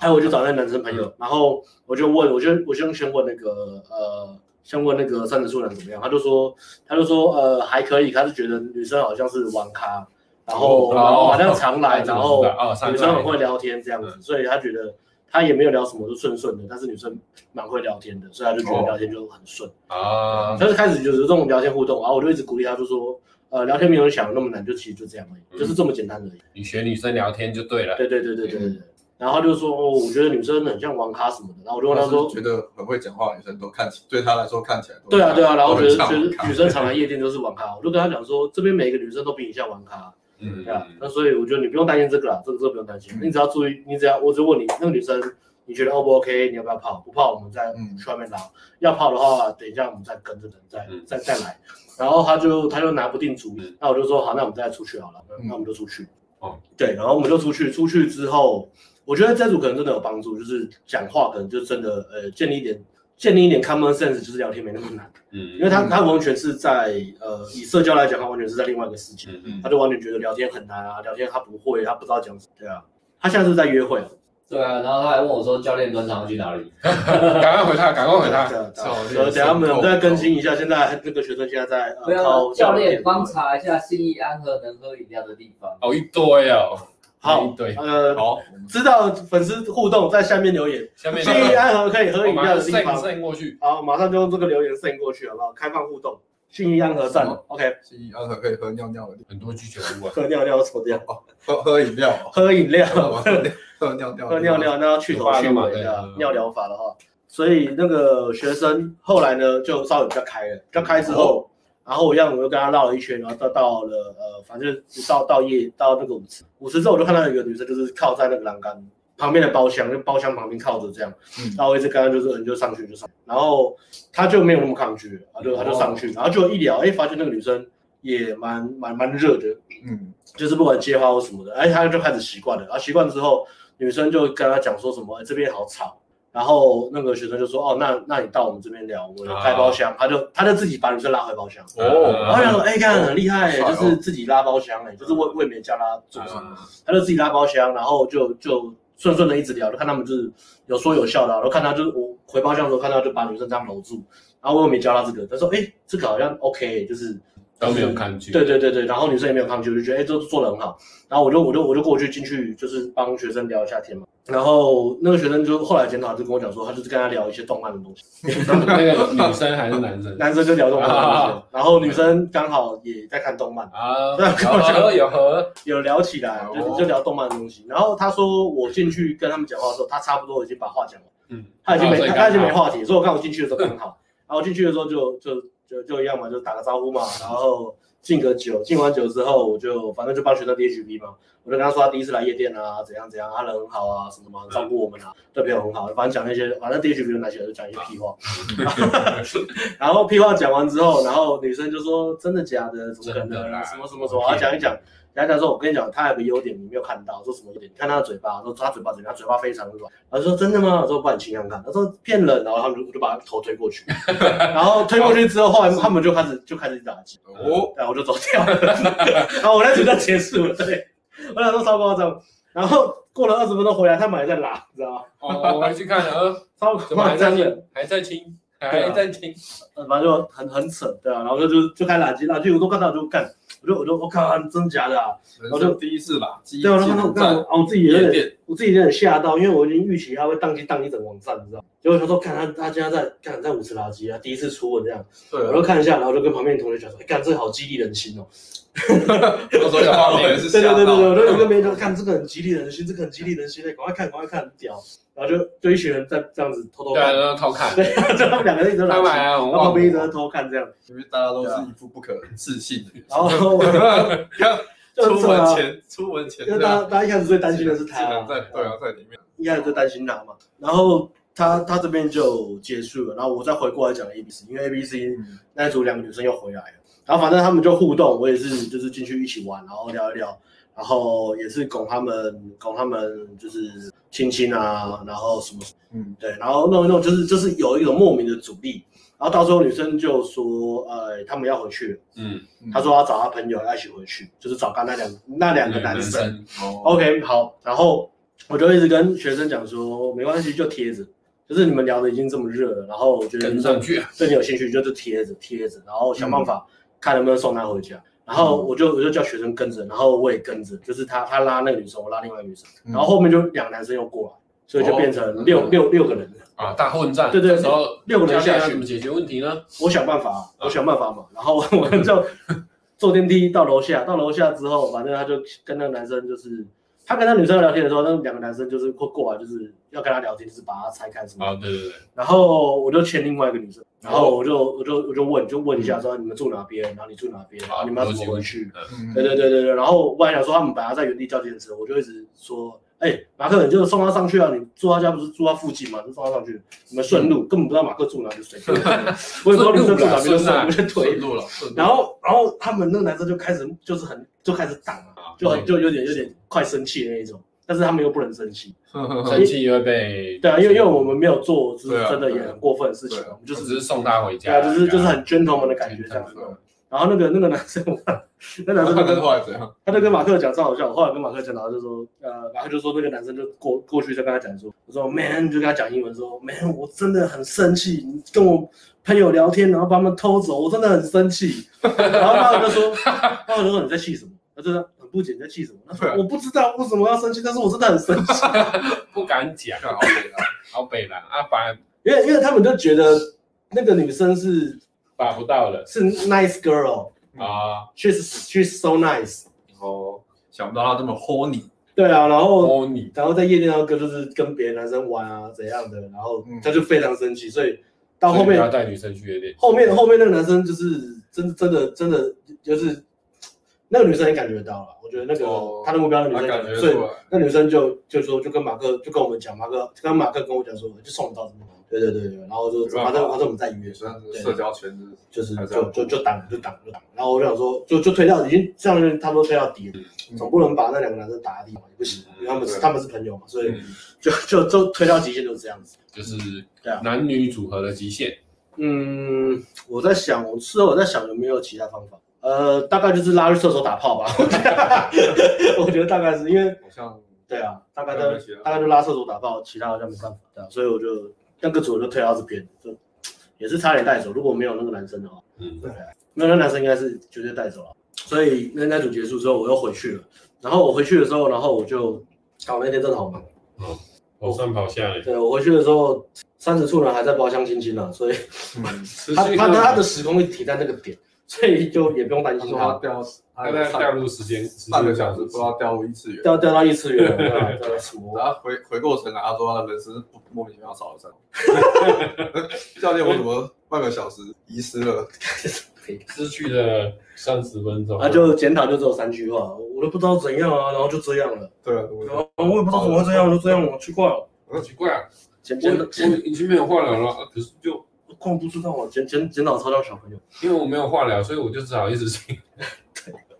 Speaker 4: 哎，我就找那男生朋友，
Speaker 3: 嗯
Speaker 4: 然后我就问，我就我就先问那个呃，先问那个三十处男怎么样，他就说他就说呃还可以，他就觉得女生好像是玩咖，然后、
Speaker 3: 哦
Speaker 4: 然后好像常来，
Speaker 3: 哦
Speaker 4: 然后
Speaker 3: 哦常来
Speaker 4: 女生很会聊天这样子，
Speaker 3: 嗯
Speaker 4: 所以他觉得。他也没有聊什么，就顺顺的。但是女生蛮会聊天的，所以他就觉得
Speaker 3: 哦
Speaker 4: 聊天就很顺。
Speaker 3: 啊，
Speaker 4: 他就开始就是这种聊天互动，然后我就一直鼓励他，就说，呃，聊天没有你想的那么难，就其实就这样而已，
Speaker 3: 嗯
Speaker 4: 就是这么简单而已。
Speaker 3: 你学女生聊天就对了，
Speaker 4: 对对对对对对。然后他就说，哦，我觉得女生很像玩咖什么的。然后我就问他说，
Speaker 2: 觉得很会讲话的女生都看起，对她来说看起来都
Speaker 4: 对啊对啊。然后我觉得
Speaker 2: 都
Speaker 4: 觉
Speaker 2: 很像
Speaker 4: 得女生常来夜店都是玩咖，我就跟他讲说，这边每个女生都比你像玩咖，
Speaker 3: 嗯
Speaker 4: 对啊。那所以我觉得你不用担心这个啦，这个这个不用担心，你只要注意，你只要我就问你，那个女生你觉得 O 不 OK？你要不要泡？不泡我们再
Speaker 2: 嗯
Speaker 4: 去外面拉，要泡的话，等一下我们再跟着人再、
Speaker 3: 嗯
Speaker 4: 再再来。然后他就他就拿不定主意
Speaker 3: 嗯，
Speaker 4: 那我就说好，那我们再出去好了，
Speaker 2: 嗯
Speaker 4: 那我们就出去。
Speaker 3: 哦，
Speaker 4: 对，然后我们就出去，出去之后，我觉得这组可能真的有帮助，就是讲话可能就真的呃建立一点建立一点 common sense，就是聊天没那么难，
Speaker 3: 嗯，
Speaker 4: 因为他他完全是在呃以社交来讲，他完全是在另外一个世界，
Speaker 3: 嗯嗯
Speaker 4: 他就完全觉得聊天很难啊，聊天他不会，他不知道讲什么，对啊，他现在是在约会啊，
Speaker 5: 对啊，然后他还问我说教练专长去哪里？
Speaker 3: 赶快回他，赶快回他，
Speaker 4: 对啊对啊
Speaker 2: 教练
Speaker 4: 等下我们
Speaker 2: 申购
Speaker 4: 再更新一下，现在那个学生现在在
Speaker 5: 对
Speaker 4: 呃
Speaker 5: 啊
Speaker 4: 考，
Speaker 5: 教练帮查一下信义安和能喝饮料的地方。
Speaker 3: 哦一堆哦，
Speaker 4: 好
Speaker 3: 一堆，
Speaker 4: 呃
Speaker 2: 好，
Speaker 4: 知道粉丝互动，在下面留言，
Speaker 3: 下面
Speaker 4: 建议安和可以喝饮料的地
Speaker 3: 上
Speaker 4: 方。
Speaker 3: 上过去，
Speaker 4: 好，马上就用这个留言 send 过去，好不好？开放互动，信义安和站，OK，
Speaker 2: 是一安和可以喝尿尿的地
Speaker 3: 很多居酒屋啊，
Speaker 4: 喝尿尿抽掉，
Speaker 2: 方，喝喝饮料哦，
Speaker 4: 喝饮料，
Speaker 2: 喝尿尿，
Speaker 4: 喝尿，尿，那要去头去尾
Speaker 3: 对
Speaker 4: 的
Speaker 3: 啊
Speaker 4: 尿疗法的话，所以那个学生后来呢，就稍微比较开了，比较开之后，然后我一样我又跟他绕了一圈，然后到到了呃，反正到到夜到那个舞池，舞池之后我就看到有一个女生就是靠在那个栏杆旁边的包厢，就包厢旁边靠着这样，
Speaker 2: 嗯
Speaker 4: 然后我一直跟他就是你就上去就上去，然后他就没有那么抗拒，他就他就上去，然后就一聊，哎，发现那个女生也蛮蛮蛮热的，
Speaker 2: 嗯，
Speaker 4: 就是不管接话或什么的，哎，他就开始习惯了。然后习惯之后，女生就跟他讲说什么、哎这边好吵，然后那个学生就说哦，那那你到我们这边聊，我们开包厢，他就他就自己把女生拉回包厢。
Speaker 2: 哦
Speaker 4: 然后想说，哎，看很厉害、
Speaker 2: 帅哦哎
Speaker 4: 就是自己拉包厢、哎，就是我我也没叫他做什么，他就自己拉包厢，然后就就顺顺的一直聊，就看他们就是有说有笑的啊，然后看他就是我回包厢的时候看他就把女生这样搂住，然后我也没教他这个，他说，哎，这个好像 OK，就是
Speaker 3: 都没有抗拒，
Speaker 4: 对对对对，然后女生也没有抗拒，我就觉得哎，这做的很好。然后我就我就我就过去进去，就是帮学生聊一下天嘛。然后那个学生就后来检讨，就跟我讲说，他就是跟他聊一些动漫的东西，
Speaker 3: 那个女生还是男生
Speaker 4: 男生就聊动漫的东西，然后女生刚好也在看动漫，
Speaker 3: 啊，有和有和，
Speaker 4: 有聊起来，就是就聊动漫的东西。然后他说我进去跟他们讲话的时候，他差不多已经把话讲完，
Speaker 3: 嗯，
Speaker 4: 他已经没
Speaker 3: 所以
Speaker 4: 他
Speaker 3: 刚
Speaker 4: 他已经
Speaker 3: 好
Speaker 4: 没话题，所以我刚好进去的时候刚好，然后进去的时候就就就就一样嘛，就打个招呼嘛，然后敬个酒，敬完酒之后我就反正就帮学生 DHB 嘛，我就跟他说他第一次来夜店啊，怎样怎样，他人很好啊，什么嘛，照顾我们啊，对朋友很好，反正讲那些，反正 DHB 的那些就讲一些屁话，
Speaker 3: 啊
Speaker 4: 然后屁话讲完之后，然后女生就说真的假的，怎么可
Speaker 3: 真的
Speaker 4: 能啊，
Speaker 3: 啦
Speaker 4: 什么什么什么，然后讲一讲。然后他说：“我跟你讲，他有个优点，你没有看到，说什么优点？你看他的嘴巴，说他嘴巴怎样？他嘴巴非常软。”他说：“真的吗？”我说：“不然你亲看看。”他说：“骗人。”然后他们就就把他头推 过去，然后推过去之后，后来他们就开始就开始打击，
Speaker 2: 哦，
Speaker 4: 然后我就走掉了。 然后我那组就结束了，对，我想说超夸张。然后过了二十分钟回来，他们还在拉，你知道吗？
Speaker 3: 哦，我回去看了，呃，
Speaker 4: 超
Speaker 3: 怎么还
Speaker 4: 夸
Speaker 3: 在
Speaker 4: 张的。啊
Speaker 3: 亲，还在亲，还在亲，
Speaker 4: 呃反正就很很扯，对啊，然后就就就开垃圾，垃圾我都看到就干，我就我就我靠，真的假的啊？
Speaker 2: 人生第一次吧，第一
Speaker 4: 对啊，然后看到我看
Speaker 2: 在
Speaker 4: 我我自己有
Speaker 2: 夜
Speaker 4: 点
Speaker 2: 店，
Speaker 4: 我自己有点吓到，因为我已经预期它会宕机宕一整晚上，你知道吗？结果他说看他他现在在干在舞池垃圾啊，第一次初吻这样，
Speaker 2: 对
Speaker 4: 我
Speaker 2: 啊，
Speaker 4: 就看一下，然后就跟旁边的同学讲说，哎、干这好激励人心哦。
Speaker 2: 我说的画面是
Speaker 4: 对
Speaker 2: 吓
Speaker 4: 对
Speaker 2: 到，
Speaker 4: 对对对，我就一个妹就看这个很激励人心，这个很激励人心，欸赶快看赶快看，很屌。然后就就一群人在这样子偷 偷
Speaker 3: 对啊，
Speaker 4: 看，
Speaker 3: 都偷看，
Speaker 4: 对， 就他们两个人一直在垃
Speaker 3: 他
Speaker 4: 圾
Speaker 3: 买啊，我
Speaker 4: 然后旁
Speaker 3: 忘
Speaker 4: 边一直在
Speaker 3: 了。
Speaker 4: 偷看这样，
Speaker 2: 因为大家都是一副不可置信的眼
Speaker 4: 然后 我
Speaker 2: 神。
Speaker 4: 就很
Speaker 2: 出
Speaker 4: 扯啊
Speaker 2: 门前，出门前，啊
Speaker 4: 因为大家大家一开始最担心的是他
Speaker 2: 竟，然在对啊，在里面，
Speaker 4: 一开始最担心他嘛。然后他他这边就结束了，然后我再回过来讲 A B C，因为 A B C 那一组两个女生又回来了，然后反正他们就互动，我也是就是进去一起玩，然后聊一聊，然后也是拱他们拱他们就是亲亲啊，然后什么
Speaker 2: 嗯，
Speaker 4: 对，然后弄一弄就是就是有一种莫名的阻力，然后到时候女生就说呃他们要回去了，
Speaker 3: 嗯，
Speaker 4: 她说要找她朋友要一起回去，就是找刚才两那两个男
Speaker 3: 男
Speaker 4: 生。
Speaker 3: 生，
Speaker 2: 哦，
Speaker 4: OK，好，然后我就一直跟学生讲说，没关系，就贴着，就是你们聊的已经这么热了，然后我觉得
Speaker 3: 跟上去啊，
Speaker 4: 对你有兴趣，就是贴着贴着，然后想办法看能不能送她回家。然后
Speaker 3: 嗯
Speaker 4: 我就我就叫学生跟着，然后我也跟着，就是他他拉那个女生，我拉另外一个女生，
Speaker 2: 嗯
Speaker 4: 然后后面就两个男生又过来，所以就变成六、
Speaker 3: 嗯
Speaker 4: 六六个人了，
Speaker 3: 啊，大混战，
Speaker 4: 对对对
Speaker 3: 然后
Speaker 4: 六个人下
Speaker 3: 怎
Speaker 4: 去
Speaker 3: 么，解决问题呢？
Speaker 4: 我想办法，我想办法嘛。然后我 们就坐电梯到楼下，到楼下之后，反正他就跟那个男生就是，他跟那女生聊天的时候，那两个男生就是会过来，就是要跟他聊天，就是把他拆开什么。
Speaker 3: 啊，对对对，
Speaker 4: 然后我就牵另外一个女生，然后我就我就我就问，就问一下说你们住哪边，然后你住哪边，
Speaker 3: 啊
Speaker 4: 然后你们要怎么回去？
Speaker 2: 嗯
Speaker 4: 对对对对对。然后我还想说他们本来在原地叫电车，我就一直说，哎、马克，你就送他上去啊！你住他家不是住他附近嘛，就送他上去。你们顺路，根本不知道马克住哪，就随便。我也不知道你们住哪，
Speaker 3: 顺
Speaker 4: 就
Speaker 3: 路啦
Speaker 4: 顺路就推
Speaker 2: 顺。路了，顺路
Speaker 4: 然后，然后他们那个男生就开始就是很就开始挡啊，就
Speaker 3: 嗯
Speaker 4: 很就有点有点快生气的那一种，但是他们又不能生气，
Speaker 2: 呵呵呵
Speaker 3: 生气会被
Speaker 4: 对啊，因为因为我们没有做就是
Speaker 2: 对啊
Speaker 4: 真的也很过分的事情
Speaker 2: 对啊，
Speaker 4: 我们就
Speaker 3: 只
Speaker 4: 是
Speaker 3: 是送他回
Speaker 4: 对
Speaker 3: 家，
Speaker 4: 啊，就是就是很 gentleman 的感觉这样子
Speaker 2: 对。啊
Speaker 4: 然后那个那个男生， 那男生
Speaker 2: 他跟后来怎样？
Speaker 4: 他就跟马克讲超好笑，我后来跟马克讲，然后就说，呃，马克就说那个男生就过过去就跟他讲说，我说 man 就跟他讲英文说 man 我真的很生气，你跟我朋友聊天然后把他们偷走，我真的很生气。然后马克就说，马克就说你在气什么？他就说很不解你在气什么？他
Speaker 2: 对啊
Speaker 4: 说我不知道为什么要生气，但是我真的很生气，
Speaker 3: 不敢讲，
Speaker 2: 看 OK 啦，
Speaker 3: 好北蓝啊，把
Speaker 4: 因为因为他们就觉得那个女生是
Speaker 3: 把不到了
Speaker 4: 是 nice girl，
Speaker 3: 啊，
Speaker 4: she's she's so nice，
Speaker 2: 哦，想不到他这么 horny，
Speaker 4: 对啊，然后
Speaker 3: 摸哦你，
Speaker 4: 然后在夜店唱歌就是跟别的男生玩啊怎样的，然后
Speaker 2: 嗯
Speaker 4: 他就非常生气，所以到后面
Speaker 3: 所以不要带女生去夜店，
Speaker 4: 后面后面那个男生就是真真的真的就是那个女生也感觉得到了，我觉得那个、
Speaker 2: 哦
Speaker 4: 他的目标那女
Speaker 2: 他
Speaker 4: 生
Speaker 2: 感
Speaker 4: 感觉
Speaker 2: 觉
Speaker 4: 得到，所以
Speaker 2: 出来，
Speaker 4: 那女生就就说就跟马克就跟我们讲，马克跟马克跟我讲说就送你到这边，对对对对，然后就
Speaker 2: 没办法
Speaker 4: 反正反正我们再约
Speaker 2: 也，算是
Speaker 4: 对
Speaker 2: 社交圈子，
Speaker 4: 就是
Speaker 2: 还是要
Speaker 4: 就就就挡就挡就挡，然后我就想说就就推到已经这样就差不多推到底了，
Speaker 2: 嗯
Speaker 4: 总不能把那两个男生打在地上也不行，因为他们是
Speaker 2: 对
Speaker 4: 他们是朋友嘛，所以。
Speaker 2: 嗯
Speaker 4: 就就就推到极限就是这样子。
Speaker 3: 就是
Speaker 4: 对啊
Speaker 3: 男女组合的极限，
Speaker 4: 嗯，我在想，我事后我在想有没有其他方法。呃，大概就是拉去厕所打 炮吧。我觉得大概是因为
Speaker 2: 好像
Speaker 4: 对啊，大概
Speaker 2: 没
Speaker 4: 都
Speaker 3: 嗯
Speaker 2: 有其他
Speaker 4: 大概就拉厕所打炮，其他好像没办法。对啊，所以我就那个组我就推到这边，就也是差点带走。如果没有那个男生的话，
Speaker 3: 嗯，
Speaker 4: 没有那男生应该是绝对带走了。所以那那组结束之后，我又回去了。然后我回去的时候，然后我就，好那天真的好忙。
Speaker 3: 跑上跑下来，
Speaker 4: 对我回去的时候，三十处男还在包厢亲亲呢，所以
Speaker 3: 持
Speaker 4: 他
Speaker 3: 续
Speaker 4: 他
Speaker 3: 让
Speaker 4: 他的时空会停在那个点，所以就也不用担
Speaker 2: 他
Speaker 4: 心
Speaker 2: 说
Speaker 4: 他
Speaker 2: 他掉，
Speaker 3: 大概
Speaker 2: 上
Speaker 3: 掉入时间时
Speaker 2: 半个
Speaker 3: 间
Speaker 2: 小时，不知道掉入异次元。
Speaker 4: 掉掉到异次元啊了，对啊吧？对吧什么？
Speaker 2: 然后回回过神来，他说他的人生不莫名其妙少了三分。 教练，我怎么半个小时遗失了？
Speaker 3: 失去了三十分钟，
Speaker 4: 他就检讨就只有三句话，我都不知道怎样啊，然后就这样了，
Speaker 2: 对啊，我
Speaker 4: 然后我也不知道怎么会这样，就这样了，奇怪哦，
Speaker 3: 我奇怪啊，
Speaker 4: 检
Speaker 3: 我
Speaker 4: 检
Speaker 3: 我已经没有化疗了，啊可是就
Speaker 4: 况不知道啊，检检检讨超到小朋友，
Speaker 3: 因为我没有化疗，所以我就只好一直 去。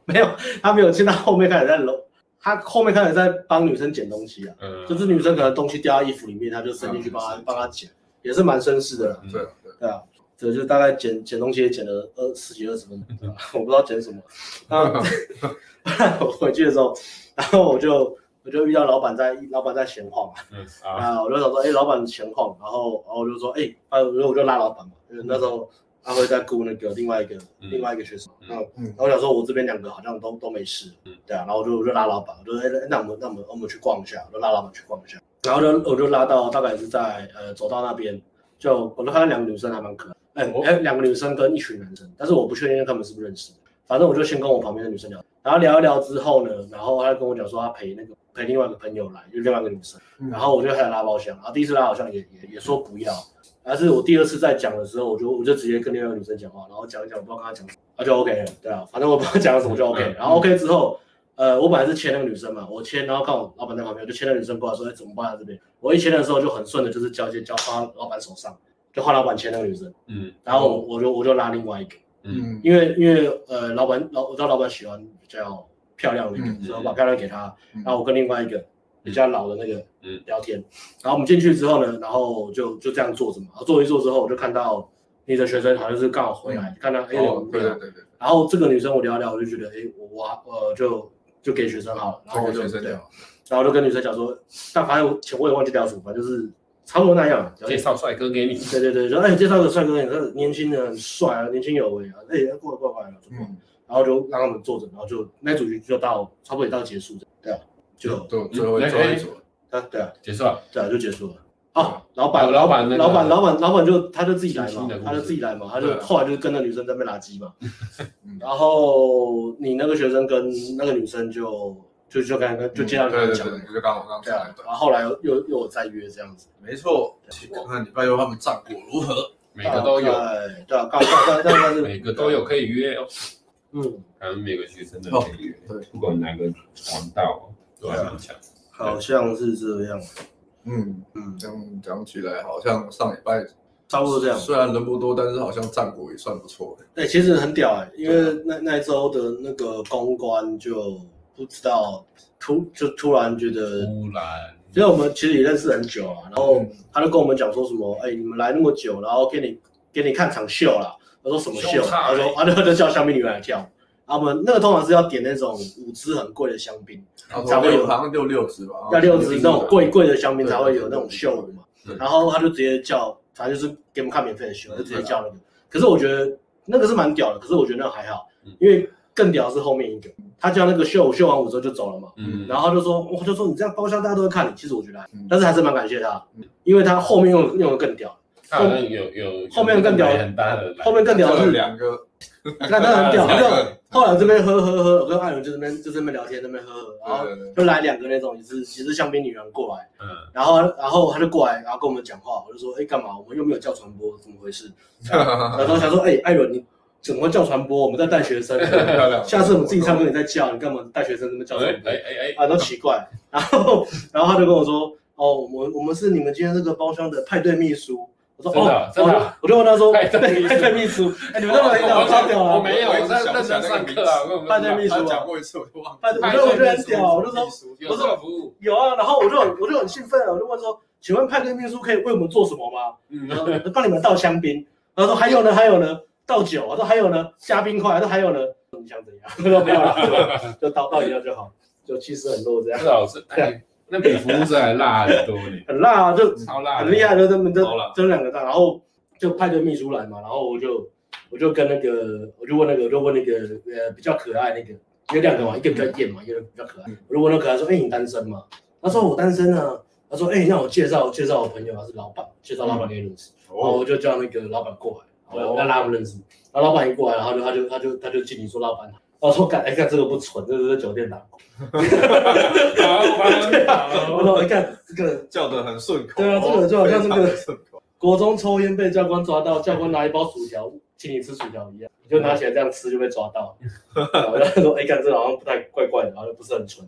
Speaker 4: 没有，他没有听到后面开始在搂，他后面开始在帮女生捡东西啊，
Speaker 3: 嗯，
Speaker 4: 就是女生可能东西掉到衣服里面，他就伸进去帮
Speaker 2: 嗯
Speaker 4: 她帮她捡，也是蛮绅士的啦。
Speaker 2: 对啊对啊，
Speaker 4: 对啊，对，就大概剪剪东西也剪了二十几二十分钟，对吧我不知道剪什么。那我回去的时候， 然后我就我就遇到老板在老板在闲晃
Speaker 3: 嗯
Speaker 4: 啊，
Speaker 3: 啊，
Speaker 4: 啊，我就想说，哎、老板闲晃，然后然后我就说，哎、啊，我就我就拉老板嘛，因为那时候阿辉在雇那个另外一个、
Speaker 3: 嗯
Speaker 4: 另外一个学生，
Speaker 3: 嗯
Speaker 2: 嗯
Speaker 4: 那、然后我想说，我这边两个好像都都没事，
Speaker 3: 嗯
Speaker 4: 对啊，然后我就我就拉老板，我就说，哎、那我们那我们那我们去逛一下，我就拉老板去逛一下，然后呢，我就拉到大概是在呃走到那边，就我就看到两个女生还蛮可爱，哎、
Speaker 2: 哦
Speaker 4: 哎、两个女生跟一群男生，但是我不确定他们是不是认识的。反正我就先跟我旁边的女生聊，然后聊一聊之后呢，然后她就跟我讲说她陪那个陪另外一个朋友来，就另外一个女生，
Speaker 2: 嗯
Speaker 4: 然后我就开始拉包厢，然后第一次拉好像也也也说不要，但是我第二次在讲的时候，我就我就直接跟另外一个女生讲话，然后讲一讲，我不知道跟她讲什么，那就 OK 了，对啊，反正我不知道讲什么就 OK，然后 OK 之后。呃，我本来是签那个女生嘛，我签，然后刚好老板在旁边，我就签那个女生过来说，哎，怎么办啊这边？我一签的时候就很顺的，就是交接交到老板手上，就换老板签那个女生，
Speaker 1: 嗯，
Speaker 4: 然后我我就我就拉另外一个，
Speaker 2: 嗯，
Speaker 4: 因为因为呃，老板老我知道老板喜欢比较漂亮的一
Speaker 2: 嗯
Speaker 4: 个，所以我把漂亮给他，
Speaker 2: 嗯
Speaker 4: 然后我跟另外一个比较老的那个
Speaker 1: 嗯
Speaker 4: 聊天，然后我们进去之后呢，然后就就这样坐着嘛，然后坐一坐之后，我就看到你的学生好像是刚好回来，看到哎，
Speaker 2: 哦
Speaker 4: 有，
Speaker 2: 对对对对，
Speaker 4: 然后这个女生我聊一聊，我就觉得，哎，我我呃就就给学生好了，然后我
Speaker 2: 这
Speaker 4: 就
Speaker 2: 个学生
Speaker 4: 对，
Speaker 2: 聊，
Speaker 4: 然后就跟女生讲说，但反正我钱我也忘记掉什么，反正就是差不多那样，啊
Speaker 3: 介绍帅哥给你。
Speaker 4: 对对对，然后哎介绍个帅哥，你看年轻的很帅啊，年轻有为啊，哎过来过来过来，然后就
Speaker 2: 嗯，
Speaker 4: 然后就让他们坐着，然后就那组局就到差不多也到结束的，对啊，就
Speaker 2: 对，最后
Speaker 3: 嗯
Speaker 2: 最后
Speaker 3: 哎
Speaker 2: 一组，
Speaker 4: 啊对啊
Speaker 3: 结束了，
Speaker 4: 对啊就结束了。哦，老
Speaker 3: 老
Speaker 4: 板
Speaker 3: 老板那个
Speaker 4: 老板老板老板就他就自己来
Speaker 3: 清
Speaker 4: 嘛
Speaker 3: 新的故，事
Speaker 4: 他就自己来嘛，他
Speaker 2: 对
Speaker 4: 就
Speaker 2: 啊
Speaker 4: 后来就跟那女生在那边拉鸡嘛
Speaker 2: 嗯，
Speaker 4: 然后你那个学生跟那个女生就就就刚刚就接到
Speaker 2: 对
Speaker 4: 刚刚
Speaker 2: 对
Speaker 4: 讲的
Speaker 2: 对，，就刚我刚
Speaker 4: 对
Speaker 2: 讲
Speaker 4: 啊
Speaker 2: 的，，对
Speaker 4: 然后后来又又又有再约这样子。
Speaker 2: 没错，看看礼拜六他们战果如何，
Speaker 3: 每个都有，
Speaker 4: 对对啊，刚刚刚刚是
Speaker 3: 每个都有可以约哦。
Speaker 4: 嗯，
Speaker 1: 反正每个学生都可以约，
Speaker 2: 对
Speaker 1: 不管哪个黄道都还蛮强。
Speaker 4: 好像是这样，
Speaker 2: 嗯，
Speaker 4: 嗯，
Speaker 2: 这样讲起来好像上礼拜
Speaker 4: 差不多这样。
Speaker 2: 虽然人不多，但是好像战果也算不错，
Speaker 4: 对，其实很屌哎、因为那那一周的那个公关就不知道突就突然觉得，
Speaker 1: 突然，
Speaker 4: 因为我们其实也认识很久啊，然后他就跟我们讲说什么，哎、你们来那么久，然后给你给你看场秀啦。我说什么秀？
Speaker 3: 秀场
Speaker 4: 他说啊，就就叫香槟女来跳。啊，我们那个通常是要点那种五支很贵的香槟，
Speaker 2: 差不多好像六六十吧，
Speaker 4: 哦要六支那种贵贵的香槟
Speaker 2: 对
Speaker 4: 才会有那种秀舞嘛
Speaker 2: 对。
Speaker 4: 然后他就直接叫，反正就是给我们看免费的秀，就直接叫那个。可是我觉得那个是蛮屌的，可是我觉得那还好
Speaker 1: 嗯，
Speaker 4: 因为更屌的是后面一个，他叫那个秀秀完舞之后就走了嘛。
Speaker 1: 嗯，
Speaker 4: 然后他就说，我就说你这样包厢大家都会看你，其实我觉得还
Speaker 2: 嗯，
Speaker 4: 但是还是蛮感谢他
Speaker 2: 嗯，
Speaker 4: 因为他后面用用的更屌，
Speaker 3: 他好像有有
Speaker 4: 后面更屌
Speaker 3: 有很大的来
Speaker 4: 后面更屌的是，
Speaker 2: 哎两个，
Speaker 4: 看他很屌，
Speaker 2: 两
Speaker 4: 就
Speaker 2: 个，
Speaker 4: 后来这边喝喝喝，我跟艾伦就这边就这边聊天，那边喝喝，然后
Speaker 2: 对对对
Speaker 4: 就来两个那种也是也是香槟女郎过来，
Speaker 3: 嗯，
Speaker 4: 然后然后他就过来，然后跟我们讲话，我就说，哎，干嘛？我们又没有叫传播，怎么回事？
Speaker 3: 嗯
Speaker 4: 然后想说，哎，艾伦，你怎么会叫传播？我们在带 学生，
Speaker 2: 漂亮，
Speaker 4: 下次我们自己唱歌你再叫，你干嘛带学生这么叫
Speaker 3: 哎
Speaker 4: 传播
Speaker 3: 哎？哎哎，
Speaker 4: 啊，都奇怪。 然后然后他就跟我说，哦，我我们是你们今天这个包厢的派对秘书。我说
Speaker 3: 真的啊
Speaker 4: 哦，
Speaker 3: 真的
Speaker 4: 我就我就问他说，
Speaker 3: 派对秘书
Speaker 4: 派对秘 书，哎，你们 在哪里
Speaker 3: 我
Speaker 4: 搞？超屌了！啊
Speaker 3: 我没有，我在认真上课啊，我
Speaker 4: 派对秘
Speaker 2: 他
Speaker 4: 书啊
Speaker 2: 讲，过一次我就忘了，
Speaker 4: 派对，我觉得我觉得很屌，啊我就说
Speaker 3: 有这个服务，
Speaker 4: 有啊，然后我就 很我就很兴奋啊，我就问说，请问派对秘书可以为我们做什么吗？
Speaker 3: 嗯
Speaker 4: 然，后帮你们倒香槟，然后说还有呢，还有呢，倒酒啊，说还有呢，加冰块，说还有呢，你想怎样？他说 没有了，就倒倒一下就好，就气势很弱这样
Speaker 3: 是，老师，哎那比服务生还辣很多 呢，
Speaker 4: 很辣啊，就
Speaker 3: 超辣，
Speaker 4: 很厉害，就他们就
Speaker 2: 好了
Speaker 4: 就两个大，然后就派对秘书来嘛，然后我就我就跟那个我就问那个我就问那个呃比较可爱那个，有两个嘛，一个比较艳嘛，一个比较可爱，我就问那个可爱说，哎、你单身吗？他说我单身啊，他说哎、让我介绍介绍我朋友，他是老板，介绍老板给你认识，然后
Speaker 2: 哦，
Speaker 4: 我就叫那个老板过来，然后
Speaker 2: 哦
Speaker 4: 让他们认识，然后老板一过来，然后就他就他就他就进去说老板。然后说干哎干这个不纯，这是在酒店打工。我说哎干这个
Speaker 2: 叫的很顺口，哦
Speaker 4: 对啊这个就好像那个
Speaker 2: 非常顺口，
Speaker 4: 国中抽烟被教官抓到，教官拿一包薯条请你吃薯条一样，你就拿起来这样吃就被抓到。然后他说：“哎、看这个好像不太怪怪的，然后又不是很纯。”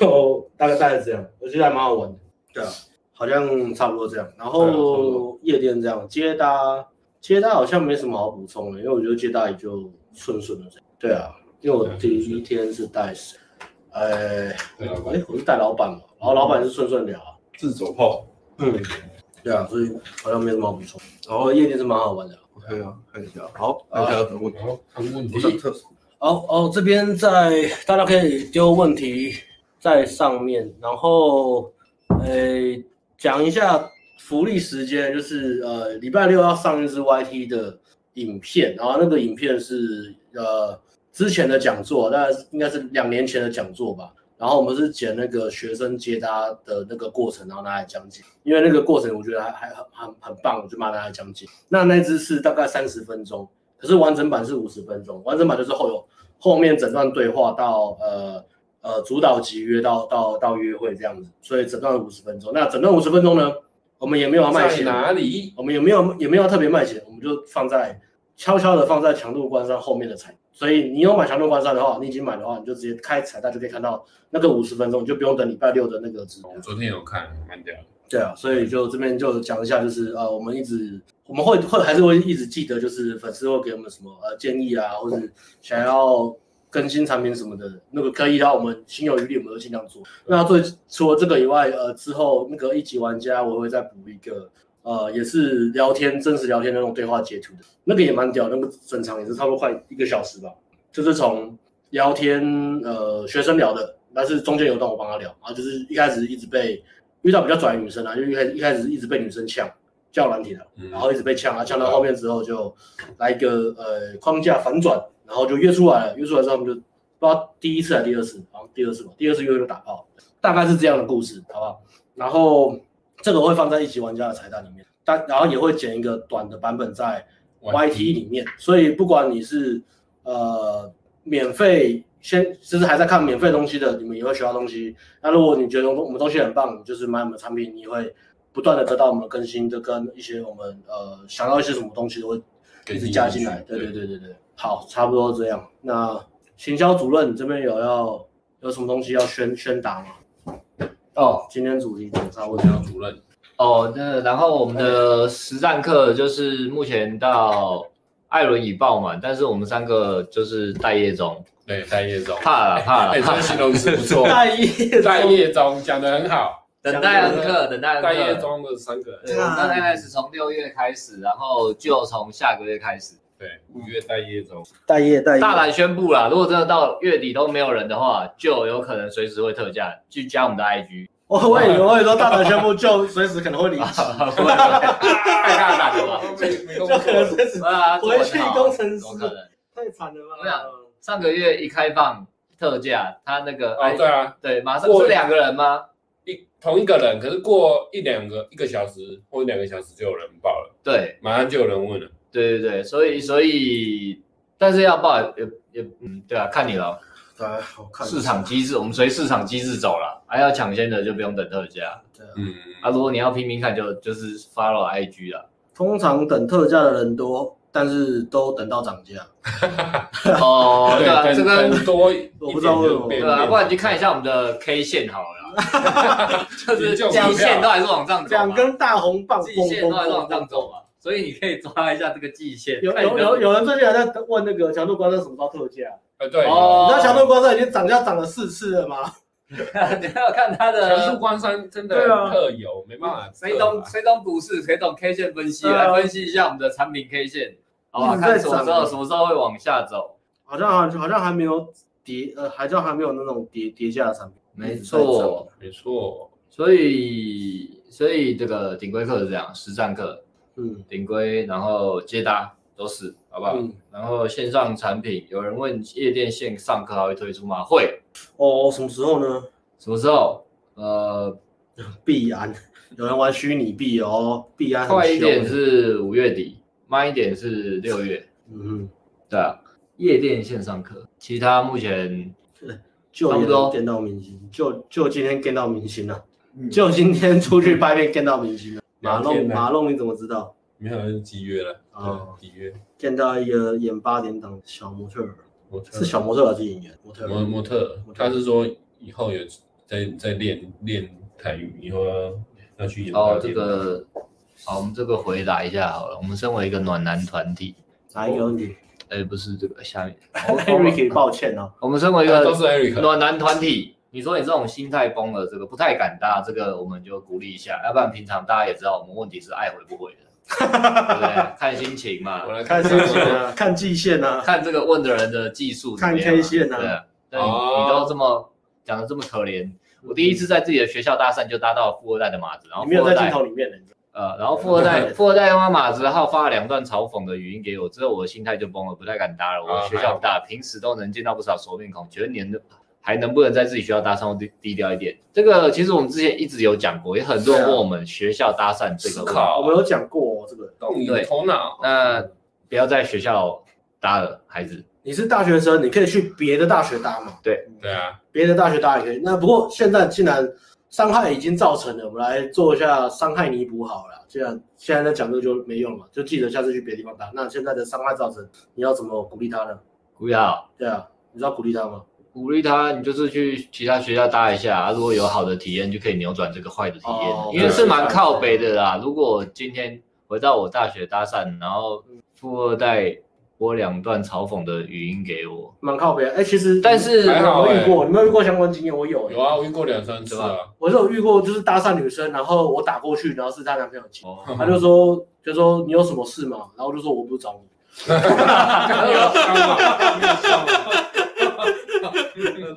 Speaker 4: 然后大概大概是这样，我觉得还蛮好玩的。对啊，好像差不多这样。然
Speaker 3: 对啊差不
Speaker 4: 后夜店这样，接搭接搭好像没什么好补充的，因为我觉得接搭也就顺顺的这样。对啊，因为我第一天是带谁？呃，
Speaker 3: 对
Speaker 4: 哎
Speaker 3: 老、板
Speaker 4: 我是带老板嘛，然后老板是顺顺聊啊。
Speaker 2: 自走炮
Speaker 4: 嗯，对啊，所以好像没什么好补充。然后夜店是蛮好玩的。
Speaker 2: ，OK 啊，看一下，好，看一下怎么，
Speaker 3: 好，看问
Speaker 2: 不
Speaker 3: 题
Speaker 2: 是，特殊，
Speaker 4: 哦哦，这边在大家可以丢问题在上面，然后呃讲一下福利时间，就是呃礼拜六要上一支 YT 的影片，然后那个影片是呃之前的讲座，大概是应该是两年前的讲座吧。然后我们是剪那个学生接搭的那个过程，然后拿来讲解，因为那个过程我觉得还还很很很棒，我就把它拿来讲解。那那只是大概三十分钟，可是完整版是五十分钟，完整版就是后有后面整段对话到呃呃主导集约到到到约会这样子，所以整段五十分钟。那整段五十分钟呢，我们也没有卖
Speaker 3: 在
Speaker 4: 钱，
Speaker 3: 哪里？
Speaker 4: 我们也没有也没有特别卖钱，我们就放在悄悄的放在强度关山后面的彩。所以你有买强度关山的话，你已经买的话，你就直接开彩蛋就可以看到那个五十分钟，你就不用等礼拜六的那个直播
Speaker 3: 我。昨天有看，蛮屌的。
Speaker 4: 对啊，所以就这边就讲一下，就是呃，我们一直我们会会还是会一直记得，就是粉丝会给我们什么呃建议啊，或是想要更新产品什么的，那个可以让我们心有余力，我们就尽量做。那最除了这个以外，呃，之后那个一级玩家我会再补一个，呃，也是聊天真实聊天的那种对话截图的，那个也蛮屌，那个整场也是差不多快一个小时吧，就是从聊天呃学生聊的，但是中间有一段我帮他聊，然后就是一开始一直被。遇到比较拽的女生啊，就一开始一开始一直被女生呛，叫软体的，
Speaker 3: 嗯
Speaker 4: 然后一直被呛啊，呛到后面之后就来一个呃框架反转，然后就约出来了，约出来之后他们就不知道第一次还是第二次，然后第二次吧，第二次约就打炮，大概是这样的故事，好不好？然后这个会放在一级玩家的彩蛋里面，但然后也会剪一个短的版本在 YT 里面，所以不管你是呃免费先就是还在看免费东西的，你们也会学到东西。那如果你觉得我们东西很棒，你就是买我们的产品，你会不断的得到我们的更新，就跟一些我们呃想要一些什么东西都会一直加进来。
Speaker 3: 更
Speaker 4: 对
Speaker 3: 新
Speaker 4: 对对对对，好，差不多这样。那行销主任这边有要有什么东西要宣宣达吗？
Speaker 1: 哦
Speaker 4: 今天主题检查问
Speaker 3: 我
Speaker 4: 题
Speaker 3: 想要主任，
Speaker 1: 哦，那然后我们的实战课就是目前到艾伦已爆满，但是我们三个就是待业中，
Speaker 3: 对，待业中。
Speaker 1: 怕了怕
Speaker 3: 哎，
Speaker 1: 了
Speaker 3: 这
Speaker 1: 怕
Speaker 3: 个
Speaker 1: 了，
Speaker 3: 形容词不错。
Speaker 4: 大一
Speaker 3: 待业中讲得很好，
Speaker 1: 等待恩客，等待
Speaker 3: 待业
Speaker 1: 恩客。
Speaker 3: 中的三个
Speaker 1: 对，我们大概是从六月开始，然后就从下个月开始。
Speaker 3: 对，五月待业中，
Speaker 4: 大一大一
Speaker 1: 大胆宣布啦！如果真的到月底都没有人的话，就有可能随时会特价。去加我们的 IG，
Speaker 4: 我我以为我以为说大胆宣布就随时可能会离 职，
Speaker 3: 太大胆了，
Speaker 4: 就可能随时
Speaker 1: 啊，做得
Speaker 4: 回去
Speaker 1: 很好
Speaker 4: 工程 师
Speaker 1: 有可能。
Speaker 4: 太惨了
Speaker 1: 我想？上个月一开放特价，他那个
Speaker 3: 哦，对啊，
Speaker 1: 对，马上
Speaker 3: 过
Speaker 1: 是两个人吗？
Speaker 3: 一同一个人，可是过一两个一个小时或者两个小时就有人报了，
Speaker 1: 对
Speaker 3: 马上就有人问了，
Speaker 1: 对对对，所以所以，但是要报也也嗯，对啊，看你了。
Speaker 4: 对，我看
Speaker 1: 市场机制，我们随市场机制走了，还要抢先的就不用等特价
Speaker 4: 对啊
Speaker 3: 嗯，
Speaker 1: 啊。如果你要拼命看就，就是 follow IG 啦。
Speaker 4: 通常等特价的人多，但是都等到涨价。
Speaker 1: 哦，对啊，
Speaker 3: 对，
Speaker 1: 这
Speaker 3: 跟
Speaker 1: 个
Speaker 3: 跟多一
Speaker 4: 我不知道为什么
Speaker 1: 对啊，不然你去看一下
Speaker 3: 下，
Speaker 1: 我们的 K 线好了啦， 就是
Speaker 3: 你就
Speaker 1: 季线都还是往上走嘛，
Speaker 4: 两根大红棒，
Speaker 1: 季线都还是往上走嘛，所以你可以抓一下这个季线。
Speaker 4: 有
Speaker 1: 看你
Speaker 4: 有
Speaker 1: 的
Speaker 4: 有有人最近还在问那个强度关山什么时候特价？
Speaker 3: 呃，对，
Speaker 1: 哦
Speaker 4: 你知道 强度关山已经涨价涨了四次了吗？
Speaker 1: 你要看它
Speaker 3: 强
Speaker 1: 的
Speaker 3: 度关山真的
Speaker 4: 对啊
Speaker 3: 很特啊有，没办法，
Speaker 1: 谁懂谁懂股市，谁懂 K 线分析，
Speaker 4: 对啊
Speaker 1: 来分析一下我们的产品 K 线，好吧？
Speaker 4: 一直
Speaker 1: 看
Speaker 4: 在
Speaker 1: 什么时
Speaker 4: 涨
Speaker 1: 候
Speaker 4: 啊
Speaker 1: 什么时候会往下走。
Speaker 4: 好像好好像还没有叠，呃，好像还没有那种叠叠价的产品。
Speaker 1: 没错，
Speaker 3: 没错，
Speaker 1: 所以所以这个顶规课是这样，实战课
Speaker 4: 嗯
Speaker 1: 顶规，然后接搭都是，好不好？
Speaker 4: 嗯，
Speaker 1: 然后线上产品，有人问夜店线上课还会推出吗？会，
Speaker 4: 哦，什么时候呢？
Speaker 1: 什么时候？呃，
Speaker 4: 币安，有人玩虚拟币哦，币安很
Speaker 1: 快一点
Speaker 4: 凶
Speaker 1: 是五月底，慢一点是六月，
Speaker 4: 嗯，
Speaker 1: 对啊。夜店线上课，其他目前
Speaker 4: 就
Speaker 1: 差
Speaker 4: 也
Speaker 1: 不多
Speaker 4: 能见到明星，就就今天见到明星了，就今天出去拍片见到明星了。马
Speaker 3: 两
Speaker 4: 龙，
Speaker 3: 天了
Speaker 4: 马龙你怎么知道？
Speaker 3: 没有人集约了，
Speaker 4: 哦
Speaker 3: 对，集约
Speaker 4: 见到一个演八点档的小模特儿，
Speaker 3: 模特
Speaker 4: 是小模特儿还是演员？模特
Speaker 3: 模模
Speaker 4: 儿。
Speaker 3: 特
Speaker 4: 模，特
Speaker 3: 他是说以后有在在练练台语，以后要要去演
Speaker 1: 哦
Speaker 3: 大，
Speaker 1: 这
Speaker 3: 电
Speaker 1: 个好，我们这个回答一下好了。我们身为一个暖男团体，
Speaker 4: 哪一个问题
Speaker 1: 哎，不是这个下面，我我们
Speaker 4: ？Ricky，抱 歉哦，
Speaker 1: 我们身为一
Speaker 3: 啊都是
Speaker 1: 个
Speaker 3: Eric，
Speaker 1: 暖男团体，你说你这种心态崩了，这个不太敢搭，这个我们就鼓励一下，要不然平常大家也知道我们问题是爱回不回的，对不对？看心情 嘛
Speaker 3: 我，来
Speaker 4: 看
Speaker 3: 谁
Speaker 4: 谁线啊，看季线啊，
Speaker 1: 看这个问的人的技术怎么样嘛，
Speaker 4: 看 K 线啊
Speaker 1: 对啊。但你
Speaker 3: 哦
Speaker 1: 你都这么讲的这么可怜，我第一次在自己的学校搭讪就搭到富二代的马子，然后
Speaker 4: 你没有
Speaker 1: 富
Speaker 4: 在
Speaker 1: 二代
Speaker 4: 镜头里面的，你知道
Speaker 1: 呃，然后富二代富二代他妈马子浩发了两段嘲讽的语音给我，之后我的心态就崩了，不太敢搭了。我
Speaker 3: 啊
Speaker 1: 学校不大，平时都能见到不少熟面孔，觉得你的还能不能在自己学校搭讪或低低调一点？这个其实我们之前一直有讲过，也很多人问我们学校搭讪这个
Speaker 3: 思
Speaker 1: 问题。
Speaker 3: 考
Speaker 4: 我们有讲过、哦、这个，
Speaker 3: 动你
Speaker 1: 对
Speaker 3: 的头脑。
Speaker 1: 那不要在学校搭了，孩子。
Speaker 4: 你是大学生，你可以去别的大学搭嘛，
Speaker 3: 对啊，
Speaker 4: 别的大学搭也可以。那不过现在既然伤害已经造成了，我们来做一下伤害弥补好了。既然现在在讲这个就没用了嘛，就记得下次去别的地方搭。那现在的伤害造成，你要怎么鼓励他呢？
Speaker 1: 鼓励他，
Speaker 4: 对啊，你知道鼓励他吗？
Speaker 1: 鼓励他，你就是去其他学校搭一下、啊如果有好的体验，就可以扭转这个坏的体验，
Speaker 4: 哦
Speaker 1: 因为是蛮靠北的啦。如果今天回到我大学搭讪，然后富二代播两段嘲讽的语音给我，蛮
Speaker 4: 蛮靠北的。哎、其实
Speaker 1: 但是
Speaker 3: 还好
Speaker 4: 我
Speaker 3: 欸
Speaker 4: 遇过，你们有遇过相关经验？我有、欸，
Speaker 3: 有啊，我遇过两三次啊。
Speaker 4: 我是有遇过，就是搭讪女生，然后我打过去，然后是她男朋友接，
Speaker 1: 哦，
Speaker 4: 她就说就说你有什么事吗？然后我就说我不是找你，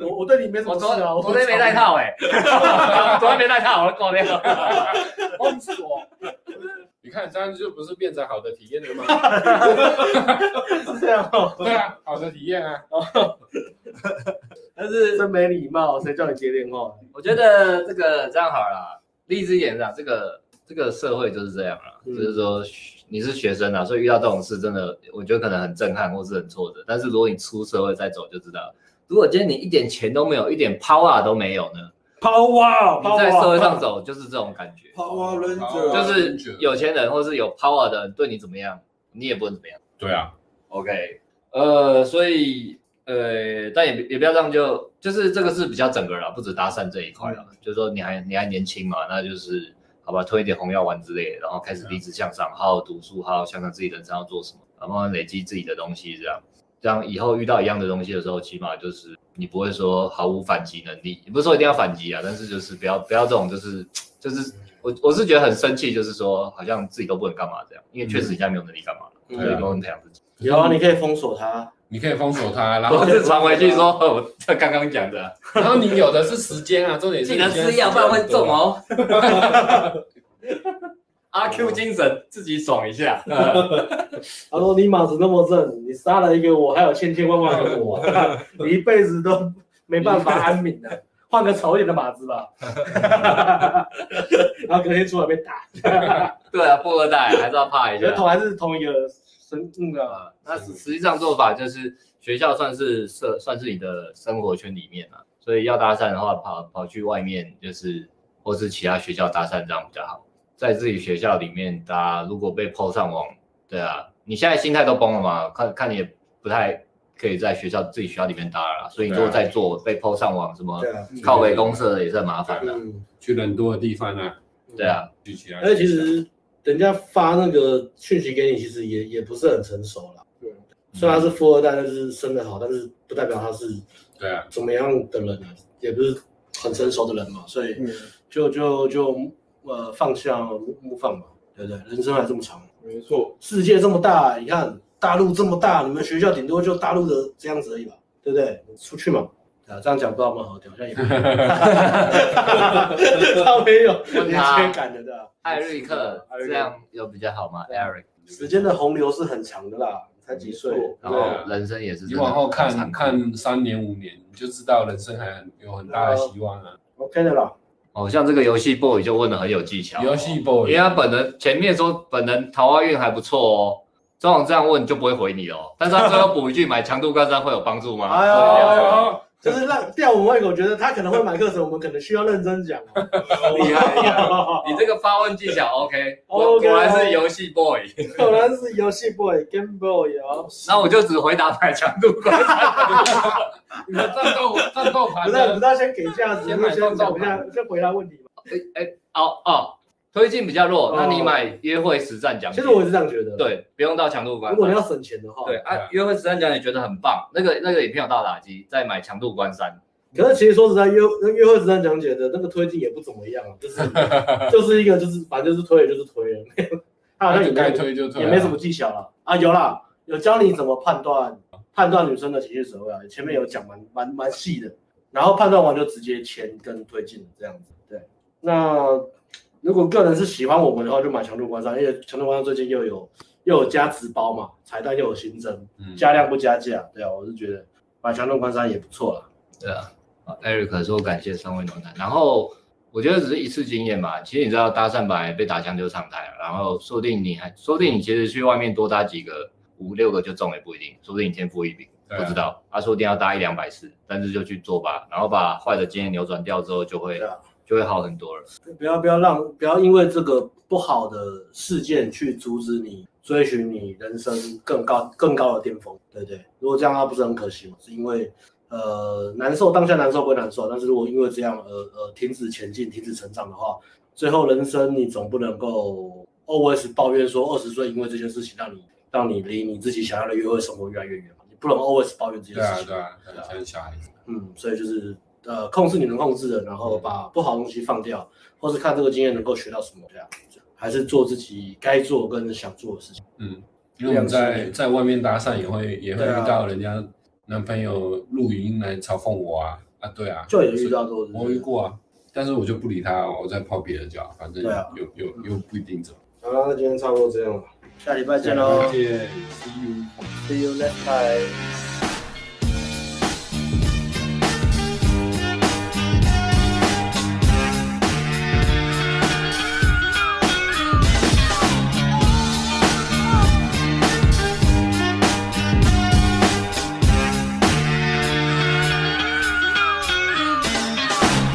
Speaker 4: 我我对你没什么事啊，不是找你，
Speaker 1: 套 哎、昨天没带套，我挂掉。
Speaker 4: 我死我，
Speaker 3: 你看，这样就不是变成好的体 验了吗？
Speaker 4: 是这样哦，
Speaker 3: 对啊，好的体验啊。
Speaker 1: 但是
Speaker 4: 真没礼貌，谁叫你接电话？
Speaker 1: 我觉得这个这样好了啦，励志一点讲，这个这个社会就是这样啦，
Speaker 4: 嗯
Speaker 1: 就是说你是学生啊，所以遇到这种事真的，我觉得可能很震撼或是很挫折。但是如果你出社会再走就知道了，如果今天你一点钱都没有，一点 power 都没有呢，
Speaker 4: 抛啊哇，
Speaker 1: 你在社会上走就是这种感觉，
Speaker 2: Power
Speaker 4: 啊
Speaker 3: Ranger
Speaker 1: 就是有钱人或是有 power 的人对你怎么样，你也不能怎么样。
Speaker 3: 对啊，
Speaker 1: OK，呃，所以呃，但也也不要这样就，就是这个是比较整个啦，不止搭讪这一块啦，就是说你还你还年轻嘛，那就是好吧，吞一点红药丸之类的，然后开始励志向上，好好读书，好好想想自己人生要做什么，然后慢慢累积自己的东西，这样这样以后遇到一样的东西的时候，起码就是你不会说毫无反击能力，也不是说一定要反击啊，但是就是不要不要这种就是就是我我是觉得很生气，就是说好像自己都不能干嘛这样，因为确实你现在没有能力干嘛了，
Speaker 4: 嗯
Speaker 1: 所以不用培养自己。
Speaker 4: 有啊，你可以封锁他，
Speaker 3: 你可以封 锁他，然
Speaker 1: 然后
Speaker 3: 后
Speaker 1: 就传回去说，哦我这刚刚讲的，
Speaker 3: 然后你有的是时间啊，重点是
Speaker 1: 记得
Speaker 3: 你现在
Speaker 1: 吃药，不然会
Speaker 3: 时间很
Speaker 1: 中
Speaker 3: 多。
Speaker 1: 哦。阿 Q 精神，自己爽一下。
Speaker 4: 他说你脑子那么正，你杀了一个我，还有千千万万个 我，你一辈子都没办法安宁 的。换个丑一点的马子 吧，然后隔天出来被打，
Speaker 1: 对啊，富二代还是要怕一
Speaker 4: 觉
Speaker 1: 下
Speaker 4: 得。头还是同一个神那个
Speaker 1: 呃那实实际上做法就是学校算是社，算是你的生活圈里面啊，所以要搭讪的话，跑跑去外面就是或是其他学校搭讪这样比较好。在自己学校里面搭，如果被抛上网，对啊，你现在心态都崩了嘛？看看你也不太可以在学校自己学校里面搭了啦，所以你如果
Speaker 3: 对
Speaker 1: 再做被抛上网什么
Speaker 4: 啊对啊，
Speaker 1: 靠北公社的也是很麻烦的，
Speaker 4: 嗯，
Speaker 3: 去人多的地方啊，
Speaker 1: 对啊。
Speaker 3: 去其他地方。
Speaker 4: 而且其实人家发那个讯息给你，其实也也不是很成熟啦。对，虽然他是富二代，但是生的好，但是不代表他是
Speaker 3: 对啊，
Speaker 4: 怎么样的人啊，也不是很成熟的人嘛，所以
Speaker 6: 嗯，
Speaker 4: 就就就呃放下木放吧，对不对？人生还这么长，
Speaker 6: 没错，
Speaker 4: 世界这么大，你看大陆这么大，你们学校顶多就大陆的这样子而已吧，对不对？出去嘛。啊，这样讲不知道有没有好听，好像 也没有，他没有
Speaker 1: 问
Speaker 4: 年
Speaker 1: 他
Speaker 4: 轻感的，对吧？
Speaker 1: 艾瑞克
Speaker 4: 艾瑞克啊
Speaker 1: 这样有比较好吗？Eric，
Speaker 4: 时间的洪流是很长的啦，才几岁，哦
Speaker 1: 然
Speaker 3: 对啊
Speaker 1: 后人生也是真
Speaker 3: 你
Speaker 1: 的
Speaker 3: 往后
Speaker 1: 很残
Speaker 3: 看
Speaker 1: 酷
Speaker 3: 看三年五年，你就知道人生还很有很大的希望啊。
Speaker 4: ，OK 的啦。
Speaker 1: 哦，像这个游戏 boy 就问的很有技巧、
Speaker 3: 游戏啊
Speaker 1: 因
Speaker 3: boy，
Speaker 1: 为他本人前面说本人桃花运还不错哦，通常这样问就不会回你哦，但是他最后补一句买强度高山会有帮助吗？
Speaker 4: 哎呦
Speaker 1: 会这样
Speaker 4: 哎
Speaker 1: 吗
Speaker 4: 呦就是让吊我们胃口，觉得他可能会买课程，我们可能需要认真讲 哦。
Speaker 1: 厉害厉害，你这个发问技巧 OK，果
Speaker 4: OK
Speaker 1: 果然是游戏 boy，
Speaker 4: 果然是游戏 boy、Game Boy 哦，
Speaker 1: 那我就只回答买强度高山，
Speaker 3: 你的战斗战斗
Speaker 4: 不
Speaker 3: 盘
Speaker 4: 是啊
Speaker 3: 呢
Speaker 4: 不是要先给价值，
Speaker 3: 先
Speaker 4: 不
Speaker 3: 买
Speaker 4: 是先
Speaker 3: 照
Speaker 4: 讲一下，先回答问题嘛。
Speaker 1: 哎哎哦哦，推进比较弱，那你买约会实战奖
Speaker 4: 其
Speaker 1: 品
Speaker 4: 实我也是这样觉得。，
Speaker 1: 对，不用到强度高山
Speaker 4: 如果你要省钱的话，
Speaker 1: 对。
Speaker 3: 对
Speaker 1: 啊
Speaker 3: 啊，
Speaker 1: 约会实战讲也觉得很棒，那个那个影片有到打击，再买强度关山，
Speaker 4: 可是其实说实在，约那约会实战讲解的那个推进也不怎么样啊，就是就是 一个就是反正就是推了就是推了，没有， 他好像也
Speaker 3: 该
Speaker 4: 没什么
Speaker 3: 推就推啊，
Speaker 4: 也没什么技巧了啊。有啦，有教你怎么判断判断女生的情绪所谓啊，前面有讲蛮蛮蛮细的，然后判断完就直接签跟推进这样子。对，那如果个人是喜欢我们的话，就买强度关山，因为强度关山最近又有又有加值包嘛，彩蛋又有新增，
Speaker 3: 嗯
Speaker 4: 加量不加价，对啊，我是觉得买强度关山也不错啦。
Speaker 1: 对啊，啊，Eric 说感谢三位暖男，然后我觉得只是一次经验吧。其实你知道搭讪本来被打枪就上台了，然后说不定你还说不定你其实去外面多搭几个五六个就中也不一定，说不定你天赋异禀，
Speaker 3: 对啊
Speaker 1: 不知道。他、说不定要搭一两百次，但是就去做吧，然后把坏的经验扭转掉之后，就会、
Speaker 4: 对啊
Speaker 1: 就会好很多了。
Speaker 4: 不要不要让不要因为这个不好的事件去阻止你追寻你人生更高更高的巅峰，对不对？如果这样，那不是很可惜吗？是因为呃难受，当下难受归难受，但是如果因为这样而呃停止前进、停止成长的话，最后人生你总不能够 always 抱怨说二十岁因为这件事情让你让你离你自己想要的约会生活越来越远嘛，你不能 always 抱怨这件
Speaker 3: 对
Speaker 4: 事
Speaker 3: 啊
Speaker 4: 情。
Speaker 3: 对啊，对啊像小孩子，
Speaker 4: 嗯，所以就是呃，控制你能控制的，然后把不好的东西放掉，或是看这个经验能够学到什么，这样还是做自己该做跟想做的事情。
Speaker 3: 嗯，因为我们
Speaker 4: 两次
Speaker 3: 在
Speaker 4: 面
Speaker 3: 在外面搭讪也会也会
Speaker 4: 对啊
Speaker 3: 遇到人家男朋友录语音来嘲讽我啊啊，对啊，
Speaker 4: 就有遇到过，
Speaker 3: 我遇过啊，但是我就不理他，我在泡别的脚，反正
Speaker 4: 对啊
Speaker 3: 又又又不一定怎么。
Speaker 2: 好了，那今天差不多这样了。
Speaker 4: 下礼拜见喽
Speaker 3: 谢谢，see you。
Speaker 4: ，See you next time。